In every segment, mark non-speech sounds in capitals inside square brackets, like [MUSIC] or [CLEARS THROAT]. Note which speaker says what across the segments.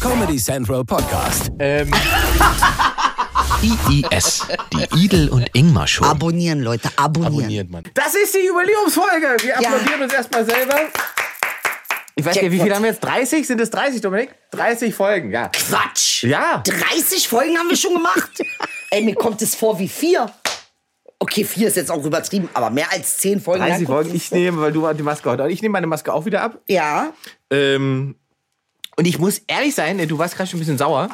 Speaker 1: Comedy Central Podcast.
Speaker 2: Ähm,
Speaker 3: IIS, die Idel und Ingmar Show.
Speaker 4: Abonnieren, Leute, abonnieren.
Speaker 2: abonniert man.
Speaker 5: Das ist die Jubiläumsfolge. Wir
Speaker 4: Ja.
Speaker 5: applaudieren uns erstmal selber. Ich weiß nicht, wie
Speaker 4: Jackpot.
Speaker 5: viele haben wir jetzt? 30? Sind es 30, Dominik? 30 Folgen, ja.
Speaker 4: Quatsch!
Speaker 5: Ja.
Speaker 4: 30 Folgen haben wir schon gemacht. Ey, mir kommt es vor wie vier. Okay, vier ist jetzt auch übertrieben, aber mehr als zehn Folgen.
Speaker 5: 30
Speaker 4: lang kommt
Speaker 5: Folgen.
Speaker 4: es
Speaker 5: Ich
Speaker 4: vor.
Speaker 5: nehme, weil du die Maske heute. Ich nehme meine Maske auch wieder ab.
Speaker 4: Ja.
Speaker 5: Ähm, und ich muss ehrlich sein, ne, du warst gerade schon ein bisschen sauer.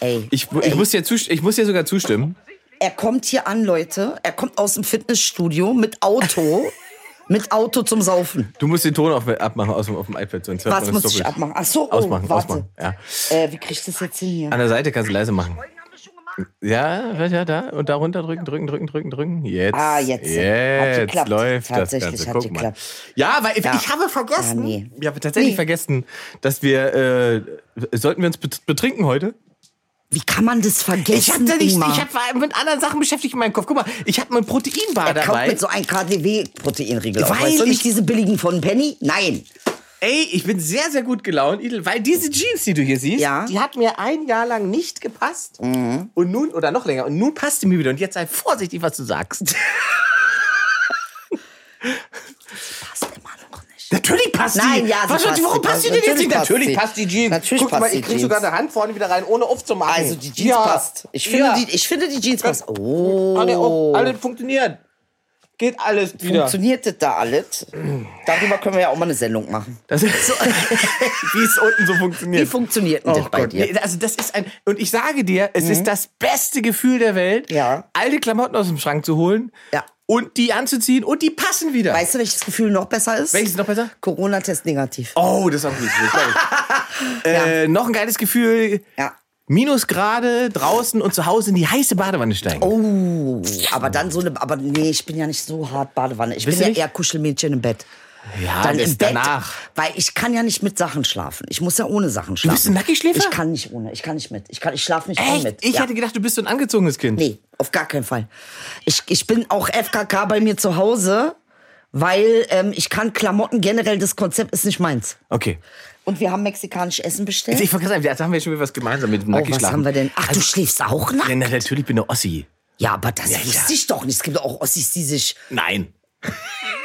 Speaker 4: Ey.
Speaker 5: Ich,
Speaker 4: ey.
Speaker 5: ich, muss, dir zust- ich muss dir sogar zustimmen.
Speaker 4: Er kommt hier an, Leute. Er kommt aus dem Fitnessstudio mit
Speaker 5: [LAUGHS]
Speaker 4: Auto. mit Auto zum Saufen.
Speaker 5: Du musst den Ton auf, abmachen aus dem, auf dem iPad, sonst hört
Speaker 4: Was
Speaker 5: man
Speaker 4: muss
Speaker 5: das
Speaker 4: ich
Speaker 5: doppelt.
Speaker 4: abmachen? Ach so, oh,
Speaker 5: Ausmachen,
Speaker 4: warte.
Speaker 5: ausmachen. Ja.
Speaker 4: Äh, wie krieg ich das jetzt hin hier?
Speaker 5: An der Seite kannst du leise machen. Ja, ja, ja, da. Und da runter drücken, drücken, drücken, drücken, drücken. Jetzt.
Speaker 4: Ah, jetzt. Hat
Speaker 5: Jetzt
Speaker 4: geklappt.
Speaker 5: läuft das
Speaker 4: Tatsächlich
Speaker 5: Ganze.
Speaker 4: hat
Speaker 5: Guck mal.
Speaker 4: geklappt.
Speaker 5: Ja, weil ich,
Speaker 4: Ja.
Speaker 5: ich habe vergessen.
Speaker 4: Ah, nee.
Speaker 5: Ich habe tatsächlich
Speaker 4: Nee.
Speaker 5: vergessen, dass wir. Äh, sollten wir uns bet- betrinken heute?
Speaker 4: Wie kann man das vergessen?
Speaker 5: Ich habe ich
Speaker 4: Ingmar?
Speaker 5: hab mit anderen Sachen beschäftigt in meinem Kopf. Guck mal, ich habe mein Proteinbar
Speaker 4: er kauft
Speaker 5: dabei.
Speaker 4: mit so einem KDW-Proteinriegel.
Speaker 5: Weil
Speaker 4: Weißt du
Speaker 5: ich-
Speaker 4: nicht diese billigen von Penny? Nein.
Speaker 5: Ey, ich bin sehr, sehr gut gelaunt, Idel, weil diese Jeans, die du hier siehst, Mhm.
Speaker 4: Ja.
Speaker 5: die hat mir ein Jahr lang nicht gepasst. Und nun, oder noch länger, und nun passt sie mir wieder. Und jetzt sei vorsichtig, was du sagst.
Speaker 4: Passt immer noch nicht.
Speaker 5: Natürlich passt
Speaker 4: Nein,
Speaker 5: die.
Speaker 4: ja, sie
Speaker 5: Was,
Speaker 4: passt
Speaker 5: warum
Speaker 4: die.
Speaker 5: passt die denn jetzt
Speaker 4: Natürlich
Speaker 5: nicht?
Speaker 4: passt
Speaker 5: Natürlich
Speaker 4: die.
Speaker 5: passt die Jeans.
Speaker 4: Natürlich
Speaker 5: Guck
Speaker 4: passt
Speaker 5: mal,
Speaker 4: die
Speaker 5: ich krieg
Speaker 4: Jeans.
Speaker 5: sogar eine Hand vorne wieder rein, ohne aufzumachen.
Speaker 4: Also die Jeans
Speaker 5: Ja.
Speaker 4: passt. Ich finde,
Speaker 5: Ja.
Speaker 4: die, ich finde die Jeans passt.
Speaker 5: Alle,
Speaker 4: Oh.
Speaker 5: auf- alle funktioniert. Geht alles wieder.
Speaker 4: Funktioniert das da alles? Darüber können wir ja auch mal eine Sendung machen.
Speaker 5: Das ist
Speaker 4: [LAUGHS]
Speaker 5: so, wie es unten so funktioniert.
Speaker 4: Wie funktioniert denn das bei dir? Mhm.
Speaker 5: Nee, also das ist ein und ich sage dir, es ist das beste Gefühl der Welt,
Speaker 4: Ja.
Speaker 5: alte Klamotten aus dem Schrank zu holen
Speaker 4: Ja.
Speaker 5: und die anzuziehen und die passen wieder.
Speaker 4: Weißt du, welches Gefühl noch besser ist?
Speaker 5: Welches ist noch besser?
Speaker 4: Corona-Test negativ.
Speaker 5: Oh, das ist auch gut. Das glaub
Speaker 4: [LAUGHS]
Speaker 5: ich. äh, Noch ein geiles Gefühl.
Speaker 4: Ja.
Speaker 5: Minusgrade draußen und zu Hause in die heiße Badewanne steigen.
Speaker 4: Oh, aber dann so eine, aber nee, ich bin ja nicht so hart Badewanne. Ich
Speaker 5: Bist
Speaker 4: bin
Speaker 5: du
Speaker 4: ja
Speaker 5: nicht?
Speaker 4: eher Kuschelmädchen im Bett.
Speaker 5: ja,
Speaker 4: Dann
Speaker 5: das
Speaker 4: im Bett,
Speaker 5: danach.
Speaker 4: weil ich kann ja nicht mit Sachen schlafen. Ich muss ja ohne Sachen schlafen.
Speaker 5: bist ein Nackischläfer?
Speaker 4: Ich kann nicht ohne. Ich kann nicht mit. Ich kann, ich schlafe nicht
Speaker 5: Echt?
Speaker 4: ohne mit.
Speaker 5: Ich
Speaker 4: ja.
Speaker 5: hätte gedacht, du bist so ein angezogenes Kind.
Speaker 4: Nee, auf gar keinen Fall. Ich, ich bin auch FKK bei mir zu Hause, weil ähm, ich kann Klamotten generell, das Konzept ist nicht meins.
Speaker 5: Okay.
Speaker 4: Und wir haben mexikanisch Essen bestellt.
Speaker 5: Jetzt, ich vergesse, da haben wir schon wieder was gemeinsam mit dem
Speaker 4: oh,
Speaker 5: Nacki
Speaker 4: was
Speaker 5: schlafen.
Speaker 4: haben wir denn? Ach, du
Speaker 5: Also,
Speaker 4: schläfst auch nackt?
Speaker 5: ja, na, natürlich bin ich Ossi.
Speaker 4: Ja, aber das
Speaker 5: ja.
Speaker 4: wusste ich doch nicht. Es gibt doch auch Ossis, die sich...
Speaker 5: Nein.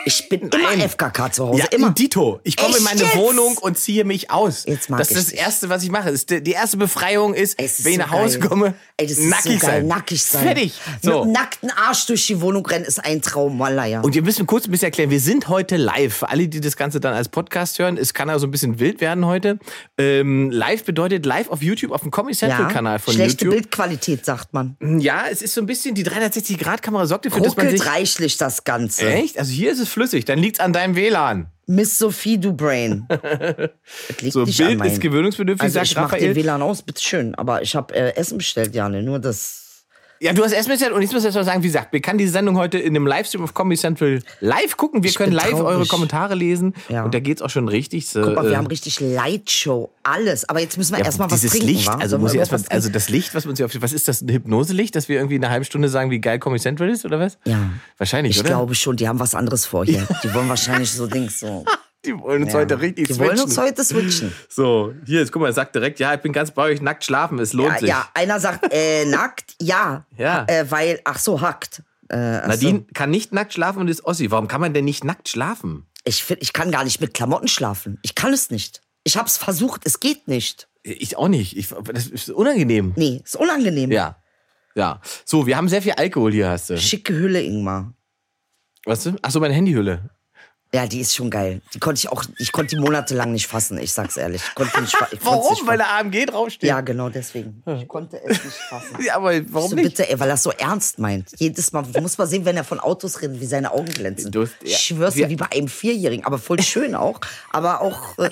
Speaker 4: Ich bin immer FKK zu Hause,
Speaker 5: Ja,
Speaker 4: immer.
Speaker 5: Dito. Ich komme in
Speaker 4: Echt
Speaker 5: meine
Speaker 4: jetzt?
Speaker 5: Wohnung und ziehe mich aus.
Speaker 4: Jetzt mag
Speaker 5: das
Speaker 4: ich
Speaker 5: ist das
Speaker 4: dich.
Speaker 5: Erste, was ich mache. Das Ist die, die erste Befreiung ist,
Speaker 4: Ey, es ist
Speaker 5: wenn ich
Speaker 4: so
Speaker 5: nach Hause
Speaker 4: geil.
Speaker 5: komme,
Speaker 4: Ey, das ist
Speaker 5: nackig
Speaker 4: so geil.
Speaker 5: sein.
Speaker 4: Nackig sein.
Speaker 5: Fertig.
Speaker 4: Mit
Speaker 5: So.
Speaker 4: einem nackten Arsch durch die Wohnung rennen ist ein Traum, Malaya.
Speaker 5: Und wir müssen kurz ein bisschen erklären, wir sind heute live. Für alle, die das Ganze dann als Podcast hören, es kann also ein bisschen wild werden heute. Ähm, live bedeutet live auf YouTube, auf dem Comedy Central Kanal von
Speaker 4: schlechte
Speaker 5: YouTube.
Speaker 4: Bildqualität, sagt man.
Speaker 5: Ja, es ist so ein bisschen, die 360-Grad-Kamera sorgt dafür, dass man sich...
Speaker 4: Ruckelt reichlich das Ganze.
Speaker 5: Echt? Also hier ist es flüssig, dann liegt's an deinem WLAN.
Speaker 4: Miss Sophie,
Speaker 5: [LAUGHS]
Speaker 4: du Brain. Das liegt
Speaker 5: So,
Speaker 4: nicht an
Speaker 5: Bild
Speaker 4: meinen.
Speaker 5: ist gewöhnungsbedürftig,
Speaker 4: Also
Speaker 5: sagt
Speaker 4: ich mach den
Speaker 5: Raphael.
Speaker 4: WLAN aus, bitteschön. Aber ich habe äh, Essen bestellt, Jane. Nur das.
Speaker 5: Ja, du hast erstmal gesagt, und ich muss erst mal sagen, wie gesagt, wir kann diese Sendung heute in einem Livestream auf Comedy Central live gucken. Wir können
Speaker 4: bin
Speaker 5: live
Speaker 4: traurig.
Speaker 5: eure Kommentare lesen.
Speaker 4: Ja.
Speaker 5: Und da geht's auch schon richtig. So,
Speaker 4: Guck mal,
Speaker 5: äh,
Speaker 4: wir haben richtig Lightshow, alles. Aber jetzt müssen wir erstmal was
Speaker 5: dieses
Speaker 4: trinken.
Speaker 5: Licht,
Speaker 4: wa?
Speaker 5: also
Speaker 4: Sollen
Speaker 5: muss
Speaker 4: wir
Speaker 5: ich erstmal,
Speaker 4: irgendwas
Speaker 5: also das Licht, was man sich auf, was ist das, ein Hypnoselicht, dass wir irgendwie in einer halben Stunde sagen, wie geil Comedy Central ist oder was?
Speaker 4: Ja.
Speaker 5: Wahrscheinlich,
Speaker 4: trinken? Ich
Speaker 5: oder?
Speaker 4: glaube schon, die haben was anderes vor hier. Die wollen wahrscheinlich so Dings
Speaker 5: [LAUGHS]
Speaker 4: so.
Speaker 5: die wollen uns heute richtig
Speaker 4: Die
Speaker 5: switchen.
Speaker 4: wollen uns heute switchen.
Speaker 5: so, hier, jetzt guck mal, er sagt direkt, ja, ich bin ganz bei euch, nackt schlafen, es lohnt
Speaker 4: Ja,
Speaker 5: sich.
Speaker 4: ja, einer sagt äh, nackt, ja.
Speaker 5: Ja.
Speaker 4: Äh, weil, ach so, hackt. Äh, ach
Speaker 5: Nadine
Speaker 4: So.
Speaker 5: kann nicht nackt schlafen und ist Ossi. Warum kann man denn nicht nackt schlafen?
Speaker 4: Ich, find, ich kann gar nicht mit Klamotten schlafen. Ich kann es nicht. Ich hab's versucht, es geht nicht.
Speaker 5: Ich auch nicht. Ich, das ist unangenehm.
Speaker 4: Nee, ist unangenehm.
Speaker 5: Ja. Ja. So, wir haben sehr viel Alkohol hier, hast du.
Speaker 4: Schicke Hülle, Ingmar.
Speaker 5: Weißt du? Achso, meine Handyhülle.
Speaker 4: Ja, die ist schon geil. Die konnte ich auch, ich konnte die monatelang nicht fassen, ich sag's ehrlich. Ich konnte nicht, fa- ich konnte es Nicht
Speaker 5: Weil
Speaker 4: fassen.
Speaker 5: der AMG draufsteht.
Speaker 4: Ja, genau deswegen. Ich konnte es nicht fassen.
Speaker 5: Ja, aber warum
Speaker 4: So,
Speaker 5: nicht?
Speaker 4: bitte, ey, weil er es so ernst meint. Jedes Mal muss man sehen, wenn er von Autos redet, wie seine Augen glänzen.
Speaker 5: Du- ja.
Speaker 4: ich schwör's
Speaker 5: Wir-
Speaker 4: dir, wie bei einem Vierjährigen, aber voll schön auch. Aber auch. Äh,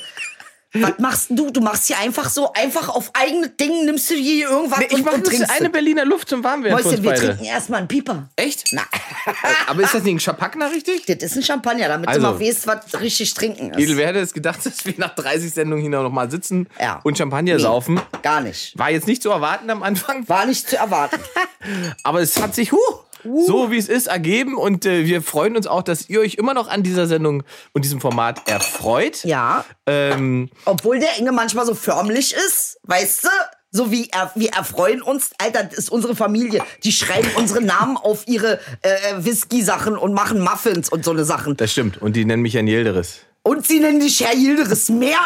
Speaker 4: was machst denn du? Du machst hier einfach so, einfach auf eigene Dinge nimmst du hier irgendwas
Speaker 5: Nee, ich
Speaker 4: und,
Speaker 5: mache
Speaker 4: und
Speaker 5: jetzt
Speaker 4: trinkst.
Speaker 5: eine
Speaker 4: es.
Speaker 5: Berliner Luft zum Warmwerden für uns
Speaker 4: Mäuschen, wir
Speaker 5: beide.
Speaker 4: trinken erstmal einen Pieper.
Speaker 5: Echt?
Speaker 4: Na,
Speaker 5: [LAUGHS]
Speaker 4: [LAUGHS]
Speaker 5: Aber ist das nicht ein Schapagner, richtig?
Speaker 4: das ist ein Champagner, damit
Speaker 5: Also.
Speaker 4: du mal weißt, was richtig trinken ist.
Speaker 5: Edel, wer hätte es gedacht, [LAUGHS] dass wir nach 30 Sendungen hier noch mal sitzen
Speaker 4: Ja.
Speaker 5: und Champagner
Speaker 4: Nee,
Speaker 5: saufen?
Speaker 4: Gar nicht.
Speaker 5: War jetzt nicht zu erwarten am Anfang,
Speaker 4: War nicht zu erwarten.
Speaker 5: aber es hat sich, huh, so wie es ist, ergeben. Und äh, wir freuen uns auch, dass ihr euch immer noch an dieser Sendung und diesem Format erfreut.
Speaker 4: [LAUGHS] Ja.
Speaker 5: Ähm,
Speaker 4: Obwohl der Inge manchmal so förmlich ist, weißt du? So wie er, wir erfreuen uns, Alter, das ist unsere Familie. Die schreiben unsere Namen auf ihre äh, Whisky-Sachen und machen Muffins und so ne Sachen.
Speaker 5: das stimmt. Und die nennen mich Herrn Yildiris.
Speaker 4: Und sie nennen dich Herr Yildiris. Mehr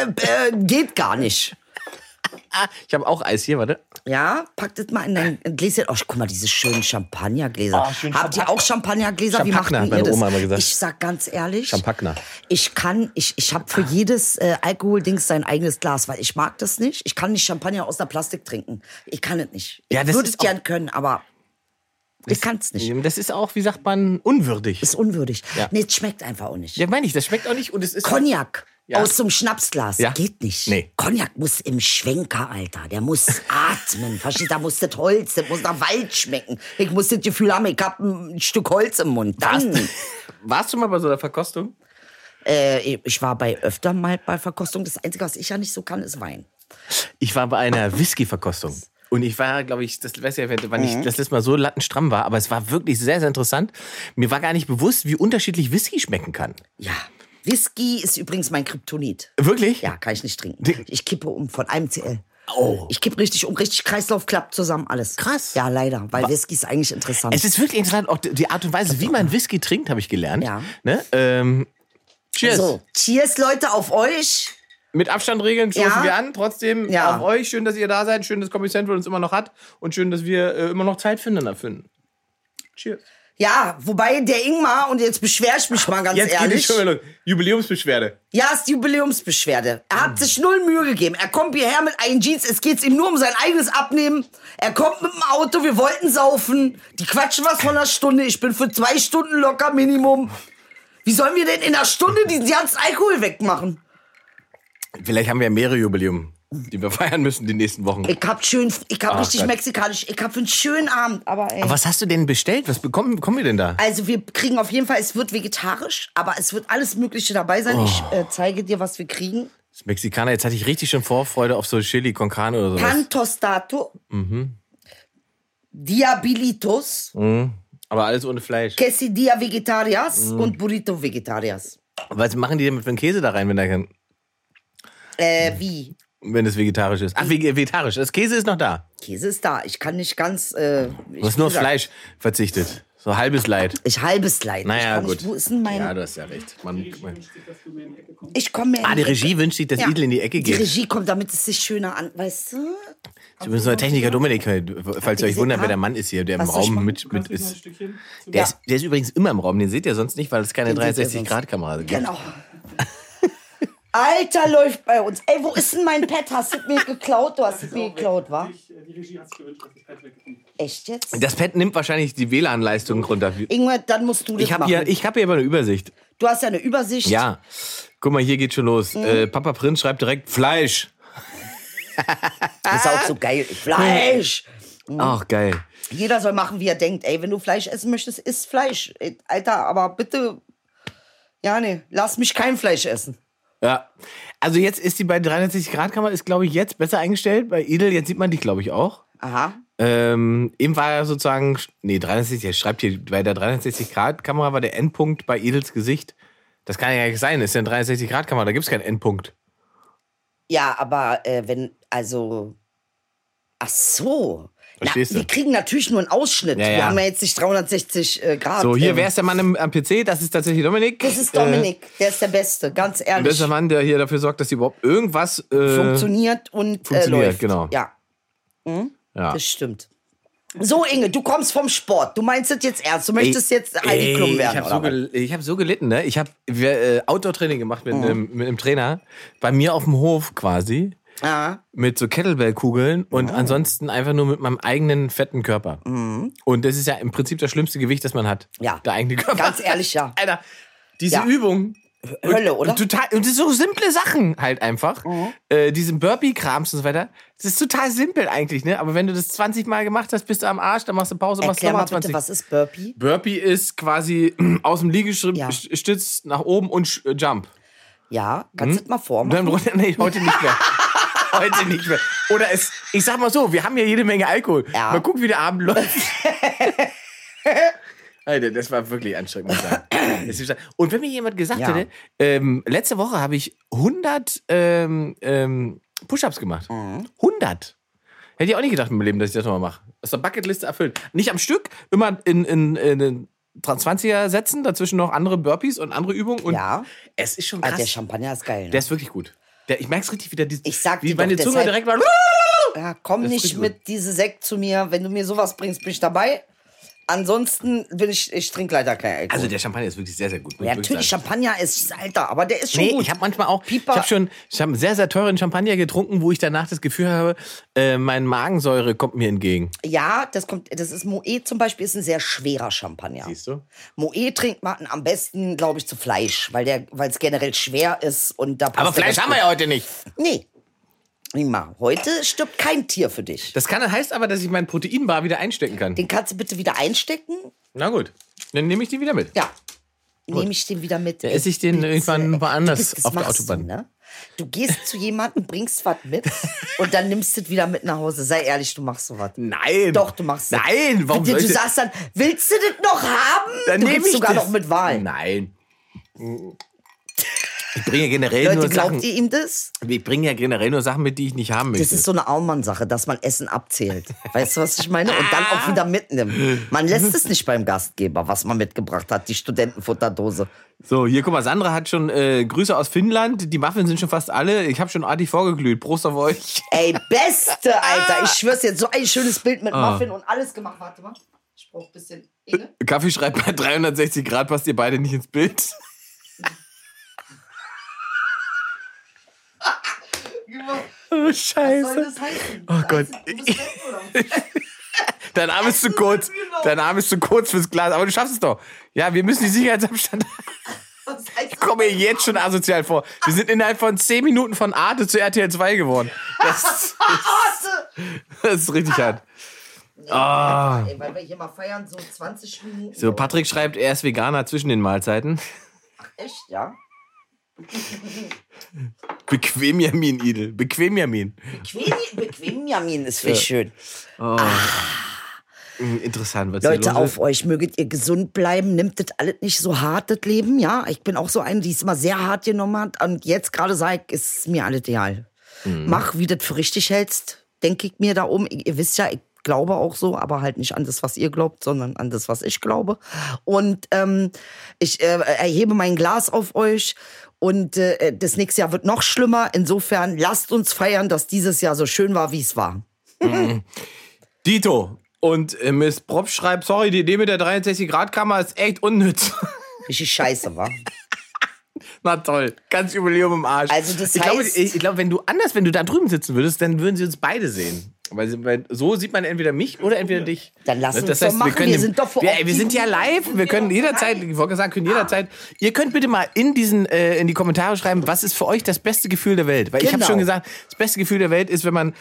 Speaker 4: äh, äh, geht gar nicht.
Speaker 5: Ich habe auch Eis hier, warte.
Speaker 4: Ja, pack das mal in dein Gläschen. Oh, guck mal, diese schönen Champagnergläser. Habt ihr auch Champagnergläser? Wie macht
Speaker 5: Ah, Champagner, hat meine
Speaker 4: denn ihr das?
Speaker 5: Oma immer gesagt.
Speaker 4: Ich sag ganz ehrlich,
Speaker 5: Champagner.
Speaker 4: ich kann, ich, ich habe für jedes äh, Alkoholdings sein eigenes Glas, weil ich mag das nicht. Ich kann nicht Champagner aus der Plastik trinken. Ich kann es nicht.
Speaker 5: Ja, das
Speaker 4: ich würde
Speaker 5: ist
Speaker 4: es gern können, aber ich kann es nicht.
Speaker 5: Das ist auch, wie sagt man, unwürdig.
Speaker 4: Ist unwürdig.
Speaker 5: Ja.
Speaker 4: Nee, es schmeckt einfach auch nicht.
Speaker 5: Ja, meine ich, das schmeckt auch nicht und es ist.
Speaker 4: Cognac
Speaker 5: Ja.
Speaker 4: aus so einem Schnapsglas
Speaker 5: Ja.
Speaker 4: geht nicht.
Speaker 5: Nee.
Speaker 4: Cognac muss im Schwenker, Alter.
Speaker 5: [LAUGHS]
Speaker 4: Der muss atmen. Versteht? Da muss das Holz, das muss nach Wald schmecken. Ich muss das Gefühl haben, ich hab ein Stück Holz im Mund. Dann.
Speaker 5: Warst du mal bei so einer Verkostung?
Speaker 4: Äh, ich war bei öfter mal bei Verkostung. Das Einzige, was ich ja nicht so kann, ist Wein.
Speaker 5: Ich war bei einer Whisky-Verkostung. Und ich war, glaube ich, das weiß ja, wann
Speaker 4: Mhm.
Speaker 5: ich das letzte Mal so lattenstramm war, aber es war wirklich sehr, sehr interessant. Mir war gar nicht bewusst, wie unterschiedlich Whisky schmecken kann.
Speaker 4: Ja. Whisky ist übrigens mein Kryptonit.
Speaker 5: Wirklich?
Speaker 4: Ja, kann ich nicht trinken. Ich kippe um von einem CL.
Speaker 5: Oh.
Speaker 4: Ich kippe richtig um, richtig Kreislauf klappt zusammen alles.
Speaker 5: Krass.
Speaker 4: Ja, leider, weil Whisky ist eigentlich interessant.
Speaker 5: Es ist wirklich interessant, auch die Art und Weise, wie man Whisky trinkt, habe ich gelernt.
Speaker 4: Ja. Also.
Speaker 5: Ne? Ähm, cheers.
Speaker 4: so, cheers Leute auf euch.
Speaker 5: Mit Abstandregeln stoßen
Speaker 4: Ja.
Speaker 5: wir an. Trotzdem
Speaker 4: Ja.
Speaker 5: auf euch. Schön, dass ihr da seid. Schön, dass Comedy Central uns immer noch hat. Und schön, dass wir äh, immer noch Zeit finden dafür. Cheers.
Speaker 4: Ja, wobei der Ingmar, und jetzt beschwer ich mich mal ganz
Speaker 5: Jetzt geht die
Speaker 4: ehrlich.
Speaker 5: Schulmeldung. Jubiläumsbeschwerde.
Speaker 4: Ja, ist die Jubiläumsbeschwerde. Er hat sich null Mühe gegeben. Er kommt hierher mit eigenen Jeans. Es geht ihm nur um sein eigenes Abnehmen. Er kommt mit dem Auto. Wir wollten saufen. Die quatschen was von einer Stunde. Ich bin für zwei Stunden locker Minimum. Wie sollen wir denn in einer Stunde diesen ganzen Alkohol wegmachen?
Speaker 5: Vielleicht haben wir ja mehrere Jubiläum, die wir feiern müssen die nächsten Wochen.
Speaker 4: Ich hab schön, ich hab
Speaker 5: Ach
Speaker 4: richtig
Speaker 5: Gott.
Speaker 4: mexikanisch. Ich hab für einen schönen Abend. Aber ey.
Speaker 5: Was hast du denn bestellt? Was bekommen, bekommen wir denn da?
Speaker 4: Also wir kriegen auf jeden Fall, es wird vegetarisch, aber es wird alles Mögliche dabei sein. Ich
Speaker 5: Oh.
Speaker 4: äh, zeige dir, was wir kriegen.
Speaker 5: Das Mexikaner, jetzt hatte ich richtig schon Vorfreude auf so Chili con Carne oder sowas.
Speaker 4: Pan tostato.
Speaker 5: Mhm.
Speaker 4: Diabilitos,
Speaker 5: Mm. Aber alles ohne Fleisch.
Speaker 4: Quesadilla Vegetarias
Speaker 5: Mm.
Speaker 4: und Burrito Vegetarias.
Speaker 5: Was machen die denn mit dem Käse da rein, wenn, da kein,
Speaker 4: Äh,
Speaker 5: Mm.
Speaker 4: wie?
Speaker 5: wenn es vegetarisch ist? Ach, vege- vegetarisch. Das Käse ist noch da.
Speaker 4: Käse ist da. Ich kann nicht ganz. Äh, ich
Speaker 5: Du hast nur auf
Speaker 4: wie gesagt,
Speaker 5: Fleisch verzichtet. So halbes Leid.
Speaker 4: Ich halbes Leid. ich
Speaker 5: Naja,
Speaker 4: kann
Speaker 5: gut.
Speaker 4: Nicht, wo ist denn mein.
Speaker 5: Ja, du hast ja recht. Man, man.
Speaker 4: ich komme mir.
Speaker 5: Ah, die Regie wünscht sich, dass
Speaker 4: Ja.
Speaker 5: Idel in die Ecke
Speaker 4: Die
Speaker 5: geht. Also,
Speaker 4: Regie kommt, damit es sich schöner an. Weißt du?
Speaker 5: Das ist Übrigens unser Techniker Dominik, halt, falls ihr euch
Speaker 4: gesehen?
Speaker 5: wundert, wer
Speaker 4: Ah.
Speaker 5: der Mann ist hier, der im
Speaker 4: Was soll ich
Speaker 5: Raum
Speaker 4: machen?
Speaker 5: mit, mit ist. Der, ist. der ist übrigens immer im Raum, den seht ihr sonst nicht, weil es keine
Speaker 4: Den seht ihr sonst.
Speaker 5: 360-Grad-Kamera gibt.
Speaker 4: Genau. [LAUGHS] Alter läuft bei uns. Ey, wo ist denn mein Pad? Hast du es mir geklaut? Du hast es mir geklaut, wa?
Speaker 2: äh, Die Regie hat sich gewünscht, dass ich halt weggekommen
Speaker 4: Echt jetzt?
Speaker 5: Das Pad nimmt wahrscheinlich die WLAN-Leistung runter.
Speaker 4: Ingwer, dann musst du das
Speaker 5: Ich habe
Speaker 4: machen.
Speaker 5: hier, ich hab hier aber eine Übersicht.
Speaker 4: du hast ja eine Übersicht.
Speaker 5: Ja. Guck mal, hier geht schon los. Äh, Papa Prinz schreibt direkt Fleisch.
Speaker 4: Das ist auch so geil. Fleisch!
Speaker 5: Ach, geil.
Speaker 4: Jeder soll machen, wie er denkt. Ey, wenn du Fleisch essen möchtest, isst Fleisch. Ey, Alter, aber bitte. Ja, nee, lass mich kein Fleisch essen.
Speaker 5: Ja. Also jetzt ist die bei 360-Grad-Kamera, ist glaube ich jetzt besser eingestellt. Bei Idel, jetzt sieht man die glaube ich auch.
Speaker 4: Aha.
Speaker 5: Ähm, eben war er sozusagen, nee, 360, er schreibt hier, bei der 360-Grad-Kamera war der Endpunkt bei Idels Gesicht. Das kann ja gar nicht sein, das ist ja eine 360-Grad-Kamera, da gibt es keinen Endpunkt.
Speaker 4: Ja, aber äh, wenn, also. Ach so. Na,
Speaker 5: Verstehst du?
Speaker 4: wir kriegen natürlich nur einen Ausschnitt.
Speaker 5: Ja,
Speaker 4: Wir
Speaker 5: ja.
Speaker 4: haben ja jetzt nicht 360 äh, Grad.
Speaker 5: So, hier,
Speaker 4: Ähm,
Speaker 5: wer ist der Mann im, am PC? Das ist tatsächlich Dominik.
Speaker 4: Das ist Dominik. der ist der Beste, ganz
Speaker 5: Äh,
Speaker 4: ehrlich.
Speaker 5: das ist der Mann, der hier dafür sorgt, dass hier überhaupt irgendwas äh,
Speaker 4: funktioniert und
Speaker 5: funktioniert,
Speaker 4: äh, läuft.
Speaker 5: genau.
Speaker 4: Ja, Hm?
Speaker 5: Ja.
Speaker 4: das stimmt. So, Inge, du kommst vom Sport. Du meinst das jetzt ernst. Du möchtest jetzt Heidi Klum
Speaker 5: Ich
Speaker 4: werden.
Speaker 5: habe
Speaker 4: oder
Speaker 5: so, gel
Speaker 4: was?
Speaker 5: ich hab so gelitten, ne? Ich habe äh, Outdoor-Training gemacht
Speaker 4: Oh.
Speaker 5: mit, einem, mit einem Trainer. Bei mir auf dem Hof quasi.
Speaker 4: Ja.
Speaker 5: Mit so Kettlebell-Kugeln
Speaker 4: Oh.
Speaker 5: und ansonsten einfach nur mit meinem eigenen fetten Körper. Und das ist ja im Prinzip das schlimmste Gewicht, das man hat.
Speaker 4: Mhm. Ja.
Speaker 5: Der eigene Körper.
Speaker 4: Ganz ehrlich, ja.
Speaker 5: [LAUGHS] Alter, diese
Speaker 4: Ja.
Speaker 5: Übung.
Speaker 4: Hölle,
Speaker 5: und,
Speaker 4: oder? Oh.
Speaker 5: Und, total, und das sind so simple Sachen halt einfach. Äh, diesen Burpee-Krams und so weiter. Das ist total simpel eigentlich, ne? Aber wenn du das 20 Mal gemacht hast, bist du am Arsch, dann machst du Pause, machst du
Speaker 4: Erklär mal
Speaker 5: nochmal
Speaker 4: bitte,
Speaker 5: 20.
Speaker 4: was ist Burpee?
Speaker 5: Burpee ist quasi [CLEARS THROAT] aus dem Liegestütz
Speaker 4: Ja.
Speaker 5: Stütz nach oben und Sch- äh, Jump.
Speaker 4: Ja,
Speaker 5: Hm?
Speaker 4: kannst du das mal
Speaker 5: Und dann
Speaker 4: vormachen?
Speaker 5: runter, nee, heute nicht
Speaker 4: [LAUGHS]
Speaker 5: mehr. heute nicht mehr. Oder es, ich sag mal so, wir haben ja jede Menge Alkohol.
Speaker 4: Ja. [LAUGHS]
Speaker 5: Mal gucken, wie der Abend läuft. Alter, das war wirklich anstrengend. muss ich sagen. Das ist- Und wenn mir jemand gesagt
Speaker 4: Ja.
Speaker 5: hätte, ähm, letzte Woche habe ich 100 ähm, ähm, Push-Ups gemacht.
Speaker 4: Mhm.
Speaker 5: 100. Hätte ich auch nicht gedacht in meinem Leben, dass ich das nochmal mache. Aus der Bucketliste erfüllt. Nicht am Stück, immer in, in, in, in 20er Sätzen, dazwischen noch andere Burpees und andere Übungen. Und
Speaker 4: Ja.
Speaker 5: Es ist schon
Speaker 4: Alter,
Speaker 5: krass.
Speaker 4: der Champagner ist geil. Ne?
Speaker 5: Der ist wirklich gut. Der, ich merke es richtig wieder. Die,
Speaker 4: Ich sag
Speaker 5: wie
Speaker 4: dir
Speaker 5: meine
Speaker 4: doch, halt
Speaker 5: Zunge
Speaker 4: deshalb-
Speaker 5: direkt mal.
Speaker 4: Ja, komm
Speaker 5: Das
Speaker 4: nicht
Speaker 5: klingt gut.
Speaker 4: mit diese Sekt zu mir. Wenn du mir sowas bringst, bin ich dabei. Ansonsten bin ich, ich trinke leider kein Alkohol.
Speaker 5: Also der Champagner ist wirklich sehr, sehr gut. muss
Speaker 4: ja,
Speaker 5: ich wirklich
Speaker 4: natürlich,
Speaker 5: sagen.
Speaker 4: Champagner ist alter, aber der ist schon
Speaker 5: Nee,
Speaker 4: gut.
Speaker 5: ich habe manchmal auch.
Speaker 4: Pieper.
Speaker 5: Ich habe schon ich hab sehr, sehr teuren Champagner getrunken, wo ich danach das Gefühl habe, äh, meine Magensäure kommt mir entgegen.
Speaker 4: ja, das kommt, das ist Moe zum Beispiel, ist ein sehr schwerer Champagner.
Speaker 5: Siehst du?
Speaker 4: Moe trinkt man am besten, glaube ich, zu Fleisch, weil der, weil es generell schwer ist und da passt
Speaker 5: Aber
Speaker 4: der
Speaker 5: Fleisch
Speaker 4: ganz
Speaker 5: haben wir ja heute nicht.
Speaker 4: gut. Nee. Nima, heute stirbt kein Tier für dich.
Speaker 5: Das kann, heißt aber, dass ich meinen Proteinbar wieder einstecken kann.
Speaker 4: Den kannst du bitte wieder einstecken.
Speaker 5: Na gut, dann nehme ich die wieder mit.
Speaker 4: Ja. Nehme ich den wieder mit.
Speaker 5: esse ich den
Speaker 4: Bitte,
Speaker 5: irgendwann
Speaker 4: ey.
Speaker 5: woanders
Speaker 4: Du bist- das
Speaker 5: auf der
Speaker 4: machst
Speaker 5: Autobahn.
Speaker 4: Du, ne? du gehst zu jemandem, bringst was
Speaker 5: [LAUGHS]
Speaker 4: mit und dann nimmst du es wieder mit nach Hause. Sei ehrlich, du machst sowas.
Speaker 5: Nein.
Speaker 4: Doch, du machst das.
Speaker 5: Nein, warum
Speaker 4: Bitte,
Speaker 5: soll
Speaker 4: du
Speaker 5: ich das-
Speaker 4: sagst dann, willst du das noch haben?
Speaker 5: Dann
Speaker 4: du
Speaker 5: nehme
Speaker 4: gibst
Speaker 5: ich
Speaker 4: sogar
Speaker 5: das.
Speaker 4: noch mit Wahl. [LAUGHS]
Speaker 5: Nein. Ich bringe generell
Speaker 4: Leute,
Speaker 5: nur
Speaker 4: glaubt
Speaker 5: Sachen.
Speaker 4: ihr ihm das?
Speaker 5: Ich bringe ja generell nur Sachen mit, die ich nicht haben möchte.
Speaker 4: Das ist so eine Aumann-Sache, dass man Essen abzählt. Weißt du, was ich meine? Und dann auch wieder mitnimmt. Man lässt es nicht beim Gastgeber, was man mitgebracht hat, die Studentenfutterdose.
Speaker 5: So, hier, guck mal, Sandra hat schon äh, Grüße aus Finnland. Die Muffins sind schon fast alle. Ich habe schon artig vorgeglüht. Prost auf euch. [LAUGHS]
Speaker 4: Ey, beste, Alter. Ich schwör's jetzt, so ein schönes Bild mit
Speaker 5: Ah.
Speaker 4: Muffin und alles gemacht. Warte mal. Ich brauch ein bisschen Inge.
Speaker 5: Kaffee schreibt bei 360 Grad, passt ihr beide nicht ins Bild. [LAUGHS] Oh,
Speaker 4: Was soll
Speaker 5: scheiße.
Speaker 4: das heißen?
Speaker 5: Oh Gott.
Speaker 4: Du bist weg, oder?
Speaker 5: Dein Arm ist zu kurz. Dein Arm ist zu kurz fürs Glas. Aber du schaffst es doch. Ja, wir müssen die Sicherheitsabstand... [LAUGHS]
Speaker 4: Was heißt
Speaker 5: Ich komme mir jetzt schon asozial vor. Wir sind innerhalb von 10 Minuten von Arte zu RTL 2 geworden.
Speaker 4: [LAUGHS]
Speaker 5: Das,
Speaker 4: das?
Speaker 5: das ist richtig hart. Ah.
Speaker 4: Ey, weil wir hier mal feiern, so 20 Minuten.
Speaker 5: So, Patrick schreibt, er ist Veganer zwischen den Mahlzeiten.
Speaker 4: Echt, ja?
Speaker 5: Bequem Jamin, Idel. Bequem Jamin.
Speaker 4: Bequem, bequem Jamin ist viel schön.
Speaker 5: Hm, Interessant, was hier los
Speaker 4: Leute,
Speaker 5: ist.
Speaker 4: auf euch, möget ihr gesund bleiben, nimmt das alles nicht so hart, das Leben, ja? Ich bin auch so eine, die es immer sehr hart genommen hat und jetzt gerade sage ich, ist mir alles egal. Mach, wie du das für richtig hältst, denke ich mir da oben. Ihr ihr wisst ja, ich glaube auch so, aber halt nicht an das, was ihr glaubt, sondern an das, was ich glaube. Und ähm, ich äh, erhebe mein Glas auf euch und äh, das nächste Jahr wird noch schlimmer. Insofern lasst uns feiern, dass dieses Jahr so schön war, wie es war.
Speaker 5: Dito. Und äh, Miss Prop schreibt, sorry, die Idee mit der 63-Grad-Kammer ist echt unnütz.
Speaker 4: Richtig scheiße, war.
Speaker 5: Na toll, ganz Jubiläum im Arsch.
Speaker 4: Also das
Speaker 5: ich glaube,
Speaker 4: heißt-
Speaker 5: ich, ich glaube, wenn du anders, wenn du da drüben sitzen würdest, dann würden sie uns beide sehen. Weil, sie- weil so sieht man entweder mich oder entweder dich.
Speaker 4: Dann lass
Speaker 5: Ne?
Speaker 4: uns
Speaker 5: das
Speaker 4: doch
Speaker 5: heißt,
Speaker 4: machen.
Speaker 5: Wir, können
Speaker 4: Wir
Speaker 5: dem-
Speaker 4: sind doch vor
Speaker 5: wir,
Speaker 4: Ort.
Speaker 5: wir sind ja live. Wir können jederzeit, ich wollte gerade sagen, können jederzeit. Ihr könnt bitte mal in diesen äh, in die Kommentare schreiben, was ist für euch das beste Gefühl der Welt? Weil ich habe
Speaker 4: Genau.
Speaker 5: schon gesagt, das beste Gefühl der Welt ist, wenn man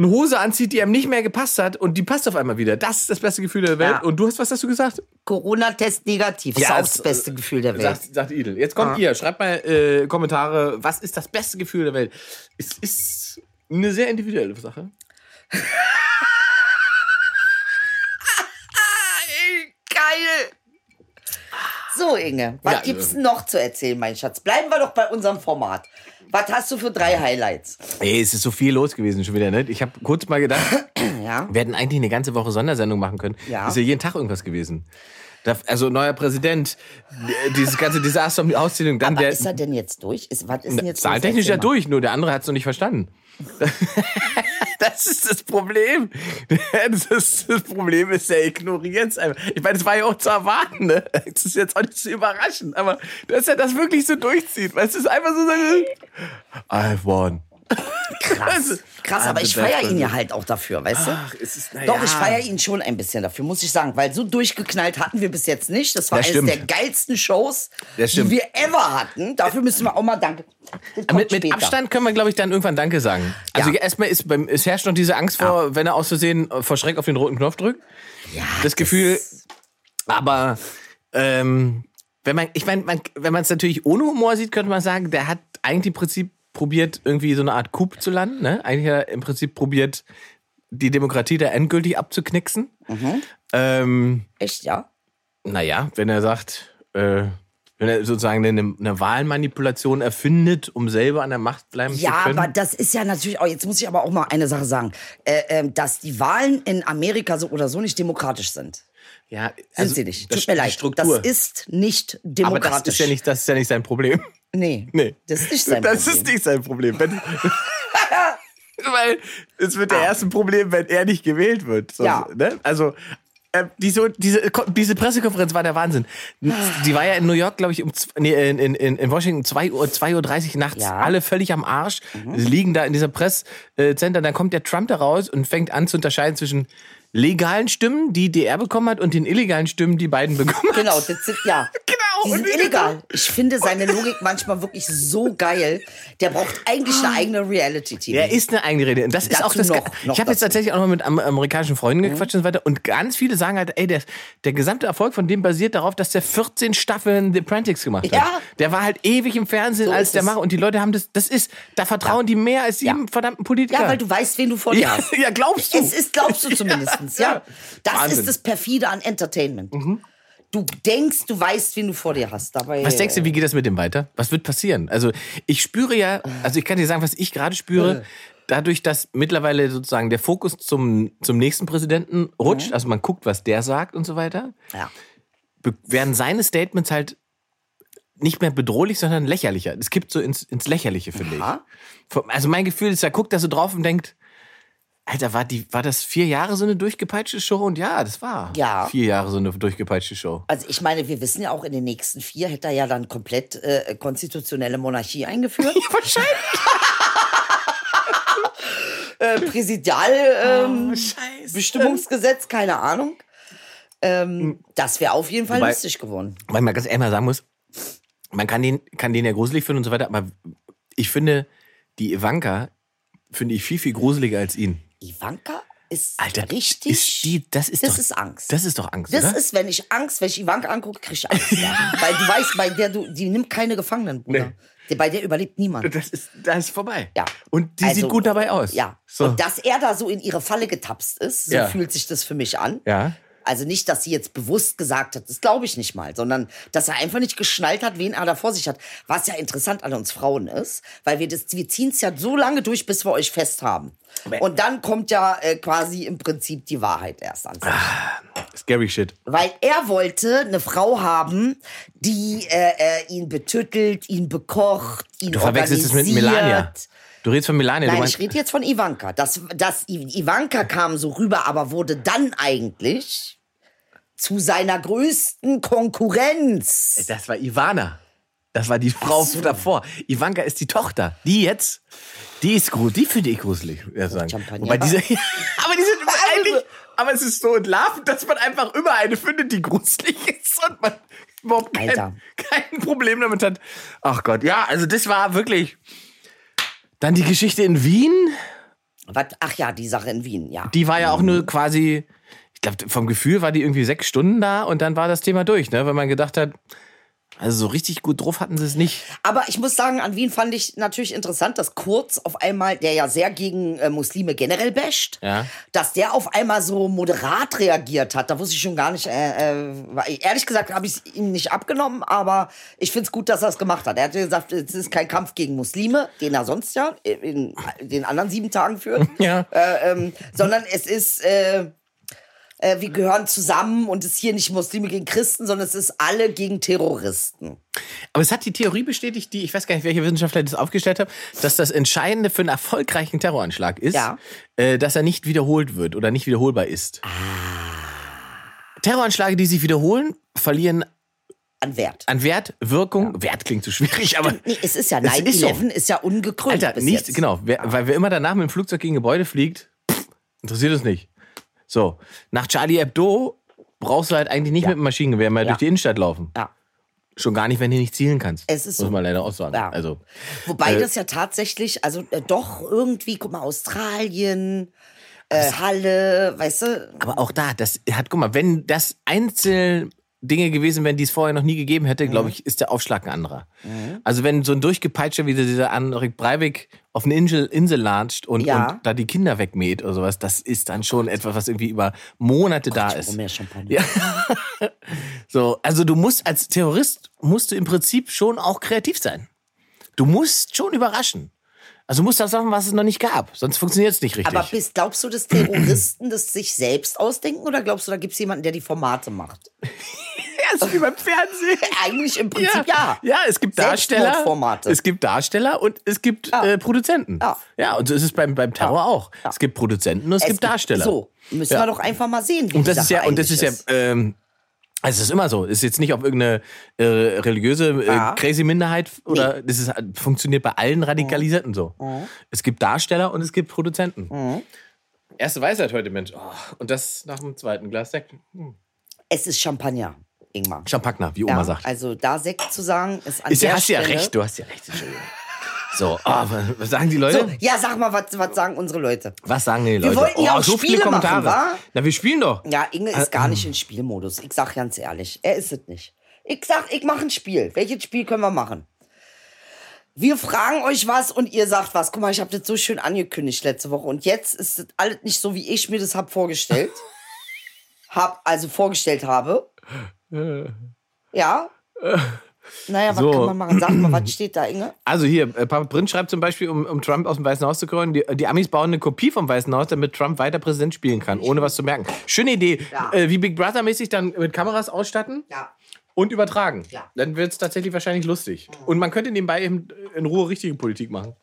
Speaker 5: eine Hose anzieht, die einem nicht mehr gepasst hat und die passt auf einmal wieder. Das ist das beste Gefühl der Welt.
Speaker 4: Ja.
Speaker 5: Und du hast was hast du gesagt?
Speaker 4: Corona-Test negativ.
Speaker 5: Ja,
Speaker 4: ist auch
Speaker 5: es- äh,
Speaker 4: das beste Gefühl der Welt.
Speaker 5: Sagt, sagt Idel. Jetzt kommt ihr, schreibt mal äh, Kommentare, was ist das beste Gefühl der Welt? Es ist eine sehr individuelle Sache.
Speaker 4: Geil! So, Inge, was
Speaker 5: Ja,
Speaker 4: gibt's
Speaker 5: äh.
Speaker 4: denn noch zu erzählen, mein Schatz? Bleiben wir doch bei unserem Format. Was hast du für
Speaker 5: [LAUGHS]
Speaker 4: drei Highlights?
Speaker 5: Ey, es ist so viel los gewesen schon wieder, ne? Ich habe kurz mal gedacht, [CLEARS THROAT]
Speaker 4: Ja.
Speaker 5: wir hätten eigentlich eine ganze Woche Sondersendung machen können.
Speaker 4: Ja.
Speaker 5: Ist ja jeden Tag irgendwas gewesen. Da, also neuer Präsident, d- dieses ganze Desaster um die Auszählung, dann der
Speaker 4: Ist er denn jetzt durch? Ist, was ist denn jetzt los?
Speaker 5: zahltechnisch
Speaker 4: Erzähl
Speaker 5: ja
Speaker 4: mal.
Speaker 5: durch, nur der andere hat es noch nicht verstanden. [LAUGHS] Das ist das Problem. [LAUGHS] Das, ist, das Problem ist, der ignoriert es einfach. Ich meine, es war ja auch zu erwarten. Ne? Das ist jetzt auch nicht zu überraschen, aber dass er das wirklich so durchzieht. Weil es ist einfach so seine. I've [LAUGHS] won. [LAUGHS] Krass.
Speaker 4: Krass, aber ich feiere ihn ja halt auch dafür, weißt du?
Speaker 5: Ach, es ist, na
Speaker 4: Doch,
Speaker 5: ja.
Speaker 4: ich feiere ihn schon ein bisschen dafür, muss ich sagen. Weil so durchgeknallt hatten wir bis jetzt nicht. Das war
Speaker 5: Das
Speaker 4: eines der
Speaker 5: stimmt.
Speaker 4: geilsten Shows,
Speaker 5: Das stimmt.
Speaker 4: die wir ever hatten. Dafür müssen wir auch mal danke. Das kommt
Speaker 5: Mit, mit
Speaker 4: später.
Speaker 5: Abstand können wir, glaube ich, dann irgendwann Danke sagen. Also
Speaker 4: Ja.
Speaker 5: erstmal ist beim, es herrscht noch diese Angst vor, wenn er aus Versehen äh, vor Schreck auf den roten Knopf drückt. das Gefühl, aber ähm, wenn man, ich meine, man, wenn man es natürlich ohne Humor sieht, könnte man sagen, der hat eigentlich im Prinzip probiert, irgendwie so eine Art Coup zu landen. Ne? Eigentlich hat er im Prinzip probiert, die Demokratie da endgültig abzuknicksen.
Speaker 4: Mhm.
Speaker 5: Ähm,
Speaker 4: Echt, ja?
Speaker 5: naja, wenn er sagt, äh, wenn er sozusagen eine, eine Wahlmanipulation erfindet, um selber an der Macht bleiben
Speaker 4: Ja,
Speaker 5: zu können.
Speaker 4: aber das ist ja natürlich auch, jetzt muss ich aber auch mal eine Sache sagen, äh, ähm, dass die Wahlen in Amerika so oder so nicht demokratisch sind.
Speaker 5: ja,
Speaker 4: Sind
Speaker 5: also
Speaker 4: sie nicht.
Speaker 5: das-
Speaker 4: Tut mir
Speaker 5: die
Speaker 4: leid.
Speaker 5: Struktur.
Speaker 4: Das ist nicht
Speaker 5: aber
Speaker 4: demokratisch.
Speaker 5: das ist, ja nicht, das ist ja nicht sein Problem.
Speaker 4: Nee.
Speaker 5: Nee.
Speaker 4: Das ist nicht sein
Speaker 5: Das
Speaker 4: Problem.
Speaker 5: ist nicht sein Problem.
Speaker 4: [LAUGHS]
Speaker 5: Wenn, weil es wird der erste Problem, wenn er nicht gewählt wird. So,
Speaker 4: Ah. Ja.
Speaker 5: ne? Also äh, diese, diese, Ko- diese Pressekonferenz war der Wahnsinn. Die war ja in New York, glaube ich, um, z- nee, in, in, in in Washington 2 Uhr, 2.30 Uhr nachts.
Speaker 4: Ja. Mhm.
Speaker 5: Alle völlig am Arsch, liegen da in dieser Presscenter. Dann kommt der Trump da raus und fängt an zu unterscheiden zwischen legalen Stimmen, die DR bekommen hat, und den illegalen Stimmen, die Biden bekommen hat.
Speaker 4: Genau, das sind, ja.
Speaker 5: [LAUGHS] Genau,
Speaker 4: Die
Speaker 5: und
Speaker 4: sind
Speaker 5: wie-
Speaker 4: illegal. Ich finde seine Logik manchmal wirklich so geil. Der braucht eigentlich
Speaker 5: Ah.
Speaker 4: eine eigene Reality-TV.
Speaker 5: Er ist eine eigene Rede. Und das ist
Speaker 4: Dazu
Speaker 5: auch das.
Speaker 4: noch,
Speaker 5: Ge-
Speaker 4: noch
Speaker 5: ich habe jetzt
Speaker 4: dazu. Mhm.
Speaker 5: tatsächlich auch noch mit am- amerikanischen Freunden gequatscht und so weiter. Und ganz viele sagen halt, ey, der, der gesamte Erfolg von dem basiert darauf, dass der 14 Staffeln The Apprentice gemacht hat.
Speaker 4: Ja.
Speaker 5: Der war halt ewig im Fernsehen
Speaker 4: So
Speaker 5: als
Speaker 4: ist
Speaker 5: der
Speaker 4: es.
Speaker 5: Macher. Und die Leute haben das. Das ist. Da vertrauen die mehr als sieben
Speaker 4: Ja.
Speaker 5: verdammten Politiker.
Speaker 4: ja, weil du weißt, wen du vor dir
Speaker 5: [LAUGHS] Ja, [LAUGHS]
Speaker 4: hast.
Speaker 5: ja, glaubst du?
Speaker 4: Es ist, glaubst du zumindest, ja.
Speaker 5: ja.
Speaker 4: Das
Speaker 5: Wahnsinn. Mhm.
Speaker 4: ist das Perfide an Entertainment. Du denkst, du weißt, wen du vor dir hast. Dabei,
Speaker 5: Was denkst du, wie geht das mit dem weiter? Was wird passieren? Also ich spüre ja, also ich kann dir sagen, was ich gerade spüre, dadurch, dass mittlerweile sozusagen der Fokus zum, zum nächsten Präsidenten
Speaker 4: Mhm.
Speaker 5: rutscht, also man guckt, was der sagt und so weiter,
Speaker 4: Ja.
Speaker 5: be- werden seine Statements halt nicht mehr bedrohlich, sondern lächerlicher. Es kippt so ins, ins Lächerliche, finde ich. Vom- Also mein Gefühl ist, da guckt er so drauf und denkt, Alter, war, die, war das vier Jahre so eine durchgepeitschte Show? Und ja, das war
Speaker 4: Ja.
Speaker 5: vier Jahre so eine durchgepeitschte
Speaker 4: [LAUGHS]
Speaker 5: Show.
Speaker 4: Also ich meine, wir wissen ja auch, in den nächsten vier hätte er ja dann komplett äh, konstitutionelle
Speaker 5: [LAUGHS]
Speaker 4: Monarchie eingeführt.
Speaker 5: Wahrscheinlich.
Speaker 4: äh,
Speaker 5: Scheiße.
Speaker 4: Präsidialbestimmungsgesetz, keine Ahnung. Ähm, das wäre auf jeden Fall
Speaker 5: Hm. Wobei-
Speaker 4: lustig geworden.
Speaker 5: weil man ganz ehrlich mal sagen muss, man kann den, kann den ja gruselig finden und so weiter, aber ich finde, die Ivanka finde ich viel, viel gruseliger als ihn.
Speaker 4: Ivanka ist
Speaker 5: Alter,
Speaker 4: richtig.
Speaker 5: Ist die, das ist
Speaker 4: das
Speaker 5: doch,
Speaker 4: ist Angst.
Speaker 5: Das ist doch Angst,
Speaker 4: das
Speaker 5: oder?
Speaker 4: ist, wenn ich Angst, wenn ich Ivanka angucke, krieg ich
Speaker 5: [LAUGHS]
Speaker 4: Angst. Ja. Weil du weißt, bei der du, die nimmt keine Gefangenen, Bruder.
Speaker 5: Nee.
Speaker 4: Die- Bei der überlebt niemand.
Speaker 5: das ist, das ist vorbei.
Speaker 4: Ja.
Speaker 5: Und die
Speaker 4: Also,
Speaker 5: sieht gut dabei aus.
Speaker 4: Ja.
Speaker 5: So.
Speaker 4: Und dass er da so in ihre Falle getapst ist, so
Speaker 5: Ja.
Speaker 4: fühlt sich das für mich an.
Speaker 5: ja.
Speaker 4: Also nicht, dass sie jetzt bewusst gesagt hat, das glaube ich nicht mal, sondern dass er einfach nicht geschnallt hat, wen er da vor sich hat. Was ja interessant an uns Frauen ist, weil wir das, wir ziehen es ja so lange durch, bis wir euch fest haben. Und dann kommt ja äh, quasi im Prinzip die Wahrheit erst ans Licht.
Speaker 5: Ah. Scary shit.
Speaker 4: Weil er wollte eine Frau haben, die äh, äh, ihn betüttelt, ihn bekocht, ihn
Speaker 5: Du verwechselst es mit Melania. Du redest von Melania. du
Speaker 4: Nein,
Speaker 5: meinst,
Speaker 4: ich rede jetzt von Ivanka. Das, das I- Ivanka kam so rüber, aber wurde dann eigentlich zu seiner größten Konkurrenz.
Speaker 5: das war Ivana. Das war die Frau davor. Ivanka ist die Tochter. Die jetzt, die ist gruselig. Die finde ich gruselig. würde ich Sagen.
Speaker 4: Champagner.
Speaker 5: Wobei
Speaker 4: Also- [LAUGHS]
Speaker 5: diese, [LAUGHS] aber die sind immer eigentlich, aber es ist so entlarvend, dass man einfach immer eine findet, die gruselig ist und man überhaupt
Speaker 4: Alter.
Speaker 5: kein, kein Problem damit hat. Ach Gott, ja, also das war wirklich. Dann die Geschichte in Wien,
Speaker 4: Was? Ach ja, die Sache in Wien, ja.
Speaker 5: die war ja auch
Speaker 4: Mhm.
Speaker 5: nur quasi, ich glaube, vom Gefühl war die irgendwie sechs Stunden da und dann war das Thema durch, ne? Weil man gedacht hat, also so richtig gut drauf hatten sie es nicht.
Speaker 4: Aber ich muss sagen, an Wien fand ich natürlich interessant, dass Kurz auf einmal, der ja sehr gegen äh, Muslime generell basht,
Speaker 5: Ja.
Speaker 4: dass der auf einmal so moderat reagiert hat. Da wusste ich schon gar nicht, äh, äh, weil- ehrlich gesagt habe ich es ihm nicht abgenommen, aber ich finde es gut, dass er es gemacht hat. Er hat ja gesagt, es ist kein Kampf gegen Muslime, den er sonst ja in, in den anderen sieben Tagen führt,
Speaker 5: Ja.
Speaker 4: äh, ähm, sondern es ist... Äh, äh, wir gehören zusammen und es ist hier nicht Muslime gegen Christen, sondern es ist alle gegen Terroristen.
Speaker 5: Aber es hat die Theorie bestätigt, die ich weiß gar nicht, welcher Wissenschaftler das aufgestellt hat, dass das Entscheidende für einen erfolgreichen Terroranschlag ist,
Speaker 4: Ja. Ah.
Speaker 5: äh, dass er nicht wiederholt wird oder nicht wiederholbar ist. Terroranschläge, die sich wiederholen, verlieren
Speaker 4: An Wert.
Speaker 5: an Wert, Wirkung. Wert klingt zu schwierig, aber
Speaker 4: Nee, es ist ja
Speaker 5: Es ist so.
Speaker 4: 9-11 ist, ja ungekrönt.
Speaker 5: Alter,
Speaker 4: bis
Speaker 5: nichts,
Speaker 4: jetzt. Ah.
Speaker 5: genau, wer, weil wer immer danach mit dem Flugzeug gegen Gebäude fliegt, pff, interessiert uns nicht. So, nach Charlie Hebdo brauchst du halt eigentlich nicht mit dem Maschinengewehr mal durch die Innenstadt laufen.
Speaker 4: Ja.
Speaker 5: Schon gar nicht, wenn du nicht zielen kannst.
Speaker 4: Es ist
Speaker 5: muss
Speaker 4: so.
Speaker 5: man leider auch sagen.
Speaker 4: Ja.
Speaker 5: Also,
Speaker 4: Wobei
Speaker 5: Äh,
Speaker 4: das ja tatsächlich, also äh, doch irgendwie, guck mal, Australien,
Speaker 5: Also
Speaker 4: äh, Halle, weißt du,
Speaker 5: Ah, Aber auch da, das hat, guck mal, wenn das Einzel, Dinge gewesen wären, die es vorher noch nie gegeben hätte,
Speaker 4: Mhm.
Speaker 5: glaube ich, ist der Aufschlag ein anderer. Also wenn so ein Durchgepeitscher wie dieser Anrik Breivik auf eine Insel, Insel latscht und,
Speaker 4: Ja.
Speaker 5: und da die Kinder wegmäht oder sowas, das ist dann schon etwas, was irgendwie über Monate da
Speaker 4: Oh,
Speaker 5: ist.
Speaker 4: mehr Champagner.
Speaker 5: Ja. so, also du musst als Terrorist musst du im Prinzip schon auch kreativ sein. Du musst schon überraschen. Also du musst das machen, was es noch nicht gab, sonst funktioniert es nicht richtig. [LAUGHS]
Speaker 4: Aber bist, glaubst du, dass Terroristen das sich selbst ausdenken oder glaubst du, da gibt es jemanden, der die
Speaker 5: [LAUGHS]
Speaker 4: Formate macht?
Speaker 5: erst wie beim Fernsehen.
Speaker 4: [LAUGHS] Eigentlich im Prinzip ja.
Speaker 5: Ja, es gibt Darsteller.
Speaker 4: Selbstmordformate.
Speaker 5: Es gibt Darsteller und es gibt
Speaker 4: Ja.
Speaker 5: äh, Produzenten.
Speaker 4: Ja.
Speaker 5: und so ist es beim, beim Terror
Speaker 4: Ja.
Speaker 5: auch.
Speaker 4: Ja.
Speaker 5: Es gibt Produzenten und es, gibt Darsteller.
Speaker 4: So, müssen
Speaker 5: Ja.
Speaker 4: wir doch einfach mal sehen, wie
Speaker 5: Und das
Speaker 4: die
Speaker 5: ist
Speaker 4: Sache
Speaker 5: ja, und das
Speaker 4: eigentlich
Speaker 5: ist ja, ähm, also es ist immer so. Es ist jetzt nicht auf irgendeine äh, religiöse äh,
Speaker 4: Ja.
Speaker 5: crazy Minderheit oder das ist, funktioniert bei allen Radikalisierten so.
Speaker 4: Mhm.
Speaker 5: Es gibt Darsteller und es gibt Produzenten. Erste Weisheit heute, Mensch. Oh, und das nach dem zweiten Glas Sekt. Hm.
Speaker 4: Es ist Champagner, Ingmar.
Speaker 5: Champagner, wie Oma
Speaker 4: Ja,
Speaker 5: sagt.
Speaker 4: also da Sekt zu sagen, ist an
Speaker 5: Ist ja,
Speaker 4: der
Speaker 5: hast ja
Speaker 4: Stelle-
Speaker 5: recht, du hast ja recht. Entschuldigung. So, oh, was sagen die Leute?
Speaker 4: So, ja, sag mal, was, was sagen unsere Leute?
Speaker 5: Was sagen die Leute? Oh,
Speaker 4: wollten ja auch
Speaker 5: so viele
Speaker 4: Spiele machen,
Speaker 5: Kommentare.
Speaker 4: wa?
Speaker 5: Na, wir spielen doch.
Speaker 4: Ja, Inge ist gar nicht in Spielmodus. Ich sag ganz ehrlich, er ist es nicht. Ich sag, ich mache ein Spiel. Welches Spiel können wir machen? Wir fragen euch was und ihr sagt was. Guck mal, ich habe das so schön angekündigt letzte Woche und jetzt ist das alles nicht so, wie ich mir das hab vorgestellt. hab also vorgestellt habe. Ja. Naja, was
Speaker 5: So.
Speaker 4: kann man machen? Sag mal, was steht da, Inge?
Speaker 5: Also hier, äh, Papa Prinz schreibt zum Beispiel, um, um Trump aus dem Weißen Haus zu krönen, die, die Amis bauen eine Kopie vom Weißen Haus, damit Trump weiter Präsident spielen kann, ohne was zu merken. Schöne Idee.
Speaker 4: Ja.
Speaker 5: Äh, wie Big Brother-mäßig dann mit Kameras ausstatten
Speaker 4: Ja.
Speaker 5: und übertragen.
Speaker 4: Ja. Mhm.
Speaker 5: Dann wird es tatsächlich wahrscheinlich lustig. Und man könnte nebenbei eben in Ruhe richtige Politik machen.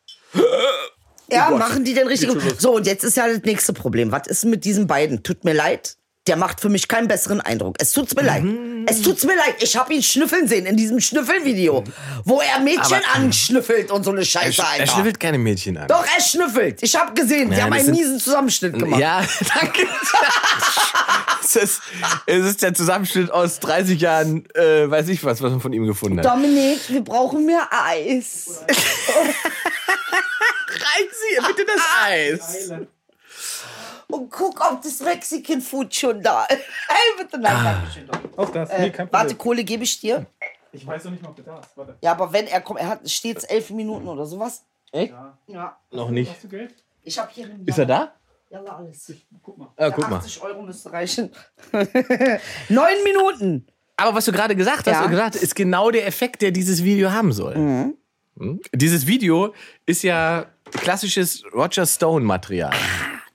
Speaker 4: Ja, machen die denn richtig? So, und jetzt ist ja das nächste Problem. Was ist mit diesen beiden? Tut mir leid. Der macht für mich keinen besseren Eindruck. Es tut's mir leid.
Speaker 5: Mhm.
Speaker 4: Es tut's mir leid. Ich habe ihn schnüffeln sehen in diesem Schnüffelvideo, wo er Mädchen
Speaker 5: Aber-
Speaker 4: anschnüffelt und so eine Scheiße, Alter.
Speaker 5: Er schnüffelt keine Mädchen an.
Speaker 4: Doch, er schnüffelt. Ich habe gesehen, die
Speaker 5: Ja,
Speaker 4: haben
Speaker 5: das
Speaker 4: einen
Speaker 5: sind-
Speaker 4: miesen Zusammenschnitt gemacht.
Speaker 5: Ja, [LAUGHS] danke. es, ist, es ist der Zusammenschnitt aus 30 Jahren, äh, weiß ich was, was man von ihm gefunden hat.
Speaker 4: Dominik, wir brauchen mehr Eis.
Speaker 5: Rein Sie bitte das
Speaker 4: Ah.
Speaker 5: Eis.
Speaker 2: Thailand.
Speaker 4: Und guck, ob das Mexican Food schon da ist. [LAUGHS] Hey, bitte, nein,
Speaker 5: Ah.
Speaker 4: danke schön. doch.
Speaker 2: Auch das. nee, kein
Speaker 4: Warte,
Speaker 2: Problem.
Speaker 4: Kohle gebe ich dir.
Speaker 2: Ich weiß noch nicht mal, ob du da hast. Warte.
Speaker 4: Ja, aber wenn er kommt, er hat stets elf Minuten oder sowas. Echt? Ja.
Speaker 5: Noch nicht.
Speaker 2: Hast du Geld?
Speaker 4: Ich habe hier einen
Speaker 5: Ist er da?
Speaker 4: Ja, war alles.
Speaker 2: Guck mal.
Speaker 5: Ah, guck mal.
Speaker 4: 80 Euro müsste reichen. [LAUGHS] Neun Minuten.
Speaker 5: Aber was du gerade gesagt hast,
Speaker 4: Ja. Mhm.
Speaker 5: und gesagt, hast, ist genau der Effekt, der dieses Video haben soll. Hm? Dieses Video ist ja klassisches Roger Stone-Material.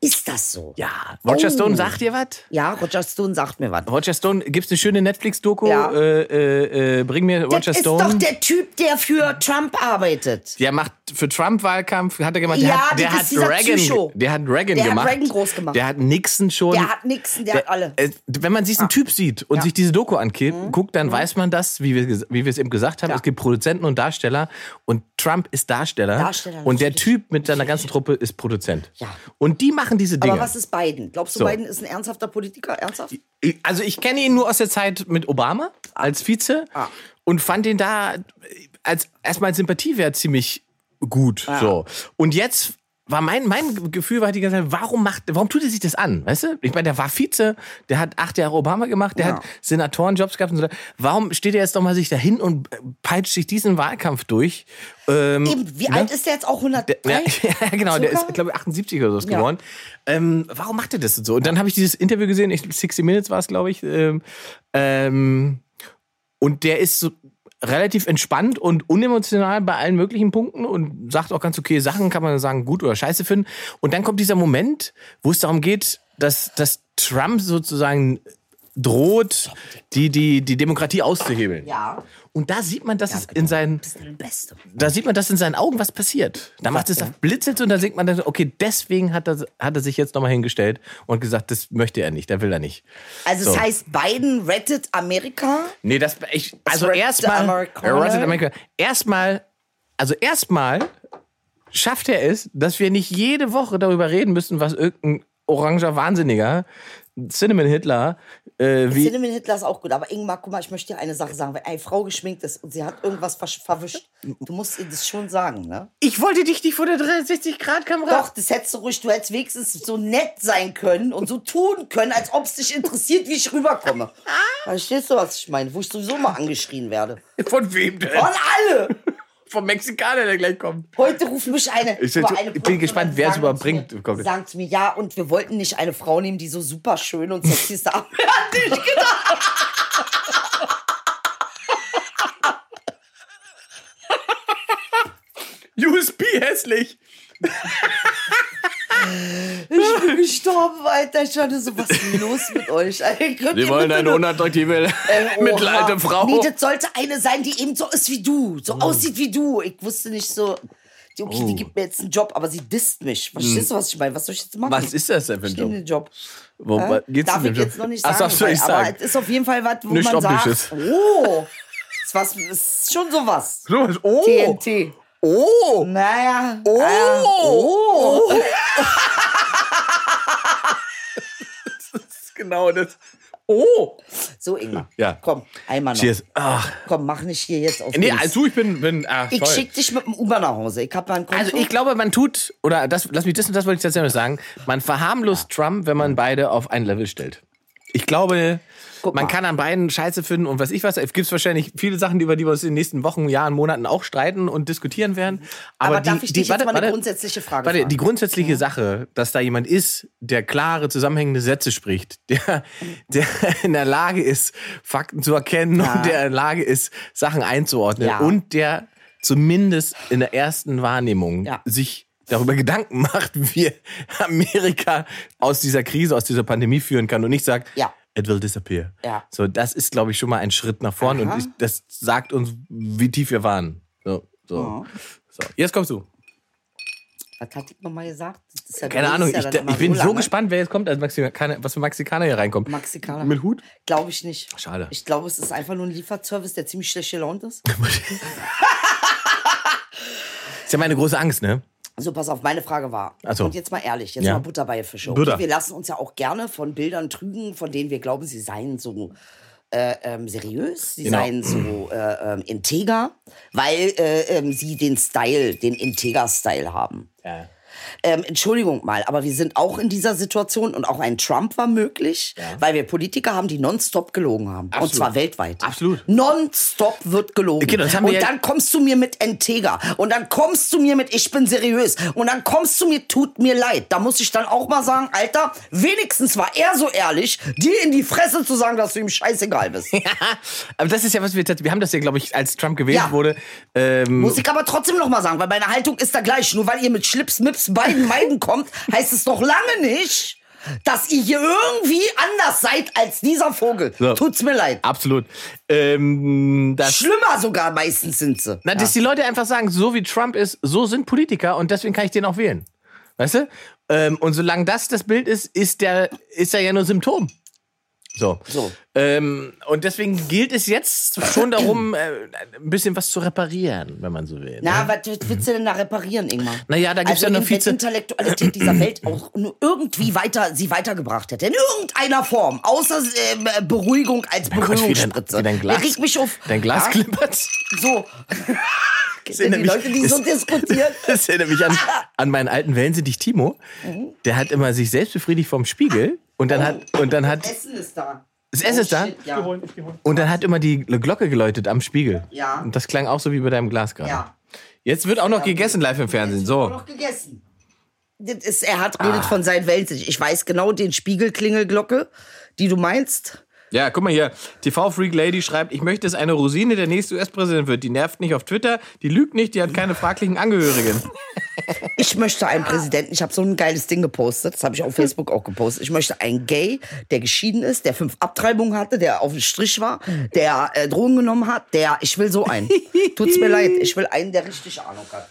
Speaker 4: Ist das so?
Speaker 5: Ja. Roger
Speaker 4: Oh.
Speaker 5: Stone sagt dir was?
Speaker 4: Ja, Roger Stone sagt mir was.
Speaker 5: Roger Stone, gibt's eine schöne Netflix-Doku?
Speaker 4: Ja.
Speaker 5: Äh, äh, äh, bring mir Roger
Speaker 4: das ist
Speaker 5: Stone.
Speaker 4: doch der Typ, der für Trump arbeitet.
Speaker 5: Der macht für Trump-Wahlkampf, hat er gemacht. Der
Speaker 4: Ja,
Speaker 5: hat, der
Speaker 4: das
Speaker 5: hat
Speaker 4: ist dieser
Speaker 5: Reagan,
Speaker 4: Psycho.
Speaker 5: Der hat Reagan
Speaker 4: Der hat
Speaker 5: gemacht.
Speaker 4: Reagan groß gemacht.
Speaker 5: Der hat Nixon schon.
Speaker 4: Der hat Nixon, der hat alle. Ah.
Speaker 5: äh,
Speaker 4: Mhm.
Speaker 5: Wenn man diesen Typ sieht und sich diese Doku anguckt, dann weiß man das, wie wir, ges- wie wir es eben gesagt haben. Es gibt Produzenten und Darsteller und Trump ist Darsteller.
Speaker 4: Darsteller,
Speaker 5: und der
Speaker 4: natürlich.
Speaker 5: Typ mit seiner ganzen Truppe ist Produzent.
Speaker 4: Ja.
Speaker 5: Und die machen diese Dinge.
Speaker 4: Aber was ist Biden? Glaubst du,
Speaker 5: So.
Speaker 4: Biden ist ein ernsthafter Politiker? Ernsthaft?
Speaker 5: Ich- Also ich kenne ihn nur aus der Zeit mit Obama als Vize und fand ihn da als erstmal als Sympathiewert ziemlich gut. So. Und jetzt war mein, mein Gefühl war halt die ganze Zeit, warum macht, warum tut er sich das an? Weißt du? Ich meine, der war Vize, der hat acht Jahre Obama gemacht, der hat Senatorenjobs gehabt und so. Warum steht er jetzt nochmal sich dahin und peitscht sich diesen Wahlkampf durch? Ähm,
Speaker 4: Eben, wie alt ist der jetzt auch? 103?
Speaker 5: ja, [LAUGHS] ja, genau, der
Speaker 4: Zucker?
Speaker 5: ist, glaube ich, 78 oder so ist
Speaker 4: Ja.
Speaker 5: geworden. Ähm, warum macht er das denn so? Und dann habe ich dieses Interview gesehen, ich, 60 Minutes war es, glaube ich. Ähm, ähm, und der ist so relativ entspannt und unemotional bei allen möglichen Punkten und sagt auch ganz okay, Sachen kann man sagen, gut oder scheiße finden. Und dann kommt dieser Moment, wo es darum geht, dass, dass Trump sozusagen droht, die, die, die Demokratie auszuhebeln.
Speaker 4: [LAUGHS] Ja. genau.
Speaker 5: Und da sieht man, dass es in seinen
Speaker 4: Beste.
Speaker 5: da sieht man, dass in seinen Augen was passiert. Da macht es, da blitzelt und da sieht man, dann, okay, deswegen hat er, hat er sich jetzt nochmal hingestellt und gesagt, das möchte er nicht, da will er nicht.
Speaker 4: Also,
Speaker 5: So.
Speaker 4: es heißt, Biden rettet Amerika.
Speaker 5: Nee, das, ich, also
Speaker 4: Rotten
Speaker 5: erstmal,
Speaker 4: Amerikaner.
Speaker 5: Rotten America- erstmal, also erstmal schafft er es, dass wir nicht jede Woche darüber reden müssen, was irgendein oranger Wahnsinniger Cinnamon Hitler, äh, wie
Speaker 4: Cinnamon Hitler ist auch gut, aber Ingmar, guck mal, ich möchte dir eine Sache sagen. Wenn eine Frau geschminkt ist und sie hat irgendwas versch- verwischt, du musst ihr das schon sagen, ne?
Speaker 5: ich wollte dich nicht vor der 360-Grad-Kamera.
Speaker 4: Doch, das hättest du ruhig, du hättest wenigstens so nett sein können und so tun können, als ob es dich interessiert, wie ich rüberkomme. Verstehst du, was ich meine? Wo ich sowieso mal angeschrien werde.
Speaker 5: [LAUGHS] Von wem denn?
Speaker 4: Von alle!
Speaker 5: Vom Mexikaner, der gleich kommt.
Speaker 4: Heute ruft mich eine.
Speaker 5: Ich bin-
Speaker 4: aber eine
Speaker 5: ich bin
Speaker 4: Bloggerin
Speaker 5: gespannt, wer es
Speaker 4: sagt zu
Speaker 5: überbringt.
Speaker 4: Mir, sagt mir, ja, und wir wollten nicht eine Frau nehmen, die so super schön und sexy ist. [LAUGHS] Hat nicht gedacht.
Speaker 5: USB hässlich.
Speaker 4: Ich bin gestorben, Alter. Ich hatte so, was ist denn los mit euch? Ey, könnt ihr bitte
Speaker 5: [LAUGHS]
Speaker 4: nur-
Speaker 5: unattraktive,
Speaker 4: Ey, oha. Nee, das sollte eine sein, die eben so ist wie du.
Speaker 5: Oh.
Speaker 4: So aussieht wie du. Ich wusste nicht so. Die, okay, die gibt mir jetzt einen Job, aber sie disst mich. Verstehst du, was ich meine? Was soll ich jetzt machen?
Speaker 5: Hm. Was ist das denn für ein
Speaker 4: Ich nehme den
Speaker 5: Job?
Speaker 4: Job.
Speaker 5: Wo,
Speaker 4: Hä?
Speaker 5: wa- geht's
Speaker 4: Darf
Speaker 5: denn
Speaker 4: ich
Speaker 5: dem
Speaker 4: jetzt
Speaker 5: Job?
Speaker 4: noch nicht
Speaker 5: Ach,
Speaker 4: sagen.
Speaker 5: darfst du
Speaker 4: weil-
Speaker 5: nicht
Speaker 4: aber
Speaker 5: sagen.
Speaker 4: es ist auf jeden Fall was, wo
Speaker 5: Nichts
Speaker 4: man sagt,
Speaker 5: Optisches.
Speaker 4: oh, ist, was, ist schon sowas.
Speaker 5: So was- oh,
Speaker 4: TNT.
Speaker 5: oh,
Speaker 4: Naja.
Speaker 5: oh,
Speaker 4: äh,
Speaker 5: oh. das ist genau das. Oh.
Speaker 4: So, Ingmar.
Speaker 5: Ja.
Speaker 4: Komm, einmal noch.
Speaker 5: Cheers. Ach.
Speaker 4: Komm, mach nicht hier jetzt auf
Speaker 5: Nee,
Speaker 4: Dings.
Speaker 5: also ich bin, bin ach,
Speaker 4: Ich
Speaker 5: toll.
Speaker 4: schick dich mit dem Uber nach Hause. Ich hab mal ein Konto.
Speaker 5: Also ich glaube, man tut, oder das, lass mich das und das wollte ich tatsächlich noch sagen, man verharmlost Trump, wenn man beide auf ein Level stellt. Ich glaube,
Speaker 4: Guck
Speaker 5: man
Speaker 4: mal.
Speaker 5: kann an beiden Scheiße finden und was ich was. Es gibt wahrscheinlich viele Sachen, über die wir uns in den nächsten Wochen, Jahren, Monaten auch streiten und diskutieren werden. Aber,
Speaker 4: aber
Speaker 5: die,
Speaker 4: darf ich
Speaker 5: die,
Speaker 4: dich
Speaker 5: warte,
Speaker 4: jetzt mal eine
Speaker 5: warte,
Speaker 4: grundsätzliche Frage Mhm.
Speaker 5: Warte,
Speaker 4: fragen?
Speaker 5: die grundsätzliche Sache, dass da jemand ist, der klare, zusammenhängende Sätze spricht, [LAUGHS] der, der in der Lage ist, Fakten zu erkennen und der in der Lage ist, Sachen einzuordnen
Speaker 4: Ja.
Speaker 5: und der zumindest in der ersten Wahrnehmung
Speaker 4: Ja.
Speaker 5: sich darüber Gedanken [LAUGHS] macht, wie Amerika aus dieser Krise, aus dieser Pandemie führen kann und nicht sagt,
Speaker 4: Ja.
Speaker 5: it will disappear.
Speaker 4: Ja.
Speaker 5: So, das ist, glaube ich, schon mal ein Schritt nach vorn und ich, das sagt uns, wie tief wir waren. So,
Speaker 4: Mhm.
Speaker 5: so. so. Jetzt kommst du.
Speaker 4: Was hat ich nochmal gesagt? Das ist ja-
Speaker 5: Keine
Speaker 4: das ist
Speaker 5: Ahnung,
Speaker 4: ja
Speaker 5: ich,
Speaker 4: dann immer
Speaker 5: ich bin so
Speaker 4: lange.
Speaker 5: gespannt, wer jetzt kommt, als Mexikaner, was für Mexikaner hier reinkommt.
Speaker 4: Mexikaner.
Speaker 5: Mit Hut?
Speaker 4: Glaube ich nicht.
Speaker 5: Schade.
Speaker 4: Ich glaube, es ist einfach nur ein Lieferservice, der ziemlich schlecht gelaunt ist.
Speaker 5: Ist ja meine große Angst, ne?
Speaker 4: So, Also, pass auf, meine Frage war.
Speaker 5: Ach so.
Speaker 4: Und jetzt mal ehrlich, jetzt
Speaker 5: Ja.
Speaker 4: mal Butter bei der Fische.
Speaker 5: Butter.
Speaker 4: Wir lassen uns ja auch gerne von Bildern trügen, von denen wir glauben, sie seien so äh, ähm, seriös, sie
Speaker 5: Genau.
Speaker 4: seien so äh, ähm, integer, weil äh, ähm, sie den Style, den Integer-Style haben.
Speaker 5: Ja.
Speaker 4: Ähm, Entschuldigung mal, aber wir sind auch in dieser Situation und auch ein Trump war möglich, weil wir Politiker haben, die nonstop gelogen haben.
Speaker 5: Absolut.
Speaker 4: Und zwar weltweit.
Speaker 5: Absolut.
Speaker 4: Nonstop wird gelogen.
Speaker 5: Genau, das haben wir
Speaker 4: und
Speaker 5: ja-
Speaker 4: dann kommst du mir mit Entega. Und dann kommst du mir mit Ich bin seriös. Und dann kommst du mir, tut mir leid. Da muss ich dann auch mal sagen, Alter, wenigstens war er so ehrlich, dir in die Fresse zu sagen, dass du ihm scheißegal bist.
Speaker 5: [LAUGHS] Aber das ist ja, was wir tats- Wir haben das ja, glaube ich, als Trump gewählt
Speaker 4: Ja.
Speaker 5: wurde. Ähm,
Speaker 4: Muss ich aber trotzdem noch mal sagen, weil meine Haltung ist da gleich. Nur weil ihr mit Schlips, Mips, beiden Meiden kommt, heißt es noch lange nicht, dass ihr hier irgendwie anders seid als dieser Vogel.
Speaker 5: So.
Speaker 4: Tut's mir leid.
Speaker 5: absolut. Ähm, das,
Speaker 4: Schlimmer sogar meistens sind sie.
Speaker 5: na, dass die Leute einfach sagen, so wie Trump ist, so sind Politiker und deswegen kann ich den auch wählen. Weißt du? Ähm, und solange das das Bild ist, ist, der, ist er ja nur Symptom. So.
Speaker 4: So.
Speaker 5: Ähm, und deswegen gilt es jetzt schon darum, äh, ein bisschen was zu reparieren, wenn man so will. ne?
Speaker 4: Na, was willst du denn da reparieren, Ingmar?
Speaker 5: Naja, da gibt's
Speaker 4: also
Speaker 5: ja noch
Speaker 4: wenn
Speaker 5: Vize-
Speaker 4: die Intellektualität dieser Welt auch nur irgendwie weiter, sie weitergebracht hätte. In irgendeiner Form. Außer ähm, Beruhigung als
Speaker 5: Mein Gott, wie dein,
Speaker 4: Beruhigungsspritze.
Speaker 5: wie dein Glas,
Speaker 4: Der regt mich auf.
Speaker 5: Dein Glas
Speaker 4: ja,
Speaker 5: klimpert.
Speaker 4: So. Sind [LAUGHS] die
Speaker 5: nämlich-
Speaker 4: Leute, die so
Speaker 5: ist-
Speaker 4: diskutieren.
Speaker 5: Das erinnert mich an, an meinen alten Wellensittich Timo.
Speaker 4: Mhm.
Speaker 5: Der hat immer sich selbst befriedigt vom Spiegel und dann hat, und dann hat,
Speaker 4: Essen ist da.
Speaker 5: das Essen ist da
Speaker 4: Oh, Shit, Ja.
Speaker 2: holen, ich geh holen.
Speaker 5: und dann hat immer die Glocke geläutet am Spiegel.
Speaker 4: Ja.
Speaker 5: Und das klang auch so wie bei deinem Glas gerade.
Speaker 4: ja.
Speaker 5: Jetzt wird auch noch gegessen live im Fernsehen. So.
Speaker 4: Noch gegessen. Das ist, er hat redet von seinen Wellensittich. Ich weiß genau den Spiegelklingelglocke, die du meinst.
Speaker 5: Ja, guck mal hier. TV-Freak Lady schreibt, ich möchte, dass eine Rosine der nächste US-Präsident wird. Die nervt nicht auf Twitter, die lügt nicht, die hat keine fraglichen Angehörigen.
Speaker 4: Ich möchte einen Präsidenten. Ich habe so ein geiles Ding gepostet. Das habe ich auf Facebook auch gepostet. Ich möchte einen Gay, der geschieden ist, der fünf Abtreibungen hatte, der auf dem Strich war, der äh, Drogen genommen hat. Der, ich will so einen. Tut's mir leid. Ich will einen, der richtig Ahnung hat.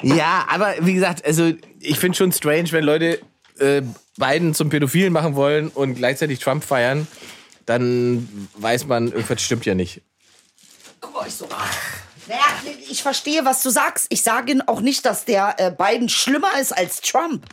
Speaker 5: Ja, aber wie gesagt, also ich finde schon strange, wenn Leute äh, Biden zum Pädophilen machen wollen und gleichzeitig Trump feiern, dann weiß man, irgendwas stimmt ja nicht.
Speaker 4: Guck mal, ich so. ah. Naja, ich verstehe, was du sagst. Ich sage auch nicht, dass der äh, Biden schlimmer ist als Trump.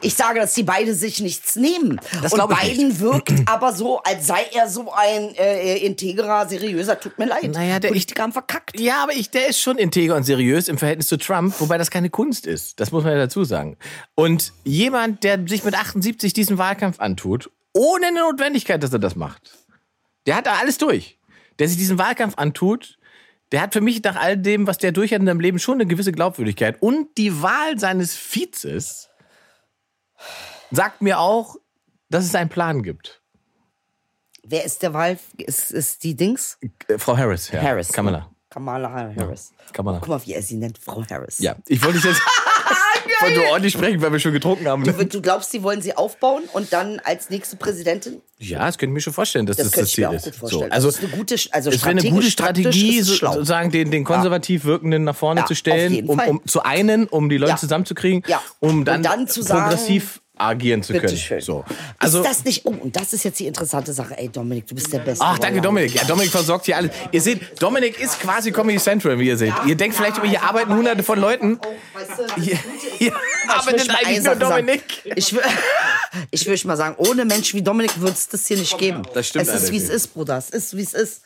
Speaker 4: Ich sage, dass die beide sich nichts nehmen.
Speaker 3: Das
Speaker 4: Und
Speaker 3: glaube ich
Speaker 4: Biden wirkt [CLEARS THROAT] aber so, als sei er so ein äh, integrer, seriöser. Tut mir leid.
Speaker 5: Naja, der-
Speaker 4: Politiker haben verkackt.
Speaker 5: Ja, aber ich, der ist schon integer und seriös im Verhältnis zu Trump, wobei das keine Kunst ist. Das muss man ja dazu sagen. Und jemand, der sich mit 78 diesen Wahlkampf antut, ohne eine Notwendigkeit, dass er das macht, der hat da alles durch. Der sich diesen Wahlkampf antut, der hat für mich nach all dem, was der durch hat in seinem Leben, schon eine gewisse Glaubwürdigkeit. Und die Wahl seines Vizes sagt mir auch, dass es einen Plan gibt.
Speaker 4: Wer ist der Wahl? Ist, ist die Dings?
Speaker 5: Äh, Frau Harris. Ja.
Speaker 4: Harris.
Speaker 5: Kamala.
Speaker 4: Kamala Harris.
Speaker 5: Kamala.
Speaker 4: Guck mal, wie er sie nennt, Frau Harris.
Speaker 5: Ja, ich wollte es jetzt
Speaker 4: [LAUGHS]
Speaker 5: wollte nur ordentlich sprechen, weil wir schon getrunken haben. ne?
Speaker 4: Du glaubst, die wollen sie aufbauen und dann als nächste Präsidentin?
Speaker 5: Ja, das könnte ich mir schon vorstellen, dass das das,
Speaker 4: Das könnte ich
Speaker 5: Ziel
Speaker 4: mir auch
Speaker 5: ist.
Speaker 4: gut vorstellen.
Speaker 5: So, also
Speaker 4: das ist eine gute, Sch- also
Speaker 5: es wäre eine gute
Speaker 4: strategisch, taktisch
Speaker 5: Strategie,
Speaker 4: ist
Speaker 5: so-
Speaker 4: schlau.
Speaker 5: sozusagen den, den konservativ Wirkenden nach vorne
Speaker 4: Ja,
Speaker 5: zu
Speaker 4: auf
Speaker 5: stellen,
Speaker 4: jeden
Speaker 5: um,
Speaker 4: Fall.
Speaker 5: um zu einen, um die Leute
Speaker 4: Ja.
Speaker 5: zusammenzukriegen,
Speaker 4: Ja.
Speaker 5: um
Speaker 4: Und
Speaker 5: dann,
Speaker 4: dann zu sagen,
Speaker 5: progressiv agieren zu können.
Speaker 4: Bitteschön.
Speaker 5: So.
Speaker 4: Also,
Speaker 5: Also,
Speaker 4: ist das nicht, oh, und das ist jetzt die interessante Sache. Ey, Dominik, du bist der Beste.
Speaker 5: Ach, danke
Speaker 4: Wallah.
Speaker 5: Dominik. Ja, Dominik versorgt hier alles. Ihr seht, Dominik ist quasi Comedy Central, wie ihr seht. Ihr denkt vielleicht, über hier arbeiten hunderte von Leuten.
Speaker 4: Oh, weißt du, das
Speaker 5: Hier,
Speaker 4: Gute ist-
Speaker 5: hier
Speaker 4: Ich will
Speaker 5: arbeitet
Speaker 4: schon mal eine
Speaker 5: eigentlich nur
Speaker 4: Sache sagen.
Speaker 5: Dominik.
Speaker 4: Ich will, [LAUGHS] ich will schon mal sagen, ohne Menschen wie Dominik wird es das hier nicht geben.
Speaker 5: Das stimmt
Speaker 4: Es ist, wie es
Speaker 5: allerdings.
Speaker 4: ist, Bruder. Es ist, wie es ist.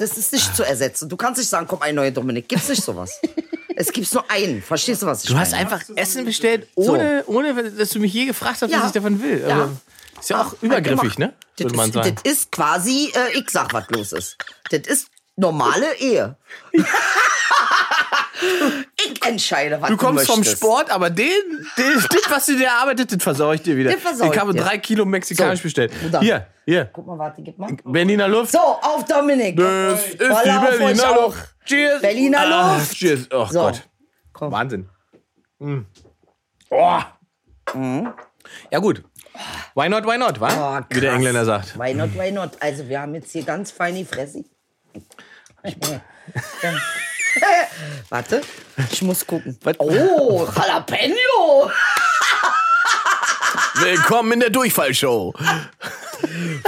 Speaker 4: Das ist nicht zu ersetzen. Du kannst nicht sagen, komm, ein neuer Dominik. Gibt's nicht sowas. es gibt nur einen. Verstehst du, was ich
Speaker 5: Du hast
Speaker 4: meine?
Speaker 5: einfach Essen bestellt, ohne, ohne dass du mich je gefragt hast,
Speaker 4: Ja.
Speaker 5: was ich davon will.
Speaker 4: Ja.
Speaker 5: Also, ist ja auch übergriffig, ne?
Speaker 4: Das
Speaker 5: Würde man
Speaker 4: ist,
Speaker 5: sagen.
Speaker 4: das ist quasi, äh, ich sag, was los ist. Das ist normale Ehe. [LAUGHS] ich entscheide, was
Speaker 5: Du kommst vom
Speaker 4: möchtest.
Speaker 5: Sport, aber den, den, [LAUGHS] das, was du dir erarbeitet, das versau ich dir wieder.
Speaker 4: Den versau
Speaker 5: ich habe
Speaker 4: ich dir.
Speaker 5: drei Kilo mexikanisch
Speaker 4: So,
Speaker 5: bestellt.
Speaker 4: Bruder.
Speaker 5: Hier, hier.
Speaker 4: Guck mal, warte, gib mal.
Speaker 5: Berliner Luft.
Speaker 4: So, auf Dominik.
Speaker 5: Das ist die
Speaker 4: Voller auf euch
Speaker 5: Berliner
Speaker 4: auch.
Speaker 5: Luft. Cheers.
Speaker 4: Berliner
Speaker 5: Ah,
Speaker 4: Luft.
Speaker 5: Cheers. Oh
Speaker 4: So,
Speaker 5: Gott.
Speaker 4: komm.
Speaker 5: Wahnsinn. Mm. Oh. Ja, gut. Why not, why not, wa?
Speaker 4: Mhm. Oh,
Speaker 5: Wie der
Speaker 4: krass.
Speaker 5: Engländer sagt.
Speaker 4: Why not, why not? Also wir haben jetzt hier ganz
Speaker 5: [LAUGHS]
Speaker 4: feine Fresse. Warte, ich muss gucken. Oh,
Speaker 5: [LAUGHS]
Speaker 4: Jalapeno!
Speaker 5: Willkommen in der Durchfallshow.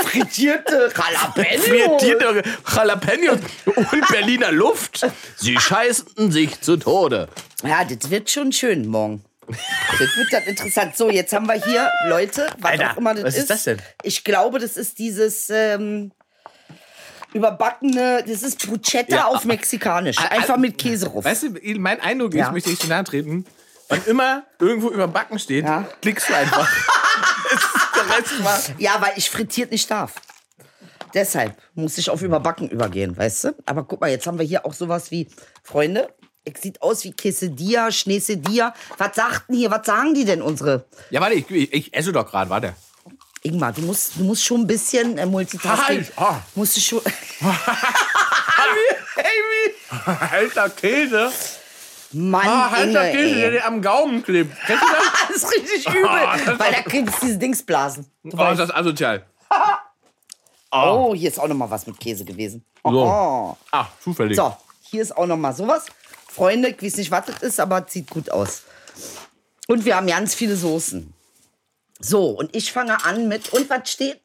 Speaker 4: Frittierte Jalapeno!
Speaker 5: Frittierte Jalapenos und Berliner Luft. Sie scheißen sich zu Tode.
Speaker 4: Ja, das wird schon schön morgen. Das wird dann interessant. So, jetzt haben wir hier Leute, was
Speaker 5: Alter,
Speaker 4: auch immer das
Speaker 5: was ist
Speaker 4: ist.
Speaker 5: das denn?
Speaker 4: Ich glaube, das ist dieses ähm, überbackene, das ist Bruschetta
Speaker 5: Ja.
Speaker 4: auf Mexikanisch. Einfach mit Käse ruf.
Speaker 5: Weißt du, mein Eindruck ist,
Speaker 4: Ja.
Speaker 5: möchte ich so nahe treten, wann immer irgendwo über Backen steht,
Speaker 4: Ja.
Speaker 5: klickst du einfach.
Speaker 4: [LAUGHS]
Speaker 5: Es ist der Rest war-
Speaker 4: Ja, weil ich frittiert nicht darf. Deshalb muss ich auf Überbacken übergehen, weißt du? Aber guck mal, jetzt haben wir hier auch sowas wie, Freunde, es sieht aus wie Quesadilla, Schneesedia. Was sagten hier, was sagen die denn unsere?
Speaker 5: ja, warte, ich, ich, ich esse doch gerade, warte.
Speaker 4: Ingmar, du musst, du musst schon ein bisschen äh, Multitasking.
Speaker 5: Halt! Ah.
Speaker 4: Musst du schon. [LAUGHS]
Speaker 5: Alter Käse.
Speaker 4: Mann,
Speaker 5: Ah, halt,
Speaker 4: Inge, ey.
Speaker 5: dir am Gaumen klebt. Kennst du das?
Speaker 4: Das ist richtig übel,
Speaker 5: Ah, das ist
Speaker 4: weil da
Speaker 5: doch-
Speaker 4: kriegst du diese Dingsblasen. [LAUGHS]
Speaker 5: Oh,
Speaker 4: Du
Speaker 5: ist
Speaker 4: weißt-
Speaker 5: das asozial.
Speaker 4: Oh, hier ist auch noch mal was mit Käse gewesen.
Speaker 5: Ah. So.
Speaker 4: Oh.
Speaker 5: Ach, Ah, zufällig.
Speaker 4: So, hier ist auch noch mal sowas. Freunde, ich weiß nicht, was das ist, aber es sieht gut aus. Und wir haben ganz viele Soßen. So, und ich fange an mit, und was steht?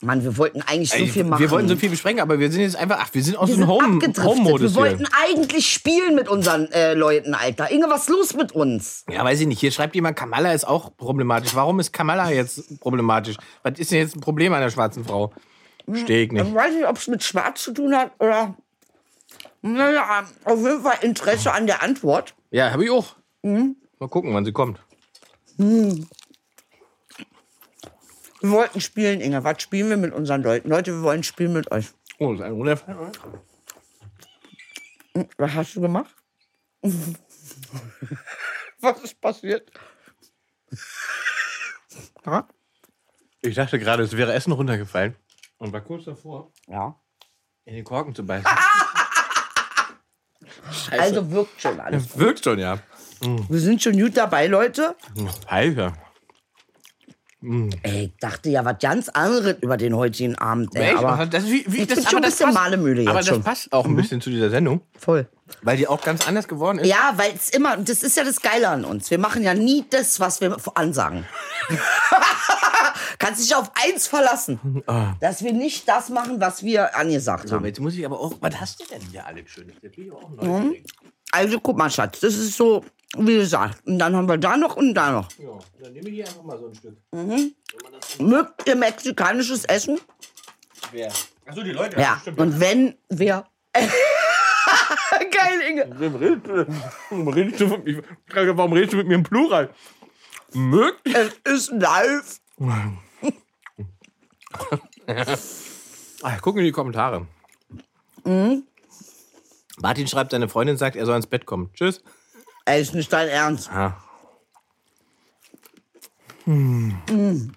Speaker 4: Mann, wir wollten eigentlich so
Speaker 5: Ey,
Speaker 4: viel machen.
Speaker 5: Wir wollten so viel besprechen, aber wir sind jetzt einfach, ach, wir sind aus
Speaker 4: Wir
Speaker 5: dem
Speaker 4: sind
Speaker 5: Home-
Speaker 4: abgedriftet.
Speaker 5: Home-Modus
Speaker 4: Wir wollten
Speaker 5: hier.
Speaker 4: eigentlich spielen mit unseren äh, Leuten, Alter. Inge, was ist los mit uns?
Speaker 5: Ja, weiß ich nicht. Hier schreibt jemand, Kamala ist auch problematisch. Warum ist Kamala jetzt problematisch? Was ist denn jetzt ein Problem an der schwarzen Frau? Stehe ich nicht.
Speaker 4: Ich weiß nicht, ob es mit Schwarz zu tun hat oder. Naja, auf jeden Fall Interesse an der Antwort.
Speaker 5: Ja, habe ich auch.
Speaker 4: Mhm.
Speaker 5: Mal gucken, wann sie kommt.
Speaker 4: Wir wollten spielen, Inge. Was spielen wir mit unseren Leuten? Leute, wir wollen spielen mit euch.
Speaker 5: Oh, ist ein Runterfall, oder?
Speaker 4: Was hast du gemacht? [LAUGHS] Was ist passiert? Ja.
Speaker 5: Ich dachte gerade, es wäre Essen runtergefallen. Und war kurz davor,
Speaker 4: ja.
Speaker 5: in den Korken zu beißen.
Speaker 4: Ah.
Speaker 5: Scheiße.
Speaker 4: Also wirkt schon alles.
Speaker 5: Wirkt schon, ja.
Speaker 4: Wir sind schon gut dabei, Leute.
Speaker 5: Alter.
Speaker 4: Ey, ich dachte ja was ganz anderes über den heutigen Abend. Ey,
Speaker 5: Echt? Also,
Speaker 4: aber
Speaker 5: das, ist wie, wie,
Speaker 4: ich bin schon ein bisschen
Speaker 5: passt-
Speaker 4: Malemühle jetzt
Speaker 5: Aber das
Speaker 4: schon.
Speaker 5: passt auch ein bisschen zu dieser Sendung.
Speaker 4: Voll.
Speaker 5: Weil die auch ganz anders geworden ist.
Speaker 4: Ja, weil es immer, und das ist ja das Geile an uns. Wir machen ja nie das, was wir ansagen. [LAUGHS] Kannst dich auf eins verlassen, dass wir nicht das machen, was wir angesagt
Speaker 5: So,
Speaker 4: haben.
Speaker 5: jetzt muss ich aber auch. Was hast du denn hier alles schön? Das will ich auch neu mhm.
Speaker 4: Also guck mal, Schatz, das ist so, wie gesagt. Und dann haben wir da noch und da noch.
Speaker 5: ja, Dann nehme ich hier einfach mal so ein Stück.
Speaker 4: Mögt ihr mexikanisches Essen?
Speaker 5: Wer? Achso, die Leute.
Speaker 4: Ja. Und wenn wir. [LAUGHS] Geil, Inge.
Speaker 5: Warum redest, [LAUGHS] du, warum, redest du, ich frage, warum redest du mit mir im Plural? Mögt?
Speaker 4: Es ist live.
Speaker 5: Ach, gucken in die Kommentare. Mhm. Martin schreibt, seine Freundin sagt, er soll ins Bett kommen. Tschüss.
Speaker 4: Ey, ist nicht dein Ernst.
Speaker 5: Ah.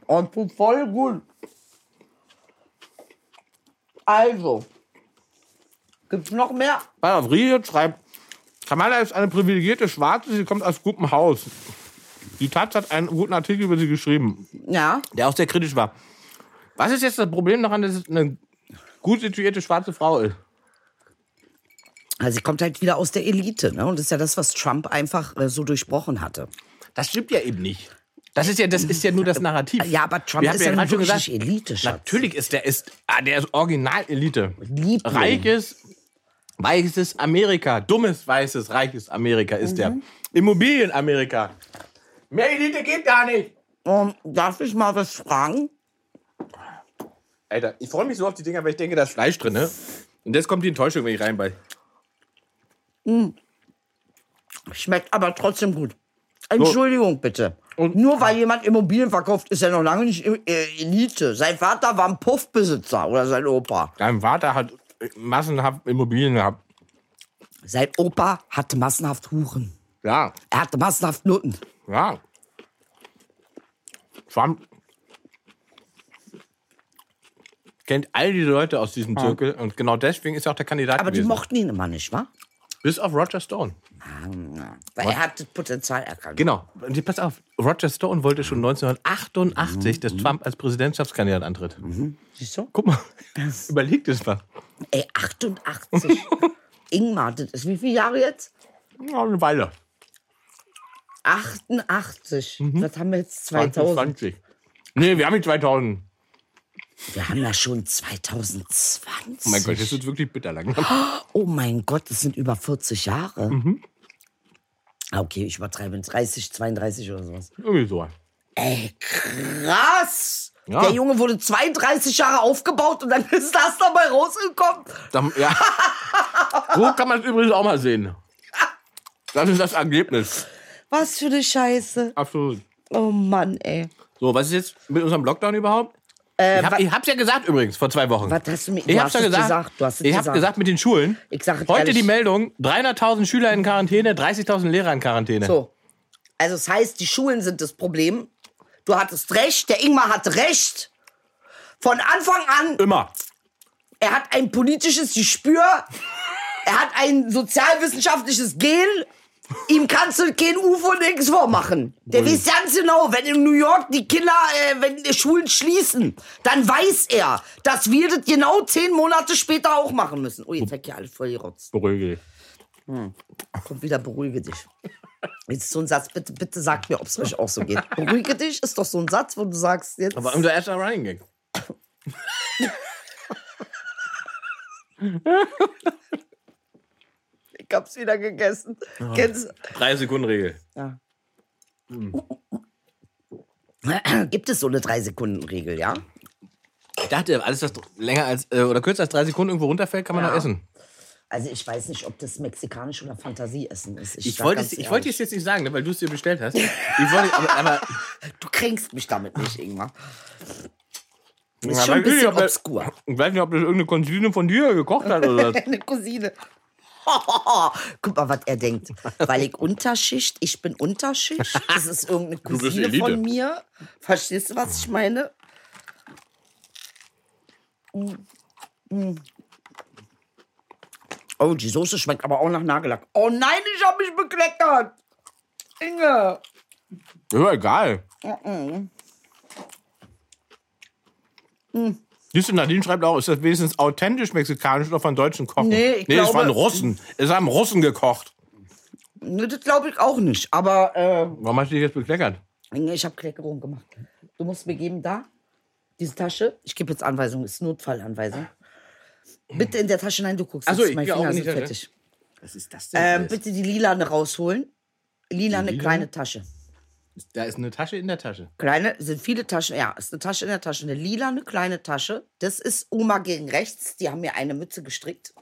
Speaker 4: Und tut voll gut. Also. Gibt's noch mehr?
Speaker 5: Barbara Friede schreibt, Kamala ist eine privilegierte Schwarze, sie kommt aus gutem Haus. Die Taz hat einen guten Artikel über sie geschrieben,
Speaker 4: Ja.
Speaker 5: der auch sehr kritisch war. Was ist jetzt das Problem daran, dass es eine gut situierte schwarze Frau ist?
Speaker 4: Also sie kommt halt wieder aus der Elite, ne? Und das ist ja das, was Trump einfach äh, so durchbrochen hatte.
Speaker 5: Das stimmt ja eben nicht. Das ist ja, das ist ja nur das Narrativ.
Speaker 4: Ja, aber Trump
Speaker 5: Wir haben
Speaker 4: ist ja
Speaker 5: gerade schon
Speaker 4: wirklich
Speaker 5: gesagt,
Speaker 4: Elite, Schatz.
Speaker 5: Natürlich ist der ist, ah, der ist Original-Elite.
Speaker 4: Liebling.
Speaker 5: Reiches, weißes Amerika. Dummes, weißes, reiches Amerika ist der. Immobilien-Amerika. Mehr Elite geht gar nicht.
Speaker 4: Ähm, darf ich mal was fragen?
Speaker 5: Alter, ich freue mich so auf die Dinger, weil ich denke, da ist Fleisch drin, ne? Und jetzt kommt die Enttäuschung, wenn ich reinbeiß.
Speaker 4: Schmeckt aber trotzdem gut. Entschuldigung bitte. Nur weil jemand Immobilien verkauft, ist er noch lange nicht äh, Elite. Sein Vater war ein Puffbesitzer oder sein Opa.
Speaker 5: Dein Vater hat massenhaft Immobilien gehabt.
Speaker 4: Sein Opa hatte massenhaft Huren.
Speaker 5: Ja,
Speaker 4: Er hatte massenhaft Nutten.
Speaker 5: ja. Trump kennt all diese Leute aus diesem Zirkel und genau deswegen ist er auch der Kandidat
Speaker 4: Aber die
Speaker 5: gewesen.
Speaker 4: mochten ihn immer nicht, wa?
Speaker 5: Bis auf Roger Stone.
Speaker 4: Weil er hat das Potenzial erkannt.
Speaker 5: Genau. Und jetzt pass auf, Roger Stone wollte schon 1988, dass Trump als Präsidentschaftskandidat antritt.
Speaker 4: Siehst du?
Speaker 5: Guck mal, [LAUGHS] überleg das mal.
Speaker 4: Ey,
Speaker 5: [LAUGHS]
Speaker 4: 88. Ingmar, das ist wie viele Jahre jetzt?
Speaker 5: Ja, eine Weile.
Speaker 4: 88.
Speaker 5: Mhm.
Speaker 4: Das haben wir jetzt 2000.
Speaker 5: 2020. Nee, wir haben ihn 2000.
Speaker 4: Wir haben ja schon 2020.
Speaker 5: Mein Gott, das ist wirklich bitter lang. [LAUGHS]
Speaker 4: Oh mein Gott, das sind über 40 Jahre.
Speaker 5: Mhm.
Speaker 4: Ah, Okay, ich übertreibe 30, 32 oder sowas.
Speaker 5: Irgendwie so.
Speaker 4: Ey, krass!
Speaker 5: Ja.
Speaker 4: Der Junge wurde 32 Jahre aufgebaut und dann [LAUGHS] ist das dabei rausgekommen.
Speaker 5: Dann, [LAUGHS] ja. so kann man es übrigens auch mal sehen. Das ist das Ergebnis.
Speaker 4: Was für eine Scheiße.
Speaker 5: Absolut.
Speaker 4: Oh Mann, ey.
Speaker 5: So, was ist jetzt mit unserem Lockdown überhaupt? ich, hab, ich hab's ja gesagt übrigens vor zwei Wochen.
Speaker 4: Äh, Was hast du mir-
Speaker 5: ich
Speaker 4: du
Speaker 5: hab's
Speaker 4: hast
Speaker 5: ja
Speaker 4: es
Speaker 5: gesagt.
Speaker 4: gesagt, du hast es
Speaker 5: ich hab's
Speaker 4: gesagt.
Speaker 5: gesagt mit den Schulen.
Speaker 4: Ich sag es
Speaker 5: Heute
Speaker 4: ehrlich.
Speaker 5: die Meldung: 300.000 Schüler in Quarantäne, 30.000 Lehrer in Quarantäne.
Speaker 4: So. Also, es heißt, die Schulen sind das Problem. Du hattest recht, der Ingmar hatte recht. Von Anfang an
Speaker 5: Immer.
Speaker 4: Er hat ein politisches Gespür. Er hat ein sozialwissenschaftliches Gen. Ihm kannst du kein UFO nix vormachen. Der weiß ganz genau, wenn in New York die Kinder, äh, wenn die Schulen schließen, dann weiß er, dass wir das genau zehn Monate später auch machen müssen. Oh, jetzt hat ja alles voll gerotzt.
Speaker 5: Beruhige dich.
Speaker 4: Komm wieder, beruhige dich. Jetzt ist so ein Satz, bitte, bitte sag mir, ob es euch auch so geht. Beruhige dich ist doch so ein Satz, wo du sagst, jetzt.
Speaker 5: Aber unser erster Running Gag.
Speaker 4: ich hab's wieder gegessen. Kennst du?
Speaker 5: Drei Sekunden Regel.
Speaker 4: Ja. [CLEARS THROAT] Gibt es so eine Drei-Sekunden-Regel, ja?
Speaker 5: Ich dachte, alles, was länger als äh, oder kürzer als drei Sekunden irgendwo runterfällt, kann man
Speaker 4: Ja.
Speaker 5: noch essen.
Speaker 4: Also ich weiß nicht, ob das mexikanisch oder Fantasieessen ist.
Speaker 5: Ich
Speaker 4: sag
Speaker 5: wollte,
Speaker 4: ganz
Speaker 5: es, ich wollte es
Speaker 4: ehrlich.
Speaker 5: jetzt nicht sagen, ne, weil du es dir bestellt hast. Ich wollte, aber, aber
Speaker 4: Du kränkst mich damit nicht, Ingmar.
Speaker 5: Ja,
Speaker 4: Ist schon ein
Speaker 5: weiß ich nicht,
Speaker 4: bisschen
Speaker 5: ob das-
Speaker 4: obskur.
Speaker 5: ich weiß nicht, ob das irgendeine Cousine von dir gekocht hat oder was.
Speaker 4: Deine Cousine. [LAUGHS] Guck mal, was er denkt. Weil ich Unterschicht, ich bin Unterschicht. Das ist irgendeine
Speaker 5: bist
Speaker 4: Cousine
Speaker 5: Elite.
Speaker 4: von mir. Verstehst du, was ich meine? Mm. Oh, die Soße schmeckt aber auch nach Nagellack. Oh nein, ich habe mich bekleckert. Inge. Mm.
Speaker 5: Ja, egal. Siehst du, Nadine schreibt auch, ist das wenigstens authentisch mexikanisch oder von deutschen Kochen?
Speaker 4: Nee, ich
Speaker 5: es
Speaker 4: glaube-
Speaker 5: waren Russen. Es haben Russen gekocht.
Speaker 4: Ne, das glaube ich auch nicht. Aber äh,
Speaker 5: Warum hast du dich jetzt bekleckert?
Speaker 4: nee, ich habe Kleckerung gemacht. Du musst mir geben, da, diese Tasche. Ich gebe jetzt Anweisung, ist Notfallanweisung. Bitte in der Tasche, nein, du guckst.
Speaker 5: Ach so,
Speaker 4: jetzt,
Speaker 5: ich
Speaker 4: meine
Speaker 5: gehe auch
Speaker 4: Finger
Speaker 5: in die
Speaker 4: sind
Speaker 5: Tasche.
Speaker 4: fettig.
Speaker 5: Was ist das
Speaker 4: Ähm, bitte die lilane rausholen. Lilane, kleine Tasche.
Speaker 5: da ist eine Tasche in der Tasche.
Speaker 4: Kleine, sind viele Taschen. Ja, ist eine Tasche in der Tasche. Eine lilane kleine Tasche. Das ist Oma gegen rechts. Die haben mir eine Mütze gestrickt.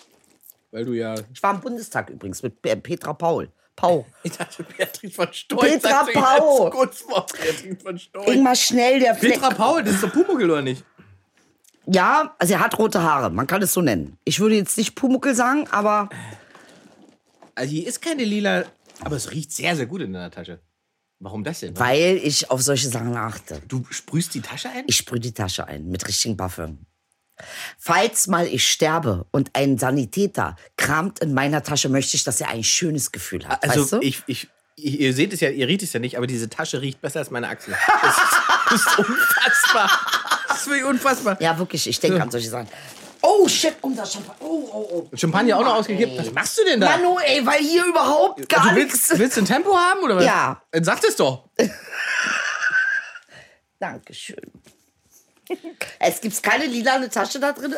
Speaker 5: Weil du
Speaker 4: [LAUGHS]
Speaker 5: ja.
Speaker 4: Ich war im Bundestag übrigens mit Pe- Petra Paul. Pau.
Speaker 5: Ich dachte, Beatrice von Storch.
Speaker 4: Petra
Speaker 5: sagst du jetzt
Speaker 4: Pau.
Speaker 5: Kurz vor Beatrice von Storch.
Speaker 4: Irgendwas schnell, der Fleck.
Speaker 5: Petra Paul, das ist doch Pumuckl, oder nicht?
Speaker 4: Ja, also er hat rote Haare. Man kann es so nennen. Ich würde jetzt nicht Pumuckel sagen, aber
Speaker 5: Also hier ist keine lila, aber es riecht sehr, sehr gut in deiner Tasche. Warum das denn?
Speaker 4: weil ich auf solche Sachen achte.
Speaker 5: Du sprühst die Tasche ein?
Speaker 4: Ich sprühe die Tasche ein mit richtigen Parfüm. Falls mal ich sterbe und ein Sanitäter kramt in meiner Tasche, möchte ich, dass er ein schönes Gefühl hat.
Speaker 5: Also
Speaker 4: weißt du?
Speaker 5: ich, ich, ich, ihr seht es ja, ihr riecht es ja nicht, aber diese Tasche riecht besser als meine
Speaker 4: [LAUGHS]
Speaker 5: Achsel. Das ist, das ist unfassbar. Das ist wirklich unfassbar.
Speaker 4: ja, wirklich, ich denke an solche Sachen. Oh shit, unser Champagner. Oh, oh, oh.
Speaker 5: Champagner auch noch ausgekippt. [LAUGHS] Was machst du denn da?
Speaker 4: Manu, ey, weil hier überhaupt gar
Speaker 5: du
Speaker 4: nichts.
Speaker 5: willst, willst du ein Tempo haben oder was?
Speaker 4: Ja.
Speaker 5: Dann sag das doch.
Speaker 4: [LAUGHS] Dankeschön. [LAUGHS] Es gibt keine lilane Tasche da drin.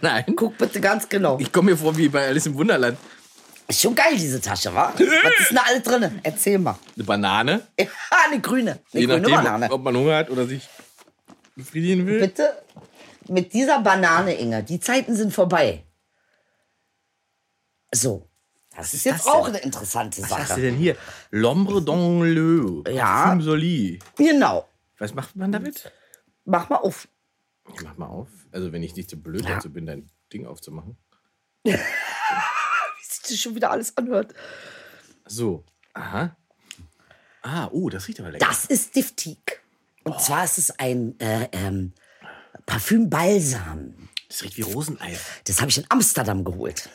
Speaker 5: Nein.
Speaker 4: Guck bitte ganz genau.
Speaker 5: Ich komme mir vor wie bei Alice im Wunderland.
Speaker 4: Ist schon geil, diese Tasche,
Speaker 5: [LAUGHS]
Speaker 4: wa? Was ist denn da alles drin? Erzähl mal.
Speaker 5: Eine Banane.
Speaker 4: [LAUGHS] Ja, eine grüne. Eine
Speaker 5: Je
Speaker 4: grüne
Speaker 5: nachdem,
Speaker 4: Banane.
Speaker 5: ob man Hunger hat oder sich befriedigen will.
Speaker 4: Bitte? Mit dieser Banane, Inge, die Zeiten sind vorbei. So. Das ist
Speaker 5: das
Speaker 4: jetzt auch
Speaker 5: denn?
Speaker 4: eine interessante
Speaker 5: Was hast du
Speaker 4: Sache.
Speaker 5: denn hier? L'ombre dans le.
Speaker 4: Ja.
Speaker 5: Parfum Soli.
Speaker 4: Genau.
Speaker 5: Was macht man damit?
Speaker 4: Mach mal auf.
Speaker 5: Ich mach mal auf. Also, wenn ich nicht so blöd dazu bin, dein Ding aufzumachen.
Speaker 4: Wie sich das schon wieder alles anhört.
Speaker 5: So. Aha. Ah, oh, das riecht aber lecker.
Speaker 4: Das ist Diftik. Und
Speaker 5: Oh.
Speaker 4: zwar ist es ein äh, ähm, Parfümbalsam.
Speaker 5: Das riecht wie Rosenei.
Speaker 4: Das habe ich in Amsterdam geholt.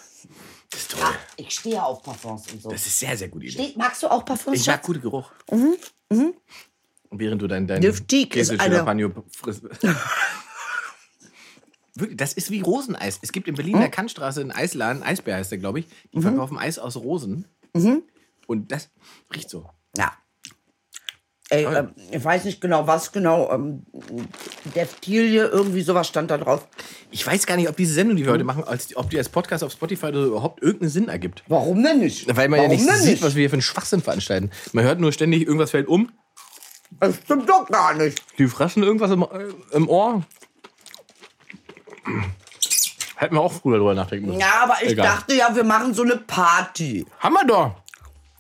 Speaker 5: Das ist toll.
Speaker 4: Ich stehe ja auf Parfums und so.
Speaker 5: Das ist sehr, sehr gut. Idee.
Speaker 4: Steht- Magst du auch Parfums?
Speaker 5: Ich mag
Speaker 4: Schatz?
Speaker 5: guten Geruch. Und während du dein, dein
Speaker 4: Diftik ist eine-
Speaker 5: Jalapeno frisst. Wirklich, das ist wie Roseneis. Es gibt in Berlin in der Kantstraße einen Eisladen, Eisbär heißt der, glaube ich. Die verkaufen Eis aus Rosen. Und das riecht so.
Speaker 4: Ja. Ey, ähm, ich weiß nicht genau, was genau. Ähm, Deftilie, irgendwie sowas stand da drauf.
Speaker 5: Ich weiß gar nicht, ob diese Sendung, die wir heute machen, als, ob die als Podcast auf Spotify oder so überhaupt irgendeinen Sinn ergibt.
Speaker 4: Warum denn nicht?
Speaker 5: Weil man
Speaker 4: Warum
Speaker 5: ja nicht
Speaker 4: denn
Speaker 5: sieht, was wir hier für einen Schwachsinn veranstalten. Man hört nur ständig, irgendwas fällt um.
Speaker 4: Das stimmt doch gar nicht.
Speaker 5: Die fressen irgendwas im, äh, im Ohr. Hätten wir auch früher drüber nachdenken müssen.
Speaker 4: Ja, aber ich
Speaker 5: Egal.
Speaker 4: dachte ja, wir machen so eine Party.
Speaker 5: Haben wir doch.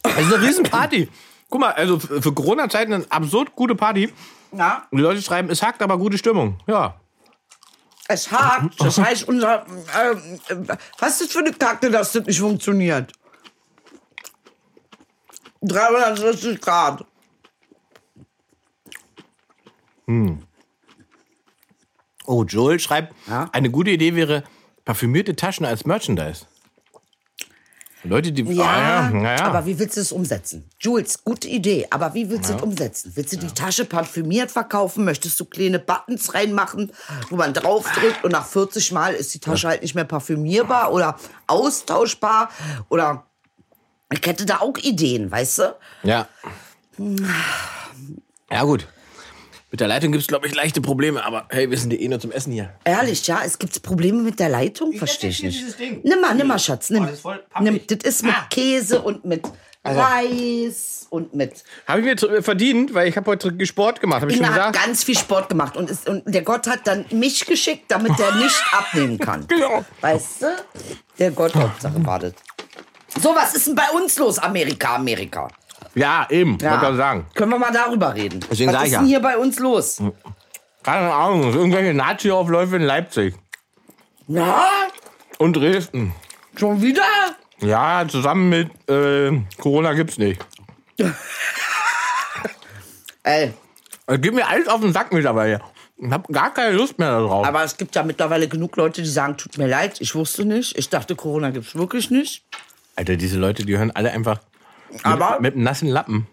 Speaker 5: Das ist eine Riesenparty. Guck mal, also für für Corona-Zeiten eine absurd gute Party.
Speaker 4: Na,
Speaker 5: Und die Leute schreiben, es hakt aber gute Stimmung. Ja.
Speaker 4: es hakt. Das heißt, unser. ähm, äh, was ist das für eine Kacke, dass das nicht funktioniert? 360 Grad.
Speaker 5: Oh, Joel schreibt,
Speaker 4: Ja?
Speaker 5: eine gute Idee wäre, parfümierte Taschen als Merchandise. Leute, die.
Speaker 4: Ja,
Speaker 5: Ah, ja, naja.
Speaker 4: aber wie willst du es umsetzen? Jules, gute Idee, aber wie willst du es umsetzen? Willst du die Tasche parfümiert verkaufen? Möchtest du kleine Buttons reinmachen, wo man draufdrückt und nach 40 Mal ist die Tasche halt nicht mehr parfümierbar oder austauschbar? Oder ich hätte da auch Ideen, weißt du?
Speaker 5: Ja. Ja, gut. Mit der Leitung gibt es, glaube ich, leichte Probleme, aber hey, wir sind ja eh nur zum Essen hier.
Speaker 4: Ehrlich, ja, es gibt Probleme mit der Leitung, verstehe ich nicht. Nimm mal, nimm mal, Schatz, nimm.
Speaker 5: das ist voll pappig.
Speaker 4: nimm das ist mit Käse und mit
Speaker 5: Also.
Speaker 4: Reis und mit
Speaker 5: Habe ich mir zu- äh, verdient, weil ich habe heute Sport gemacht, habe ich schon
Speaker 4: Inge hat
Speaker 5: gesagt.
Speaker 4: ganz viel Sport gemacht und, ist, und der Gott hat dann mich geschickt, damit der nicht abnehmen
Speaker 5: [LAUGHS]
Speaker 4: kann.
Speaker 5: Genau.
Speaker 4: Weißt du? Der Gott Hauptsache wartet. So, was ist denn bei uns los, Amerika, Amerika?
Speaker 5: Ja, eben, ja. wollte ich sagen. Hm.
Speaker 4: Können wir mal darüber reden.
Speaker 5: Deswegen
Speaker 4: was
Speaker 5: sag
Speaker 4: ist
Speaker 5: ich
Speaker 4: denn
Speaker 5: ja.
Speaker 4: hier bei uns los?
Speaker 5: Keine Ahnung, irgendwelche Nazi-Aufläufe in Leipzig
Speaker 4: Ja,
Speaker 5: und Dresden.
Speaker 4: schon wieder?
Speaker 5: Ja, zusammen mit äh, Corona gibt's nicht.
Speaker 4: Ey,
Speaker 5: Es geht Also mir alles auf den Sack mittlerweile. Ich habe gar keine Lust mehr darauf.
Speaker 4: aber es gibt ja mittlerweile genug Leute, die sagen, tut mir leid, ich wusste nicht. Ich dachte, Corona gibt's wirklich nicht.
Speaker 5: Alter, diese Leute, die hören alle einfach
Speaker 4: Aber
Speaker 5: mit einem nassen Lappen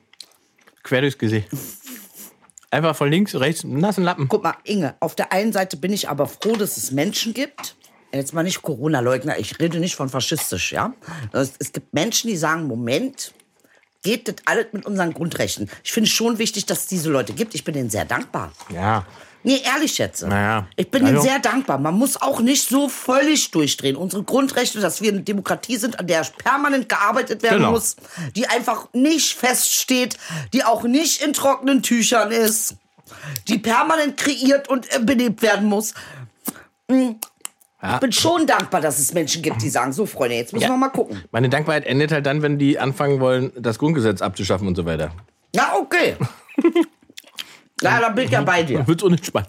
Speaker 5: quer durchs Gesicht. Einfach von links, rechts, einen nassen Lappen.
Speaker 4: Guck mal, Inge, auf der einen Seite bin ich aber froh, dass es Menschen gibt. Jetzt mal nicht Corona-Leugner, ich rede nicht von faschistisch, ja. Es, es gibt Menschen, die sagen, Moment, geht das alles mit unseren Grundrechten? Ich finde es schon wichtig, dass es diese Leute gibt. Ich bin denen sehr dankbar.
Speaker 5: Ja.
Speaker 4: Nee, ehrlich jetzt.
Speaker 5: Naja.
Speaker 4: Ich bin ihnen
Speaker 5: Also-
Speaker 4: sehr dankbar. Man muss auch nicht so völlig durchdrehen. Unsere Grundrechte, dass wir eine Demokratie sind, an der permanent gearbeitet werden
Speaker 5: Genau.
Speaker 4: muss, die einfach nicht feststeht, die auch nicht in trockenen Tüchern ist, die permanent kreiert und äh, belebt werden muss. Hm. Ich bin schon dankbar, dass es Menschen gibt, die sagen, so Freunde, jetzt müssen
Speaker 5: Ja.
Speaker 4: wir mal gucken.
Speaker 5: Meine Dankbarkeit endet halt dann, wenn die anfangen wollen, das Grundgesetz abzuschaffen und so weiter. [LAUGHS]
Speaker 4: Na, okay. ja, da bin ich ja bei dir.
Speaker 5: Dann wird's unentspannt.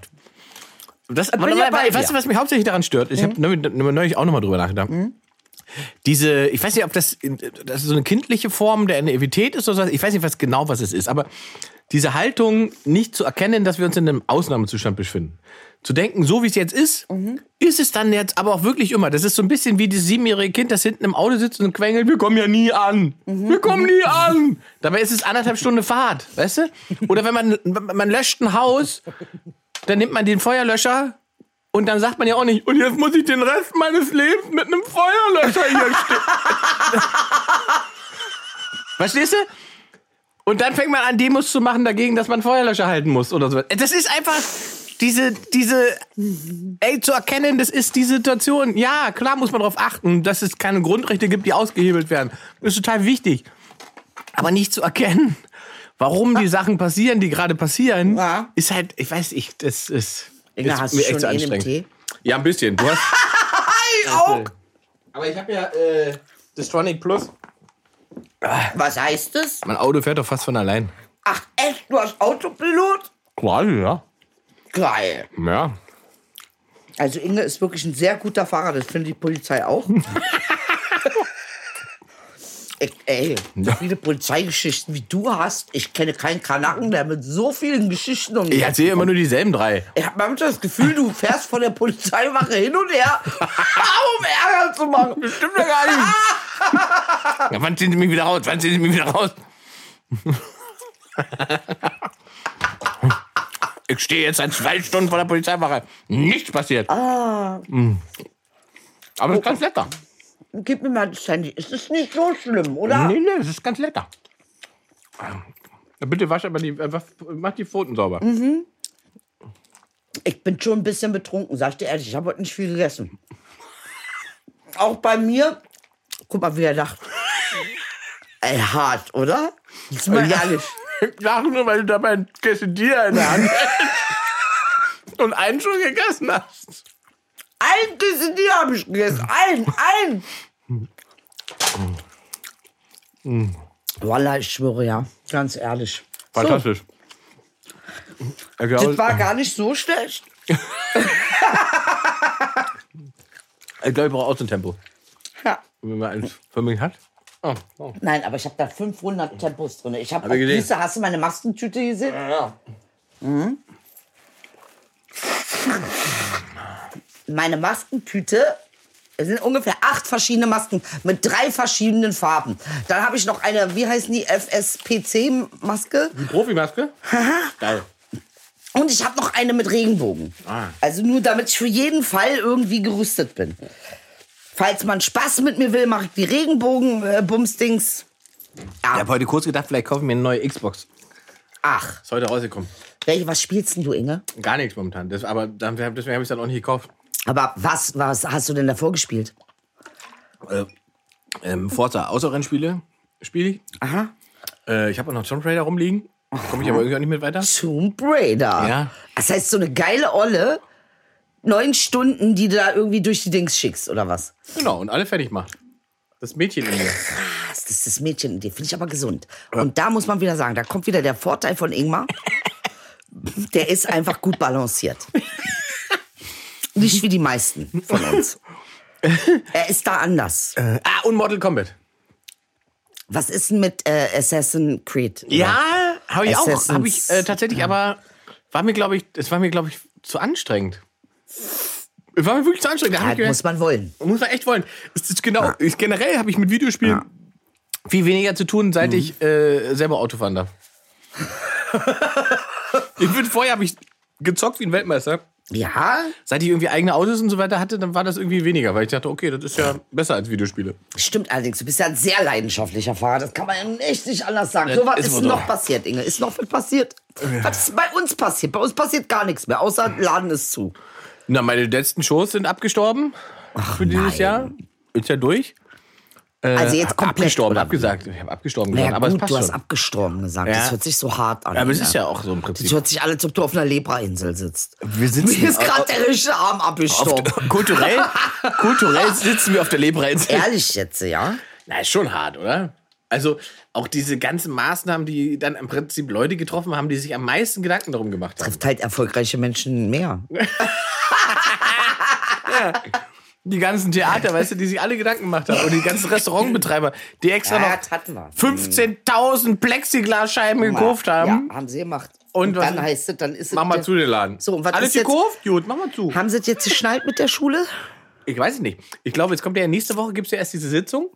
Speaker 5: Das, aber,
Speaker 4: bin ja
Speaker 5: aber,
Speaker 4: bei dir. Mhm.
Speaker 5: weißt du, was mich hauptsächlich daran stört? Ich habe neulich auch nochmal drüber nachgedacht. Diese, ich weiß nicht, ob das, das ist so eine kindliche Form der Naivität ist oder so. Ich weiß nicht, was genau was es ist, aber diese Haltung, nicht zu erkennen, dass wir uns in einem Ausnahmezustand befinden. Zu denken, so wie es jetzt ist, ist es dann jetzt aber auch wirklich immer. Das ist so ein bisschen wie dieses siebenjährige Kind, das hinten im Auto sitzt und quengelt, wir kommen ja nie an. Wir kommen nie an. ähm, Dabei ist es anderthalb
Speaker 4: [LAUGHS]
Speaker 5: Stunden Fahrt, weißt du? Oder wenn man, [LAUGHS] man löscht ein Haus, dann nimmt man den Feuerlöscher und dann sagt man ja auch nicht, und jetzt muss ich den Rest meines Lebens mit einem Feuerlöscher hier [LAUGHS] stehen. Verstehst du? Und dann fängt man an, Demos zu machen dagegen, dass man Feuerlöscher halten muss oder so. Das ist einfach diese, diese, ey, zu erkennen, das ist die Situation. Ja, klar muss man darauf achten, dass es keine Grundrechte gibt, die ausgehebelt werden. Das ist total wichtig. Aber nicht zu erkennen, warum die Sachen passieren, die gerade passieren,
Speaker 4: Ja.
Speaker 5: ist halt, ich weiß nicht, das ist,
Speaker 4: Inge,
Speaker 5: ist
Speaker 4: hast
Speaker 5: mir
Speaker 4: du
Speaker 5: echt
Speaker 4: schon
Speaker 5: zu
Speaker 4: einen im
Speaker 5: anstrengend.
Speaker 4: Tee?
Speaker 5: Ja, ein bisschen. Du hast,
Speaker 4: Ich auch.
Speaker 5: aber ich habe ja äh, das Tronic Plus.
Speaker 4: Was heißt das?
Speaker 5: Mein Auto fährt doch fast von allein.
Speaker 4: Ach echt, du hast Autopilot?
Speaker 5: Quasi, ja.
Speaker 4: Geil.
Speaker 5: Ja.
Speaker 4: Also Inge ist wirklich ein sehr guter Fahrer, das findet die Polizei auch. [LAUGHS] ich, ey, so viele Polizeigeschichten wie du hast, ich kenne keinen Kanaken, der mit so vielen Geschichten um
Speaker 5: Ich erzähle immer nur dieselben drei.
Speaker 4: Ich habe manchmal das Gefühl, du fährst von der Polizeiwache hin und her, [LAUGHS] um Ärger zu machen. Bestimmt ja gar nicht.
Speaker 5: Ja, wann ziehen sie mich wieder raus? Wann ziehen sie mich wieder raus? [LAUGHS] Ich stehe jetzt seit zwei Stunden vor der Polizeiwache. Nichts passiert.
Speaker 4: Ah.
Speaker 5: Mm. Aber es ist ganz lecker.
Speaker 4: Gib mir mal das Handy. Es ist nicht so schlimm, oder?
Speaker 5: Nee, nee, es ist ganz lecker. Bitte wasch aber die, einfach- mach die Pfoten sauber.
Speaker 4: Mhm. Ich bin schon ein bisschen betrunken, sag ich dir ehrlich. Ich habe heute nicht viel gegessen. [LAUGHS] Auch bei mir. Guck mal, wie er [LAUGHS] lacht. Ey, hart, oder? Jetzt mal ehrlich.
Speaker 5: Ich lache nur, weil du dabei ein Quesadilla in der
Speaker 4: [LAUGHS]
Speaker 5: Hand hältst und einen schon gegessen hast.
Speaker 4: Ein Kissen Bier habe ich gegessen. Ein, ein. Mm. Wallah, ich schwöre ja. Ganz ehrlich. So,
Speaker 5: Fantastisch. Ich glaube,
Speaker 4: das war gar nicht so schlecht.
Speaker 5: ich, glaub, ich brauche auch so ein Tempo.
Speaker 4: Ja.
Speaker 5: Wenn man eins für mich hat. Oh, oh.
Speaker 4: Nein, aber ich habe da 500 Tempos drin. Ich habe
Speaker 5: ich gesehen.
Speaker 4: diese, hast du meine Maskentüte gesehen? Ja. Mhm. Meine Maskentüte, es sind ungefähr acht verschiedene Masken mit drei verschiedenen Farben. Dann habe ich noch eine, wie heißen die, FSPC-Maske.
Speaker 5: Die Profimaske? Geil.
Speaker 4: Und ich habe noch eine mit Regenbogen.
Speaker 5: Ah.
Speaker 4: Also nur, damit ich für jeden Fall irgendwie gerüstet bin. Falls man Spaß mit mir will, mache ich die äh, Regenbogen-Bumsdings.
Speaker 5: Ich habe heute kurz gedacht, vielleicht kaufe ich mir eine neue Xbox.
Speaker 4: Ach.
Speaker 5: Ist heute rausgekommen.
Speaker 4: Welche, was spielst denn du, Inge?
Speaker 5: Gar nichts momentan. Das, aber dann, deswegen habe ich es dann auch nicht gekauft.
Speaker 4: Aber was, was hast du denn davor gespielt?
Speaker 5: Äh, ähm, Forza, Außerrennspiele spiele ich.
Speaker 4: Aha.
Speaker 5: Äh, ich habe auch noch Tomb Raider rumliegen. Komme ich aber irgendwie auch nicht mit weiter.
Speaker 4: Tomb Raider.
Speaker 5: Ja.
Speaker 4: Das heißt, so eine geile Olle, neun Stunden, die du da irgendwie durch die Dings schickst, oder was?
Speaker 5: Genau, und alle fertig macht. Das Mädchen in mir.
Speaker 4: Das ist das Mädchen in dir, finde ich aber gesund. Und da muss man wieder sagen, da kommt wieder der Vorteil
Speaker 5: [LAUGHS]
Speaker 4: von Ingmar. der ist einfach gut balanciert. Nicht wie die meisten von
Speaker 5: [LAUGHS]
Speaker 4: uns. Er ist da anders.
Speaker 5: Ah, und Mortal Kombat.
Speaker 4: Was ist denn mit äh, Assassin's Creed?
Speaker 5: Ja, habe Genau. ich auch.
Speaker 4: Assassin's-
Speaker 5: Habe ich äh, tatsächlich, aber war mir, glaube ich, es war mir, glaube ich, zu anstrengend. Es war mir wirklich zu anstrengend. Da hab ich gedacht,
Speaker 4: Ja, Halt muss man wollen.
Speaker 5: Muss man echt wollen. Es ist genau, ich, generell habe ich mit Videospielen
Speaker 4: Mhm. [LAUGHS]
Speaker 5: viel weniger zu tun, seit ich äh, selber Auto fahren darf. Ich bin vorher habe ich gezockt wie ein Weltmeister.
Speaker 4: Ja,
Speaker 5: Seit ich irgendwie eigene Autos und so weiter hatte, dann war das irgendwie weniger, weil ich dachte, okay, das ist ja besser als Videospiele.
Speaker 4: stimmt allerdings. Du bist ja ein sehr leidenschaftlicher Fahrer. Das kann man ja echt nicht anders sagen. So was
Speaker 5: ist
Speaker 4: ist,
Speaker 5: wohl so.
Speaker 4: noch passiert, Inge. Ist noch was passiert? Was ist bei uns passiert? Bei uns passiert gar nichts mehr, außer Laden ist zu.
Speaker 5: Na, meine letzten Shows sind abgestorben für dieses Jahr. Ist ja durch.
Speaker 4: Also jetzt
Speaker 5: Ab-
Speaker 4: komplett.
Speaker 5: abgestorben,
Speaker 4: oder?
Speaker 5: abgesagt. Ich habe abgestorben
Speaker 4: Ja,
Speaker 5: gesagt, aber es
Speaker 4: gut,
Speaker 5: passt
Speaker 4: du hast
Speaker 5: schon.
Speaker 4: abgestorben gesagt.
Speaker 5: Ja.
Speaker 4: Das hört sich so hart an.
Speaker 5: aber es ist
Speaker 4: Inge.
Speaker 5: ja auch so im
Speaker 4: Das [LAUGHS]
Speaker 5: Prinzip.
Speaker 4: hört sich an, als ob du auf einer Leprainsel sitzt.
Speaker 5: Wir sitzen
Speaker 4: Mir ist
Speaker 5: auf-
Speaker 4: gerade der rechte Arm abgestorben.
Speaker 5: Auf, kulturell, [LAUGHS] kulturell sitzen wir auf der Lebreinsel.
Speaker 4: Ehrlich jetzt, ja?
Speaker 5: Na, ist schon hart, oder? Also auch diese ganzen Maßnahmen, die dann im Prinzip Leute getroffen haben, die sich am meisten Gedanken darum gemacht haben.
Speaker 4: Trifft halt erfolgreiche Menschen mehr.
Speaker 5: Die ganzen Theater, weißt du, die sich alle Gedanken gemacht haben. Und die ganzen Restaurantbetreiber, die extra
Speaker 4: Ja,
Speaker 5: noch
Speaker 4: das hatten wir.
Speaker 5: 15.000 Plexiglasscheiben gekauft haben.
Speaker 4: Ja, haben sie gemacht.
Speaker 5: Und was-
Speaker 4: dann heißt es, dann ist es.
Speaker 5: Mach mal zu den Laden.
Speaker 4: So, und was
Speaker 5: Alles
Speaker 4: ist jetzt-
Speaker 5: gekauft? Gut, mach mal zu.
Speaker 4: Haben sie es jetzt geschnallt mit der Schule?
Speaker 5: Ich weiß es nicht. Ich glaube, jetzt kommt ja nächste Woche, gibt es ja erst diese Sitzung,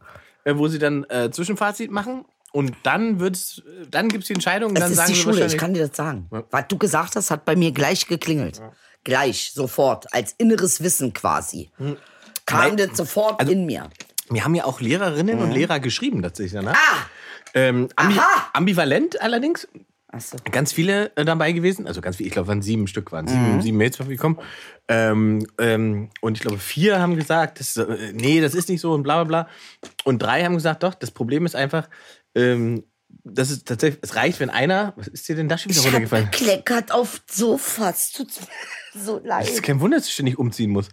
Speaker 5: äh, wo sie dann äh, Zwischenfazit machen. Und dann wird's, äh, dann gibt es die Entscheidung. und
Speaker 4: Es
Speaker 5: dann
Speaker 4: ist
Speaker 5: sagen
Speaker 4: die
Speaker 5: sie
Speaker 4: Schule, ich
Speaker 5: wahrscheinlich-
Speaker 4: kann dir das sagen. Was du gesagt hast, hat bei mir gleich geklingelt. Gleich, sofort, als inneres Wissen quasi.
Speaker 5: Hm.
Speaker 4: Kam das sofort
Speaker 5: Also
Speaker 4: in mir.
Speaker 5: Mir haben ja auch Lehrerinnen und Lehrer geschrieben tatsächlich danach.
Speaker 4: Ah!
Speaker 5: Ähm, ambi
Speaker 4: Aha!
Speaker 5: ambivalent allerdings.
Speaker 4: Achso.
Speaker 5: Ganz viele äh, dabei gewesen. Also ganz viele, ich glaube, waren sieben Stück waren. Sieben, sieben Mails gekommen. Ähm, ähm, und ich glaube, vier haben gesagt, das, äh, nee, das ist nicht so und bla bla bla. Und drei haben gesagt, doch, das Problem ist einfach, ähm, das ist tatsächlich, es reicht, wenn einer. Was ist dir denn da schon wieder
Speaker 4: Ich hab [LAUGHS]
Speaker 5: runtergefallen?
Speaker 4: gekleckert auf Sofas. Tut's mir [LAUGHS]
Speaker 5: Es
Speaker 4: so
Speaker 5: ist
Speaker 4: leid.
Speaker 5: kein Wunder, dass du ständig umziehen
Speaker 4: [LAUGHS]
Speaker 5: musst.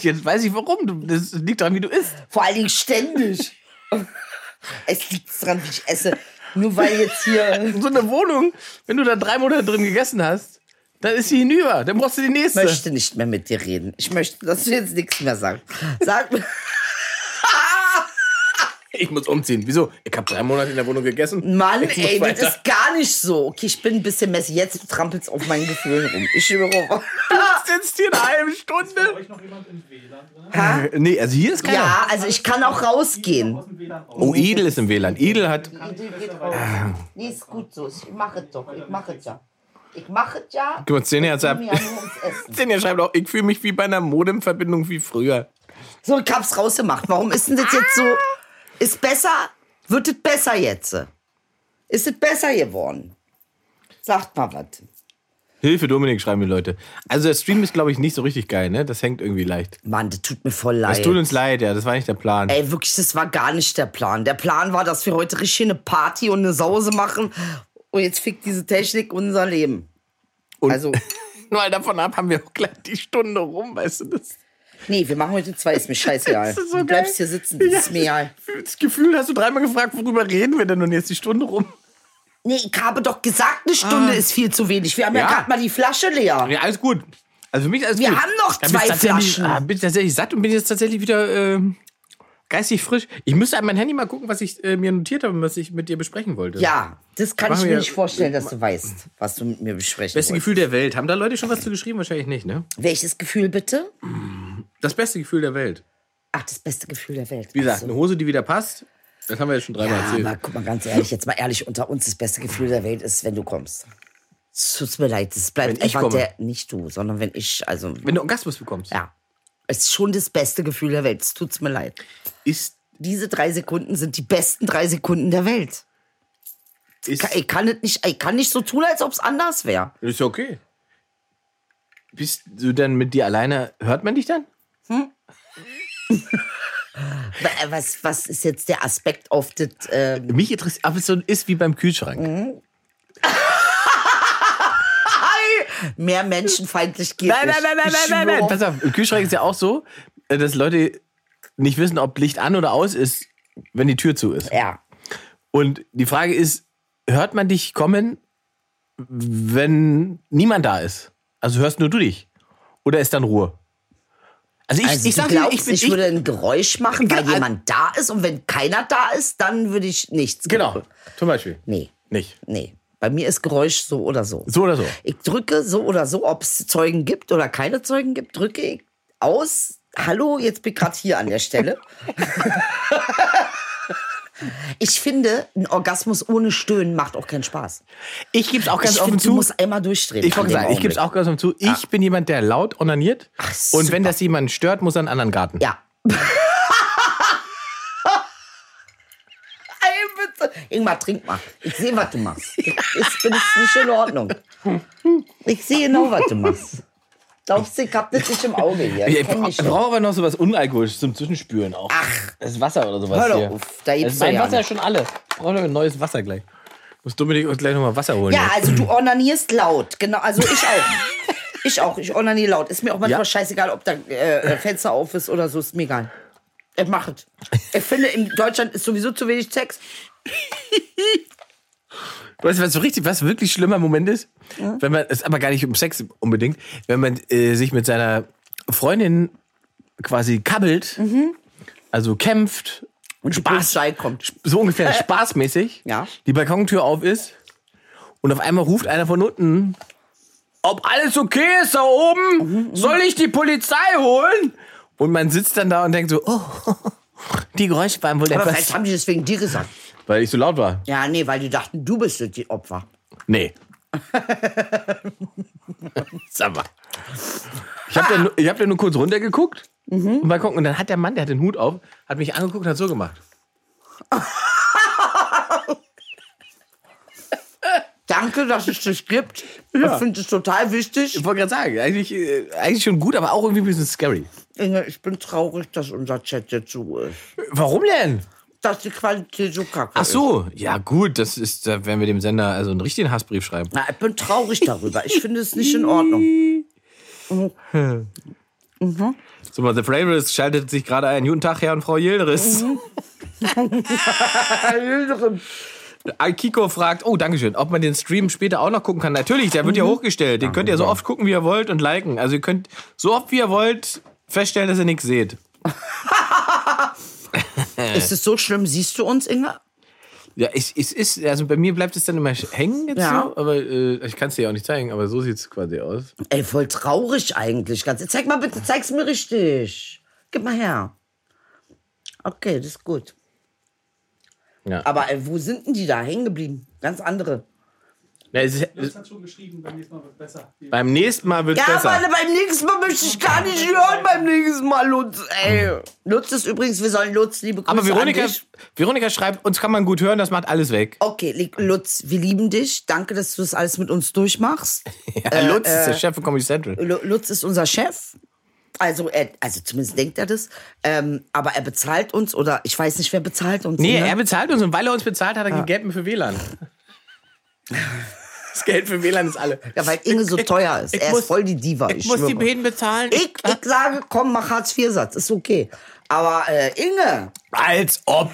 Speaker 5: Jetzt weiß ich warum. Du- Das liegt daran, wie du isst.
Speaker 4: Vor allen Dingen ständig. [LAUGHS] es liegt dran, wie ich esse. Nur weil
Speaker 5: [LAUGHS]
Speaker 4: jetzt hier.
Speaker 5: In so einer Wohnung, wenn du da drei Monate drin gegessen hast, dann ist sie hinüber. Dann brauchst du die
Speaker 4: Ich
Speaker 5: nächste.
Speaker 4: möchte nicht mehr mit dir reden. Ich möchte, dass du jetzt nichts mehr sagst. Sag mir.
Speaker 5: Ich muss umziehen. Wieso? Ich habe drei Monate in der Wohnung gegessen.
Speaker 4: Mann,
Speaker 5: Ich muss
Speaker 4: ey, das
Speaker 5: weiter.
Speaker 4: ist gar nicht so. Okay, ich bin ein bisschen messy. Jetzt trampelt's auf meinen Gefühlen rum. Ich schwöre.
Speaker 5: Du sitzt hier eine halbe Stunde.
Speaker 2: euch noch jemand im WLAN drin?
Speaker 5: Äh, Nee, also hier ist keiner.
Speaker 4: Ja, also ich kann auch rausgehen.
Speaker 2: Aus dem WLAN raus.
Speaker 5: Oh, Idel ist im WLAN. Idel hat.
Speaker 4: Nee, ist gut so. Ich mache es doch. Ich mache es ja. Ich mache es ja.
Speaker 5: Guck mal, Xenia hat
Speaker 4: Ich bin ja nur ums Essen.
Speaker 5: Xenia schreibt auch, ich fühle mich wie bei einer Modem-Verbindung wie früher.
Speaker 4: So, ich hab's rausgemacht. Warum ist denn das jetzt so? Ist besser? Wird es besser jetzt? Ist es besser geworden? Sagt mal was.
Speaker 5: Hilfe, Dominik, schreiben die Leute. Also der Stream ist, glaube ich, nicht so richtig geil, ne? Das hängt irgendwie leicht.
Speaker 4: Mann, das tut mir voll
Speaker 5: Es
Speaker 4: leid.
Speaker 5: tut uns leid, ja, das war nicht der Plan.
Speaker 4: Ey, wirklich, das war gar nicht der Plan. Der Plan war, dass wir heute richtig eine Party und eine Sause machen. Und jetzt fickt diese Technik unser Leben.
Speaker 5: Und-
Speaker 4: also,
Speaker 5: Nur weil davon ab haben wir auch gleich die Stunde rum, weißt du das?
Speaker 4: nee, wir machen heute zwei,
Speaker 5: [LAUGHS]
Speaker 4: ist mir scheißegal.
Speaker 5: Das ist so
Speaker 4: du
Speaker 5: geil.
Speaker 4: bleibst hier sitzen, das ist mir egal.
Speaker 5: Das Gefühl hast du dreimal gefragt, worüber reden wir denn und jetzt die Stunde rum?
Speaker 4: Nee, ich habe doch gesagt, eine Stunde ist viel zu wenig. Wir haben ja,
Speaker 5: Ah. Ja.
Speaker 4: gerade mal die Flasche leer.
Speaker 5: Ja, alles gut. Also für mich alles
Speaker 4: Wir
Speaker 5: gut.
Speaker 4: haben noch
Speaker 5: Dann bin
Speaker 4: zwei
Speaker 5: ich tatsächlich-
Speaker 4: Flaschen.
Speaker 5: ah, Bin ich tatsächlich satt und bin jetzt tatsächlich wieder ähm, geistig frisch. Ich müsste an mein Handy mal gucken, was ich äh, mir notiert habe und was ich mit dir besprechen wollte.
Speaker 4: Ja, das kann
Speaker 5: Machen
Speaker 4: ich mir
Speaker 5: wir-
Speaker 4: nicht vorstellen, dass du weißt, was du mit mir besprechen
Speaker 5: Beste
Speaker 4: wolltest.
Speaker 5: Gefühl der Welt. Haben da Leute schon was zu geschrieben? Wahrscheinlich nicht, ne?
Speaker 4: Welches Gefühl bitte?
Speaker 5: Das beste Gefühl der Welt.
Speaker 4: Ach, das beste Gefühl der Welt.
Speaker 5: Wie gesagt,
Speaker 4: Ach
Speaker 5: eine
Speaker 4: so.
Speaker 5: Hose, die wieder passt. Das haben wir jetzt schon dreimal
Speaker 4: ja,
Speaker 5: erzählt.
Speaker 4: aber guck Ah, mal ganz ehrlich, jetzt mal ehrlich unter uns, das beste Gefühl der Welt ist, wenn du kommst. Es tut mir leid, es bleibt
Speaker 5: Wenn ich
Speaker 4: einfach
Speaker 5: komme.
Speaker 4: der, nicht du, sondern wenn ich, also,
Speaker 5: Wenn du Orgasmus bekommst,
Speaker 4: ja. Es ist schon das beste Gefühl der Welt, es tut's mir leid.
Speaker 5: ist,
Speaker 4: Diese drei Sekunden sind die besten drei Sekunden der Welt.
Speaker 5: ist,
Speaker 4: Ka- Ich kann, es nicht, ich kann nicht so tun, als ob es anders wäre.
Speaker 5: ist okay. Bist du dann mit dir alleine? Hört man dich dann?
Speaker 4: Wa- äh, Was, was ist jetzt der Aspekt auf das, ähm,
Speaker 5: Mich interessiert, aber es so ist wie beim Kühlschrank.
Speaker 4: Mhm. mehr menschenfeindlich geht
Speaker 5: Nein,
Speaker 4: nicht.
Speaker 5: nein, nein, nein,
Speaker 4: Ich
Speaker 5: nein, nein, nein.
Speaker 4: schwöre.
Speaker 5: Pass auf, im Kühlschrank ist ja auch so, äh, dass Leute nicht wissen, ob Licht an oder aus ist, wenn die Tür zu ist.
Speaker 4: Ja.
Speaker 5: Und die Frage ist, hört man dich kommen, wenn niemand da ist? Also hörst nur du dich? Oder ist dann Ruhe? Also ich,
Speaker 4: Also
Speaker 5: ich
Speaker 4: du
Speaker 5: sag dir,
Speaker 4: glaubst,
Speaker 5: ich bin
Speaker 4: ich würde ein Geräusch machen, weil
Speaker 5: Genau.
Speaker 4: jemand da ist und wenn keiner da ist, dann würde ich nichts.
Speaker 5: Genau, zum Beispiel.
Speaker 4: Nee,
Speaker 5: Nicht.
Speaker 4: nee. Bei mir ist Geräusch so oder so.
Speaker 5: So oder so.
Speaker 4: Ich drücke so oder so, ob es Zeugen gibt oder keine Zeugen gibt, drücke ich
Speaker 5: [LAUGHS]
Speaker 4: aus. Hallo, jetzt bin ich gerade hier an der Stelle. Ich finde, ein Orgasmus ohne Stöhnen macht auch keinen Spaß.
Speaker 5: Ich gebe es auch ganz
Speaker 4: ich
Speaker 5: offen
Speaker 4: finde,
Speaker 5: zu.
Speaker 4: du musst einmal durchdrehen.
Speaker 5: Ich
Speaker 4: an
Speaker 5: wollte
Speaker 4: dem
Speaker 5: sagen, ich gebe es
Speaker 4: Augenblick.
Speaker 5: auch ganz offen zu. Ich bin jemand, der laut onaniert.
Speaker 4: Ach,
Speaker 5: und
Speaker 4: super.
Speaker 5: wenn das jemanden stört, muss er in einen anderen Garten.
Speaker 4: Ja. [LAUGHS] Ey, bitte. Ingmar, trink mal. Ich sehe, was du machst. Ich, ich bin es nicht in Ordnung. Ich sehe genau, was du machst. Glaubst du, ich hab das nicht im Auge hier. Ich
Speaker 5: Ich
Speaker 4: kenn dich
Speaker 5: brauche aber noch sowas Unalkoholisches zum Zwischenspülen auch.
Speaker 4: Ach.
Speaker 5: Das ist Wasser oder sowas.
Speaker 4: Hör doch
Speaker 5: hier.
Speaker 4: auf, da gibt's
Speaker 5: das ist mein
Speaker 4: doch ja
Speaker 5: Wasser
Speaker 4: nicht.
Speaker 5: schon alle. Ich brauche noch ein neues Wasser gleich. Muss Dominik uns gleich nochmal Wasser holen.
Speaker 4: Ja,
Speaker 5: jetzt.
Speaker 4: also du onanierst laut. Genau, also ich auch. Ich auch, ich onaniere laut. Ist mir auch manchmal
Speaker 5: Ja.
Speaker 4: scheißegal, ob da äh, Fenster auf ist oder so, ist mir egal. Ich mach es. Ich finde, in Deutschland ist sowieso zu wenig Sex.
Speaker 5: Weißt du, was so richtig, was wirklich schlimmer Moment ist? Wenn man, es ist aber gar nicht um Sex unbedingt, wenn man äh, sich mit seiner Freundin quasi kabbelt, also kämpft,
Speaker 4: Und die Polizei kommt.
Speaker 5: so [LAUGHS] ungefähr spaßmäßig,
Speaker 4: Ja.
Speaker 5: die Balkontür auf ist und auf einmal ruft einer von unten, ob alles okay ist da oben, soll ich die Polizei holen? Und man sitzt dann da und denkt so, oh, [LAUGHS] die Geräusche waren wohl
Speaker 4: Aber
Speaker 5: etwas,
Speaker 4: vielleicht haben die deswegen dir gesagt.
Speaker 5: weil ich so laut war.
Speaker 4: Ja, nee, weil die dachten, du bist die Opfer. [LAUGHS]
Speaker 5: Nee. Sag mal. Ich habe dann, ich hab dann nur kurz runtergeguckt
Speaker 4: Mhm.
Speaker 5: und mal gucken. Und dann hat der Mann, der hat den Hut auf, hat mich angeguckt und hat so gemacht.
Speaker 4: Danke, dass es dich gibt. Ich finde es total wichtig.
Speaker 5: Ich wollte gerade sagen, eigentlich, äh, eigentlich schon gut, aber auch irgendwie ein bisschen scary.
Speaker 4: Inge, ich bin traurig, dass unser Chat jetzt so ist.
Speaker 5: Warum denn?
Speaker 4: Dass die Qualität so kacke
Speaker 5: Ach
Speaker 4: ist.
Speaker 5: so, ja gut, das ist, da werden wir dem Sender also einen richtigen Hassbrief schreiben.
Speaker 4: Na, ich bin traurig darüber. Ich finde es nicht
Speaker 5: [LAUGHS]
Speaker 4: in Ordnung.
Speaker 5: So mal, The Flavorist schaltet sich gerade ein. Guten Tag, Herr und Frau Yildiz. Akiko fragt, oh, Dankeschön, ob man den Stream später auch noch gucken kann. Natürlich, der wird ja hochgestellt. Den könnt ihr so oft gucken, wie ihr wollt und liken. Also ihr könnt so oft, wie ihr wollt, feststellen, dass ihr nichts seht.
Speaker 4: Ist es so schlimm? Siehst du uns, Inge?
Speaker 5: Ja, es es ist, also bei mir bleibt es dann immer hängen jetzt
Speaker 4: Ja.
Speaker 5: so. Aber äh, ich kann es dir ja auch nicht zeigen, aber so sieht es quasi aus.
Speaker 4: Ey, voll traurig eigentlich. Ganz- Zeig mal bitte, zeig's mir richtig. Gib mal her. Okay, das ist gut.
Speaker 5: Ja.
Speaker 4: Aber ey, wo sind denn die da hängen geblieben? Ganz andere.
Speaker 5: Na, es ist,
Speaker 2: Ich
Speaker 5: es,
Speaker 2: hat schon geschrieben, beim nächsten Mal wird besser.
Speaker 5: beim nächsten Mal wird es
Speaker 4: Ja,
Speaker 5: besser.
Speaker 4: aber beim nächsten Mal möchte ich gar nicht hören, beim nächsten Mal, Lutz. Ey. Lutz ist übrigens, wir sollen Lutz, liebe Grüße
Speaker 5: aber Veronika,
Speaker 4: an dich.
Speaker 5: Veronika schreibt, uns kann man gut hören, das macht alles weg.
Speaker 4: Okay, li- Lutz, wir lieben dich. Danke, dass du das alles mit uns durchmachst.
Speaker 5: Ja, Lutz ist
Speaker 4: äh,
Speaker 5: der Chef von Comedy Central.
Speaker 4: Lu- Lutz ist unser Chef. Also, er, also zumindest denkt er das. Ähm, aber er bezahlt uns oder ich weiß nicht, wer bezahlt uns.
Speaker 5: Nee,
Speaker 4: ne?
Speaker 5: er bezahlt uns und weil er uns bezahlt, hat er gegeben für
Speaker 4: [LAUGHS]
Speaker 5: WLAN. Das Geld für WLAN ist alle.
Speaker 4: ja, weil Inge so teuer ist.
Speaker 5: ich
Speaker 4: er
Speaker 5: muss-
Speaker 4: ist voll die Diva. Ich,
Speaker 5: Ich muss die
Speaker 4: schwöre.
Speaker 5: Beden bezahlen.
Speaker 4: ich, ich sage, komm, mach Hartz-IV-Satz. Ist okay. Aber äh, Inge,
Speaker 5: Als ob.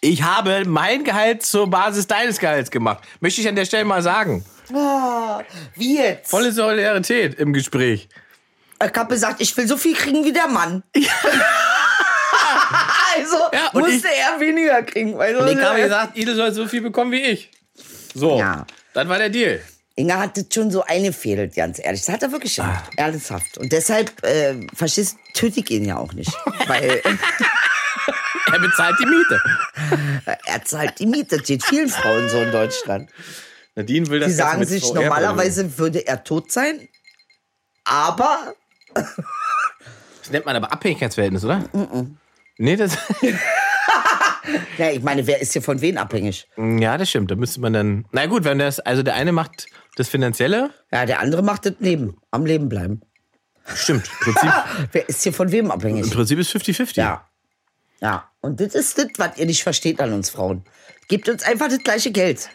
Speaker 5: Ich habe mein Gehalt zur Basis deines Gehalts gemacht. Möchte ich an der Stelle mal sagen.
Speaker 4: ah, wie jetzt?
Speaker 5: Volle Solidarität im Gespräch.
Speaker 4: Ich habe gesagt, ich will so viel kriegen wie der Mann. [LAUGHS] also
Speaker 5: Ja, und
Speaker 4: musste er weniger kriegen. Weil
Speaker 5: Und ich habe gesagt, Idel soll so viel bekommen wie ich. So,
Speaker 4: Ja.
Speaker 5: dann war der Deal.
Speaker 4: Inga hat das schon so eingefädelt, ganz ehrlich. Das hat er wirklich
Speaker 5: Ah.
Speaker 4: gemacht, ernsthaft. Und deshalb, äh, verstehst töte ich ihn ja auch
Speaker 5: [LAUGHS]
Speaker 4: nicht. Weil
Speaker 5: Er bezahlt die Miete.
Speaker 4: er zahlt die Miete. Das geht vielen Frauen so in Deutschland.
Speaker 5: Nadine will das
Speaker 4: Die
Speaker 5: Ganze
Speaker 4: sagen
Speaker 5: mit
Speaker 4: sich,
Speaker 5: VR begründen.
Speaker 4: normalerweise würde er tot sein, aber
Speaker 5: Das nennt man aber Abhängigkeitsverhältnis, oder? Nee, das. [LAUGHS]
Speaker 4: Ja, ich meine, wer ist hier von wem abhängig?
Speaker 5: ja, das stimmt. Da müsste man dann. Na gut, wenn das. Also der eine macht das Finanzielle.
Speaker 4: Ja, der andere macht das Leben, am Leben bleiben.
Speaker 5: Stimmt. Im Prinzip,
Speaker 4: Wer ist hier von wem
Speaker 5: im
Speaker 4: abhängig?
Speaker 5: Prinzip ist 50-50.
Speaker 4: Ja. Ja. Und das ist das, was ihr nicht versteht an uns Frauen. Gebt uns einfach das gleiche Geld.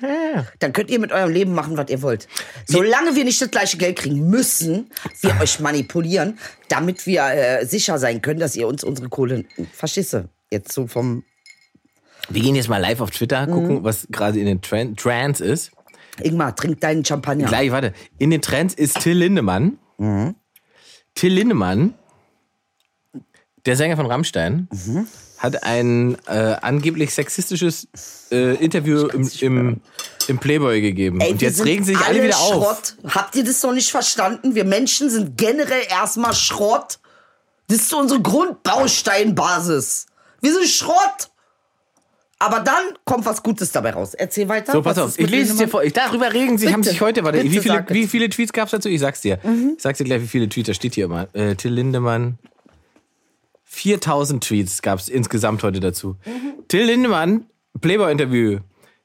Speaker 4: Dann könnt ihr mit eurem Leben machen, was ihr wollt. Solange wir nicht das gleiche Geld kriegen, müssen wir euch manipulieren, damit wir äh, sicher sein können, dass ihr uns unsere Kohle. Verstehst du? Jetzt so vom.
Speaker 5: Wir gehen jetzt mal live auf Twitter, gucken, was gerade in den Tran Trends ist.
Speaker 4: Ingmar, trink deinen Champagner.
Speaker 5: Gleich, warte. In den Trends ist Till Lindemann.
Speaker 4: Mhm.
Speaker 5: Till Lindemann, der Sänger von Rammstein,
Speaker 4: Mhm.
Speaker 5: hat ein äh, angeblich sexistisches äh, Interview im, im, im Playboy gegeben.
Speaker 4: Ey,
Speaker 5: Und
Speaker 4: wir
Speaker 5: jetzt
Speaker 4: sind
Speaker 5: regen sich alle, wieder auf.
Speaker 4: Schrott. Habt ihr das noch nicht verstanden? Wir Menschen sind generell erstmal Schrott. Das ist so unsere Grundbausteinbasis. Wir sind Schrott. Aber dann kommt was Gutes dabei raus. Erzähl weiter.
Speaker 5: So, pass
Speaker 4: Was
Speaker 5: auf,
Speaker 4: ist
Speaker 5: ich
Speaker 4: mit
Speaker 5: lese es dir
Speaker 4: den Nummern?
Speaker 5: vor. Ich, darüber regen sich,
Speaker 4: Bitte,
Speaker 5: haben sich heute, warte, wie
Speaker 4: bitte
Speaker 5: viele,
Speaker 4: sag es. Mhm.
Speaker 5: wie viele Tweets gab es dazu? Ich sag's dir. Ich sag's dir gleich, wie viele Tweets da steht hier immer. Äh, Till Lindemann. 4000 Tweets gab es insgesamt heute dazu.
Speaker 4: Mhm.
Speaker 5: Till Lindemann, Playboy-Interview.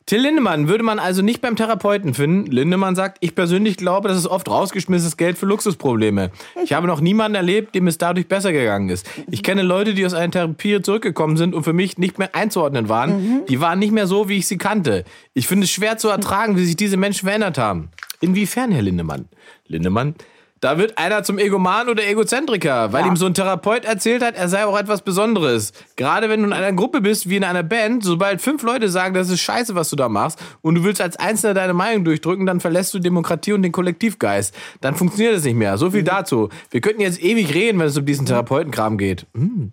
Speaker 5: Till Lindemann würde man also nicht beim Therapeuten finden. Lindemann sagt, ich persönlich glaube, das ist oft rausgeschmissenes Geld für Luxusprobleme. Ich habe noch niemanden erlebt, dem es dadurch besser gegangen ist. Ich kenne Leute, die aus einer Therapie zurückgekommen sind und für mich nicht mehr einzuordnen waren. Die waren nicht mehr so, wie ich sie kannte. Ich finde es schwer zu ertragen, wie sich diese Menschen verändert haben. Inwiefern, Herr Lindemann? Lindemann, da wird einer zum Egoman oder Egozentriker, weil ihm so ein Therapeut erzählt hat, er sei auch etwas Besonderes. Gerade wenn du in einer Gruppe bist, wie in einer Band, sobald fünf Leute sagen, das ist scheiße, was du da machst, und du willst als Einzelner deine Meinung durchdrücken, dann verlässt du Demokratie und den Kollektivgeist. Dann funktioniert es nicht mehr. So viel dazu. Wir könnten jetzt ewig reden, wenn es um diesen Therapeutenkram geht. Hm.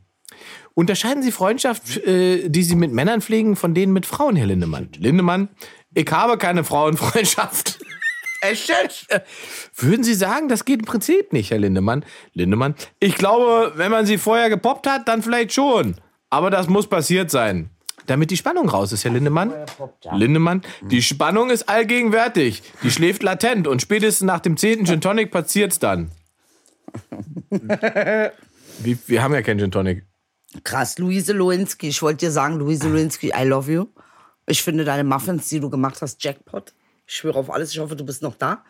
Speaker 5: Unterscheiden Sie Freundschaft, äh, die Sie mit Männern pflegen, von denen mit Frauen, Herr Lindemann? Lindemann, ich habe keine Frauenfreundschaft. Echt jetzt? Äh, Würden Sie sagen, das geht im Prinzip nicht, Herr Lindemann? Lindemann, ich glaube, wenn man sie vorher gepoppt hat, dann vielleicht schon. Aber das muss passiert sein. Damit die Spannung raus ist, Herr Lindemann. Lindemann, die Spannung ist allgegenwärtig. Die schläft latent und spätestens nach dem 10. Gin Tonic passiert's [LAUGHS] dann. wir, wir haben ja keinen Gin Tonic.
Speaker 4: Krass, Luise Lewinsky. Ich wollte dir sagen, Luise Lewinsky, I love you. Ich finde deine Muffins, die du gemacht hast, Jackpot. Ich schwöre auf alles. Ich hoffe, du bist noch da.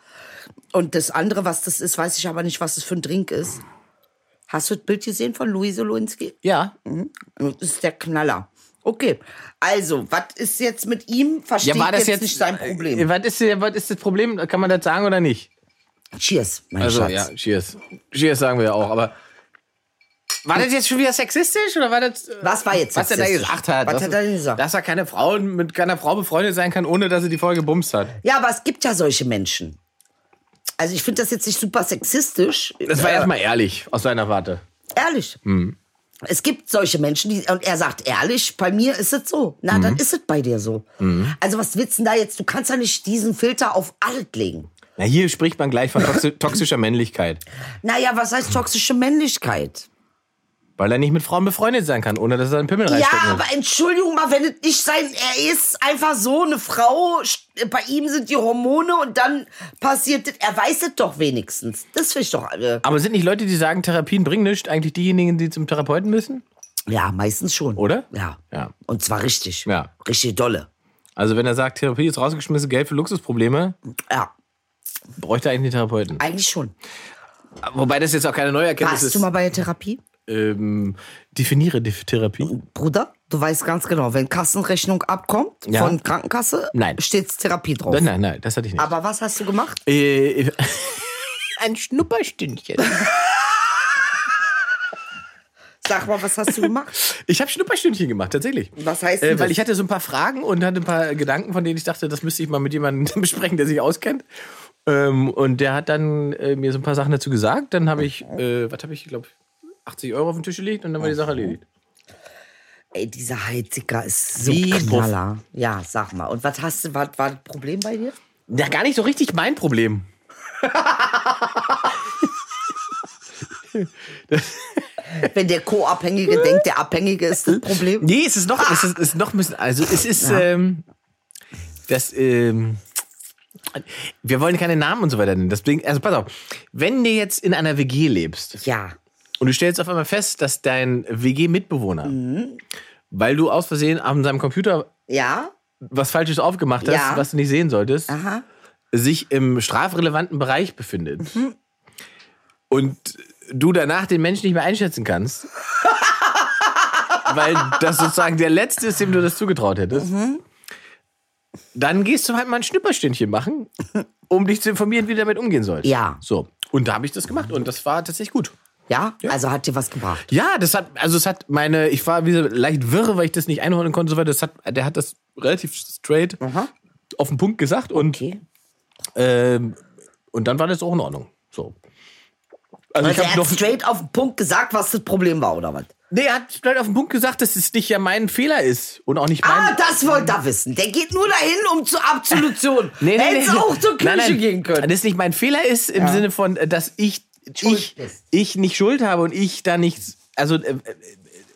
Speaker 4: Und das andere, was das ist, weiß ich aber nicht, was das für ein Drink ist. Hast du das Bild gesehen von Luise Lewinsky?
Speaker 5: Ja,
Speaker 4: Das ist der Knaller. Okay, also, was ist jetzt mit ihm? Verstehe
Speaker 5: Ja, war das
Speaker 4: jetzt,
Speaker 5: jetzt
Speaker 4: nicht sein Problem.
Speaker 5: Äh, Was ist, äh, was ist das Problem? Kann man das sagen oder nicht?
Speaker 4: Cheers, mein
Speaker 5: Also
Speaker 4: Schatz.
Speaker 5: ja, cheers. Cheers sagen wir ja auch, aber war das jetzt schon wieder sexistisch oder war das äh,
Speaker 4: Was war jetzt
Speaker 5: was er da
Speaker 4: sexistisch?
Speaker 5: gesagt hat?
Speaker 4: Was
Speaker 5: dass-
Speaker 4: hat er denn gesagt?
Speaker 5: Dass er keine Frau mit keiner Frau befreundet sein kann, ohne dass sie die Frau gebumst hat.
Speaker 4: Ja, aber es gibt ja solche Menschen. Also, ich finde das jetzt nicht super sexistisch.
Speaker 5: Das war Hm.
Speaker 4: Äh,
Speaker 5: erstmal ehrlich aus seiner Warte.
Speaker 4: Ehrlich. Es gibt solche Menschen, die, und er sagt ehrlich, bei mir ist es so. Na,
Speaker 5: Mhm.
Speaker 4: dann ist es bei dir so. Also, was willst du denn da jetzt? Du kannst ja nicht diesen Filter auf alles legen.
Speaker 5: Na, hier spricht man gleich von toxi- toxischer Männlichkeit,
Speaker 4: Naja, was heißt toxische Männlichkeit?
Speaker 5: weil er nicht mit Frauen befreundet sein kann, ohne dass er einen Pimmel
Speaker 4: Ja,
Speaker 5: reinstecken muss.
Speaker 4: aber Entschuldigung mal, wenn es nicht sein, er ist einfach so eine Frau, st- bei ihm sind die Hormone und dann passiert es, er weiß es doch wenigstens. Das finde ich doch, äh,
Speaker 5: Aber sind nicht Leute, die sagen, Therapien bringen nichts, eigentlich diejenigen, die zum Therapeuten müssen?
Speaker 4: ja, meistens schon.
Speaker 5: Oder?
Speaker 4: Ja.
Speaker 5: Ja.
Speaker 4: Und zwar richtig.
Speaker 5: Ja.
Speaker 4: Richtig dolle.
Speaker 5: Also wenn er sagt, Therapie ist rausgeschmissen, Geld für Luxusprobleme,
Speaker 4: Ja,
Speaker 5: bräuchte er eigentlich einen Therapeuten.
Speaker 4: eigentlich schon.
Speaker 5: Wobei das jetzt auch keine neue Erkenntnis ist.
Speaker 4: Warst du mal bei der Therapie?
Speaker 5: ähm, definiere die Therapie.
Speaker 4: Bruder, du weißt ganz genau, wenn Kassenrechnung abkommt
Speaker 5: Ja.
Speaker 4: von Krankenkasse,
Speaker 5: Nein.
Speaker 4: steht's Therapie drauf.
Speaker 5: Nein, nein, nein, das hatte ich nicht.
Speaker 4: Aber was hast du gemacht?
Speaker 5: Äh, ein Schnupperstündchen.
Speaker 4: Sag mal, was hast
Speaker 5: [LAUGHS]
Speaker 4: du gemacht?
Speaker 5: Ich habe Schnupperstündchen gemacht, tatsächlich.
Speaker 4: Was heißt denn
Speaker 5: Äh, weil
Speaker 4: das?
Speaker 5: ich hatte so ein paar Fragen und hatte ein paar Gedanken, von denen ich dachte, das müsste ich mal mit jemandem [LAUGHS] besprechen, der sich auskennt. Ähm, und der hat dann äh, mir so ein paar Sachen dazu gesagt. Dann habe ich, äh, was habe ich, glaube 80 Euro auf den Tisch gelegt und dann war die Sache erledigt.
Speaker 4: Ey, dieser Heiziger ist so
Speaker 5: Wie buff.
Speaker 4: knaller. Ja, sag mal. Und was hast du, was war das Problem bei dir?
Speaker 5: Ja, gar nicht so richtig mein Problem.
Speaker 4: Wenn der Co-Abhängige
Speaker 5: [LAUGHS]
Speaker 4: denkt, der Abhängige ist das Problem.
Speaker 5: Nee, es ist noch, es ist, es ist noch ein bisschen, also es ist, ähm, das, ähm, wir wollen keine Namen und so weiter nennen. Das bringt, also pass auf, wenn du jetzt in einer WG lebst
Speaker 4: Ja.
Speaker 5: und du stellst auf einmal fest, dass dein WG-Mitbewohner, weil du aus Versehen an seinem Computer
Speaker 4: Ja?
Speaker 5: was Falsches aufgemacht hast,
Speaker 4: Ja.
Speaker 5: was du nicht sehen solltest,
Speaker 4: Aha.
Speaker 5: sich im strafrelevanten Bereich befindet
Speaker 4: Mhm.
Speaker 5: und du danach den Menschen nicht mehr einschätzen
Speaker 4: [LAUGHS]
Speaker 5: kannst, weil das sozusagen der Letzte ist, dem du das zugetraut hättest,
Speaker 4: Mhm.
Speaker 5: dann gehst du halt mal ein Schnipperstündchen machen, um dich zu informieren, wie du damit umgehen sollst.
Speaker 4: Ja.
Speaker 5: So. Und da habe ich das gemacht und das war tatsächlich gut.
Speaker 4: Ja? Also hat dir was gebracht.
Speaker 5: Ja, das hat, also es hat meine, ich war wie so leicht wirre, weil ich das nicht einordnen konnte, und so weiter. Das hat, der hat das relativ straight auf den Punkt gesagt und
Speaker 4: Okay.
Speaker 5: ähm, und dann war das auch in Ordnung. So. Also,
Speaker 4: Also
Speaker 5: ich
Speaker 4: er
Speaker 5: habe
Speaker 4: hat
Speaker 5: noch.
Speaker 4: straight auf den Punkt gesagt, was das Problem war, oder was?
Speaker 5: Nee, er hat straight auf den Punkt gesagt, dass es nicht ja mein Fehler ist und auch nicht mein.
Speaker 4: Ah, das wollte er wissen. Der geht nur dahin, um zur
Speaker 5: [LAUGHS]
Speaker 4: Absolution. Nee, Hätte auch zur Küche
Speaker 5: Nein, nein.
Speaker 4: gehen können.
Speaker 5: Dass es nicht mein Fehler ist, im Sinne von, äh, dass ich ich,
Speaker 4: schuld bist.
Speaker 5: ich nicht schuld habe und ich da nichts. Also, äh, äh,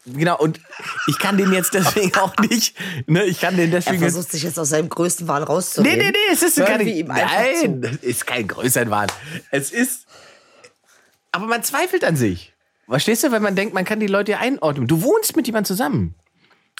Speaker 5: genau, und ich kann den jetzt deswegen auch nicht. Ne, ich kann den
Speaker 4: Er
Speaker 5: deswegen. jetzt-
Speaker 4: versucht sich jetzt aus seinem größten Wahn
Speaker 5: Nee,
Speaker 4: rauszureden.
Speaker 5: nee, nee, es ist
Speaker 4: Hören
Speaker 5: gar
Speaker 4: wir
Speaker 5: nicht.
Speaker 4: ihm einfach
Speaker 5: Nein, das ist kein größer Wahn. Es ist. Aber man zweifelt an sich. Verstehst du, wenn man denkt, man kann die Leute ja einordnen. Du wohnst mit jemandem zusammen.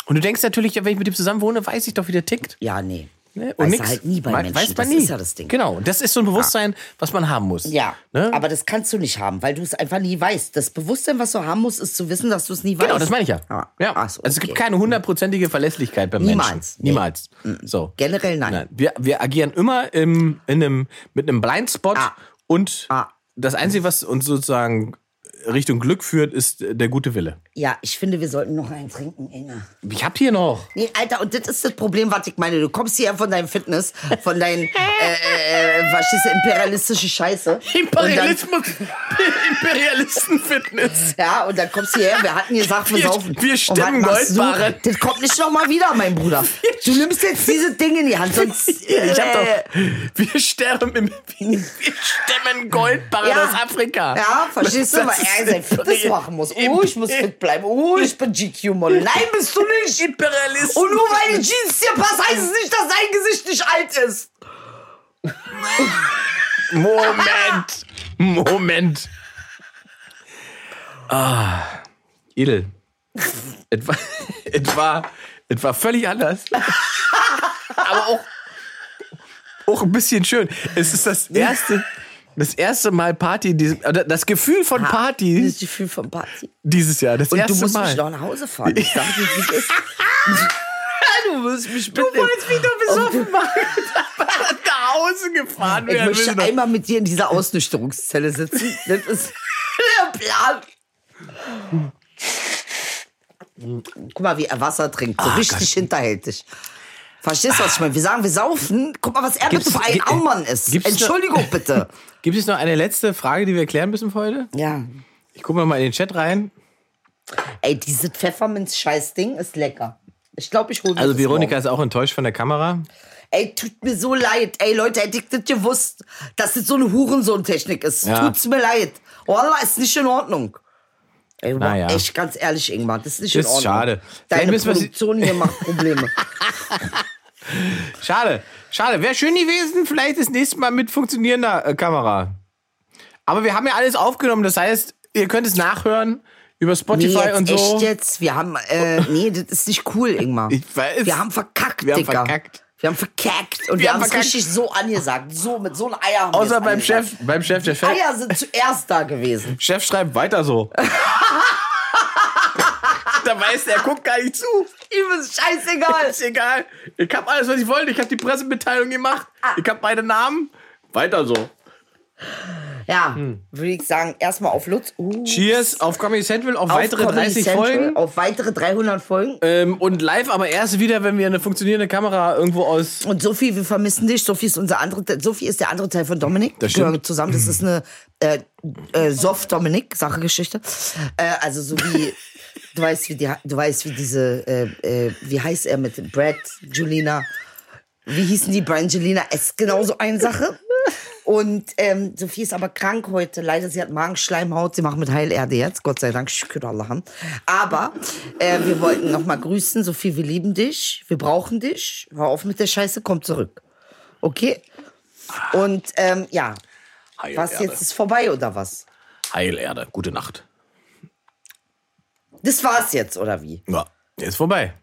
Speaker 5: Und du denkst natürlich, ja, wenn ich mit dem zusammen wohne, weiß ich doch, wie der tickt.
Speaker 4: Ja, nee.
Speaker 5: Ne?
Speaker 4: Weißt
Speaker 5: Und
Speaker 4: du
Speaker 5: nix.
Speaker 4: halt nie bei
Speaker 5: Ma-
Speaker 4: Menschen.
Speaker 5: Weiß man
Speaker 4: Das
Speaker 5: nie.
Speaker 4: ist ja das Ding. Ah.
Speaker 5: Genau. Und das ist so ein Bewusstsein, was man haben muss.
Speaker 4: Ja, Ah,
Speaker 5: Ne?
Speaker 4: aber das kannst du nicht haben, weil du es einfach nie weißt. Das Bewusstsein, was du haben musst, ist zu wissen, dass du es nie weißt.
Speaker 5: Genau, das meine ich ja.
Speaker 4: Ah,
Speaker 5: ja.
Speaker 4: ach so,
Speaker 5: Also es gibt
Speaker 4: okay.
Speaker 5: keine hundertprozentige Verlässlichkeit beim
Speaker 4: Niemals. Genau.
Speaker 5: Menschen. Niemals. So.
Speaker 4: Generell nein.
Speaker 5: Wir, wir agieren immer im, in einem, mit einem Blindspot
Speaker 4: Ah.
Speaker 5: und
Speaker 4: Ah.
Speaker 5: das Einzige, was uns sozusagen Richtung Glück führt, ist der gute Wille.
Speaker 4: Ja, ich finde, wir sollten noch einen trinken, Inge.
Speaker 5: Ich hab hier noch.
Speaker 4: Nee, Alter, und das ist das Problem, was ich meine. Du kommst hierher von deinem Fitness,
Speaker 5: [LAUGHS]
Speaker 4: von deinem, äh, äh, äh, was ist imperialistische Scheiße. Und
Speaker 5: [LAUGHS] Imperialisten-Fitness.
Speaker 4: dann, ja, und dann kommst du hierher, wir hatten gesagt, wir
Speaker 5: Wir-
Speaker 4: saufen.
Speaker 5: wir
Speaker 4: Und
Speaker 5: stimmen
Speaker 4: was machst du?
Speaker 5: Goldbarren.
Speaker 4: Das kommt nicht nochmal wieder, mein Bruder. Du nimmst jetzt dieses Ding in die Hand, sonst...
Speaker 5: [LAUGHS] Ich hab
Speaker 4: äh,
Speaker 5: doch. Wir sterben im. Wir stemmen Goldbarren
Speaker 4: Ja.
Speaker 5: aus Afrika.
Speaker 4: Ja, verstehst du,
Speaker 5: Das
Speaker 4: weil
Speaker 5: ist
Speaker 4: er sein Fitness
Speaker 5: Imperial-
Speaker 4: machen muss. Oh, ich muss fit bleiben. Oh, ich bin GQ-Model. Nein, bist du nicht.
Speaker 5: Imperialisten.
Speaker 4: Und nur weil die Jeans dir passt, heißt es nicht, dass dein Gesicht nicht alt ist.
Speaker 5: Moment! Moment! Ah, Edel. Es war, [LAUGHS] es war, es war völlig
Speaker 4: [LAUGHS]
Speaker 5: anders. Aber auch, auch ein bisschen schön. Es ist das erste, das erste Mal Party, in diesem- oder das Gefühl von Party
Speaker 4: Das Gefühl von Party.
Speaker 5: dieses Jahr. Das
Speaker 4: Und
Speaker 5: erste
Speaker 4: du musst
Speaker 5: Mal.
Speaker 4: mich noch nach Hause fahren. Ich sag [LAUGHS] dir, wie es ist. Du musst mich mitnehmen.
Speaker 5: mich doch besoffen machen. nach Hause gefahren
Speaker 4: Ich möchte
Speaker 5: willst du-
Speaker 4: einmal mit dir in dieser Ausnüchterungszelle sitzen. Das
Speaker 5: [LAUGHS]
Speaker 4: ist der Plan. Guck mal, wie er Wasser trinkt.
Speaker 5: Ah,
Speaker 4: So richtig hinterhältig. Verstehst du, was ich meine? Wir sagen, wir saufen. Guck mal, was er
Speaker 5: Gibt's-
Speaker 4: bitte für ein
Speaker 5: gi-
Speaker 4: Aumann ist.
Speaker 5: gibt's ne- da-
Speaker 4: Entschuldigung,
Speaker 5: [LAUGHS]
Speaker 4: bitte.
Speaker 5: Gibt es noch eine letzte Frage, die wir klären müssen für heute?
Speaker 4: Ja.
Speaker 5: Ich gucke mal in den Chat rein.
Speaker 4: Ey, dieses Pfefferminz-Scheiß-Ding ist lecker. Ich glaube, ich hole mir
Speaker 5: Also
Speaker 4: das
Speaker 5: Veronika
Speaker 4: morgen.
Speaker 5: ist auch enttäuscht von der Kamera.
Speaker 4: Ey, tut mir so leid. Ey, Leute, hätte ich das gewusst, dass das so eine Hurensohn-Technik ist.
Speaker 5: Ja.
Speaker 4: Tut's mir leid. Wallah, ist nicht in Ordnung. Ey, wow,
Speaker 5: Naja.
Speaker 4: echt ganz ehrlich, Ingmar, das ist nicht
Speaker 5: Ist
Speaker 4: in Ordnung.
Speaker 5: schade. Vielleicht
Speaker 4: Deine
Speaker 5: müssen wir sie-
Speaker 4: Produktion hier macht
Speaker 5: [LAUGHS]
Speaker 4: Probleme.
Speaker 5: Schade, schade. Wäre schön gewesen, vielleicht das nächste Mal mit funktionierender äh, Kamera. Aber wir haben ja alles aufgenommen, das heißt, ihr könnt es nachhören über
Speaker 4: Nee,
Speaker 5: Spotify
Speaker 4: jetzt,
Speaker 5: und so.
Speaker 4: echt jetzt. Wir haben, äh, nee, das ist nicht cool, Ingmar.
Speaker 5: Ich weiß.
Speaker 4: Wir haben verkackt,
Speaker 5: Wir haben
Speaker 4: Digga.
Speaker 5: verkackt.
Speaker 4: Wir haben verkackt. Und wir,
Speaker 5: Wir haben
Speaker 4: haben es
Speaker 5: verkackt.
Speaker 4: richtig so angesagt. So, mit so einem Eier haben wir
Speaker 5: Außer
Speaker 4: es
Speaker 5: beim
Speaker 4: angesagt.
Speaker 5: Chef, beim Chef, der Chef,
Speaker 4: Eier sind zuerst
Speaker 5: [LAUGHS]
Speaker 4: da gewesen.
Speaker 5: Chef schreibt weiter so. da weiß der, er guckt gar nicht zu.
Speaker 4: Ihm ist scheißegal.
Speaker 5: Ist egal. Ich hab alles, was ich wollte. Ich hab die Pressemitteilung gemacht.
Speaker 4: Ah.
Speaker 5: Ich hab beide Namen. Weiter so.
Speaker 4: Ja,
Speaker 5: Hm.
Speaker 4: würde ich sagen, erstmal auf Lutz. Uh,
Speaker 5: Cheers auf Comedy Central auf,
Speaker 4: auf
Speaker 5: weitere
Speaker 4: Comedy
Speaker 5: 30
Speaker 4: Central,
Speaker 5: Folgen.
Speaker 4: Auf weitere 300 Folgen.
Speaker 5: Ähm, und live aber erst wieder, wenn wir eine funktionierende Kamera irgendwo aus.
Speaker 4: Und Sophie, wir vermissen dich. Sophie ist unser andere, Te- Sophie ist der andere Teil von Dominik.
Speaker 5: Das
Speaker 4: Die gehören
Speaker 5: stimmt.
Speaker 4: zusammen. Das ist eine äh, äh, Soft Dominik Sache Geschichte. Äh, also so wie du weißt wie die, du weißt wie diese äh, äh, wie heißt er mit Brad Julina. Wie hießen die Brangelina? Ist genauso eine Sache. Und ähm, Sophie ist aber krank heute. Leider, sie hat Magenschleimhaut. Sie macht mit Heilerde jetzt. Gott sei Dank. Shukr Allaham. Aber äh, wir wollten nochmal grüßen. Sophie, wir lieben dich. Wir brauchen dich. Hör auf mit der Scheiße. Komm zurück. Okay? Und ähm, ja,
Speaker 5: Heil
Speaker 4: was
Speaker 5: Erde.
Speaker 4: jetzt ist vorbei oder was?
Speaker 5: Heil Erde. Gute Nacht.
Speaker 4: Das war's jetzt oder wie?
Speaker 5: Ja. Ist vorbei.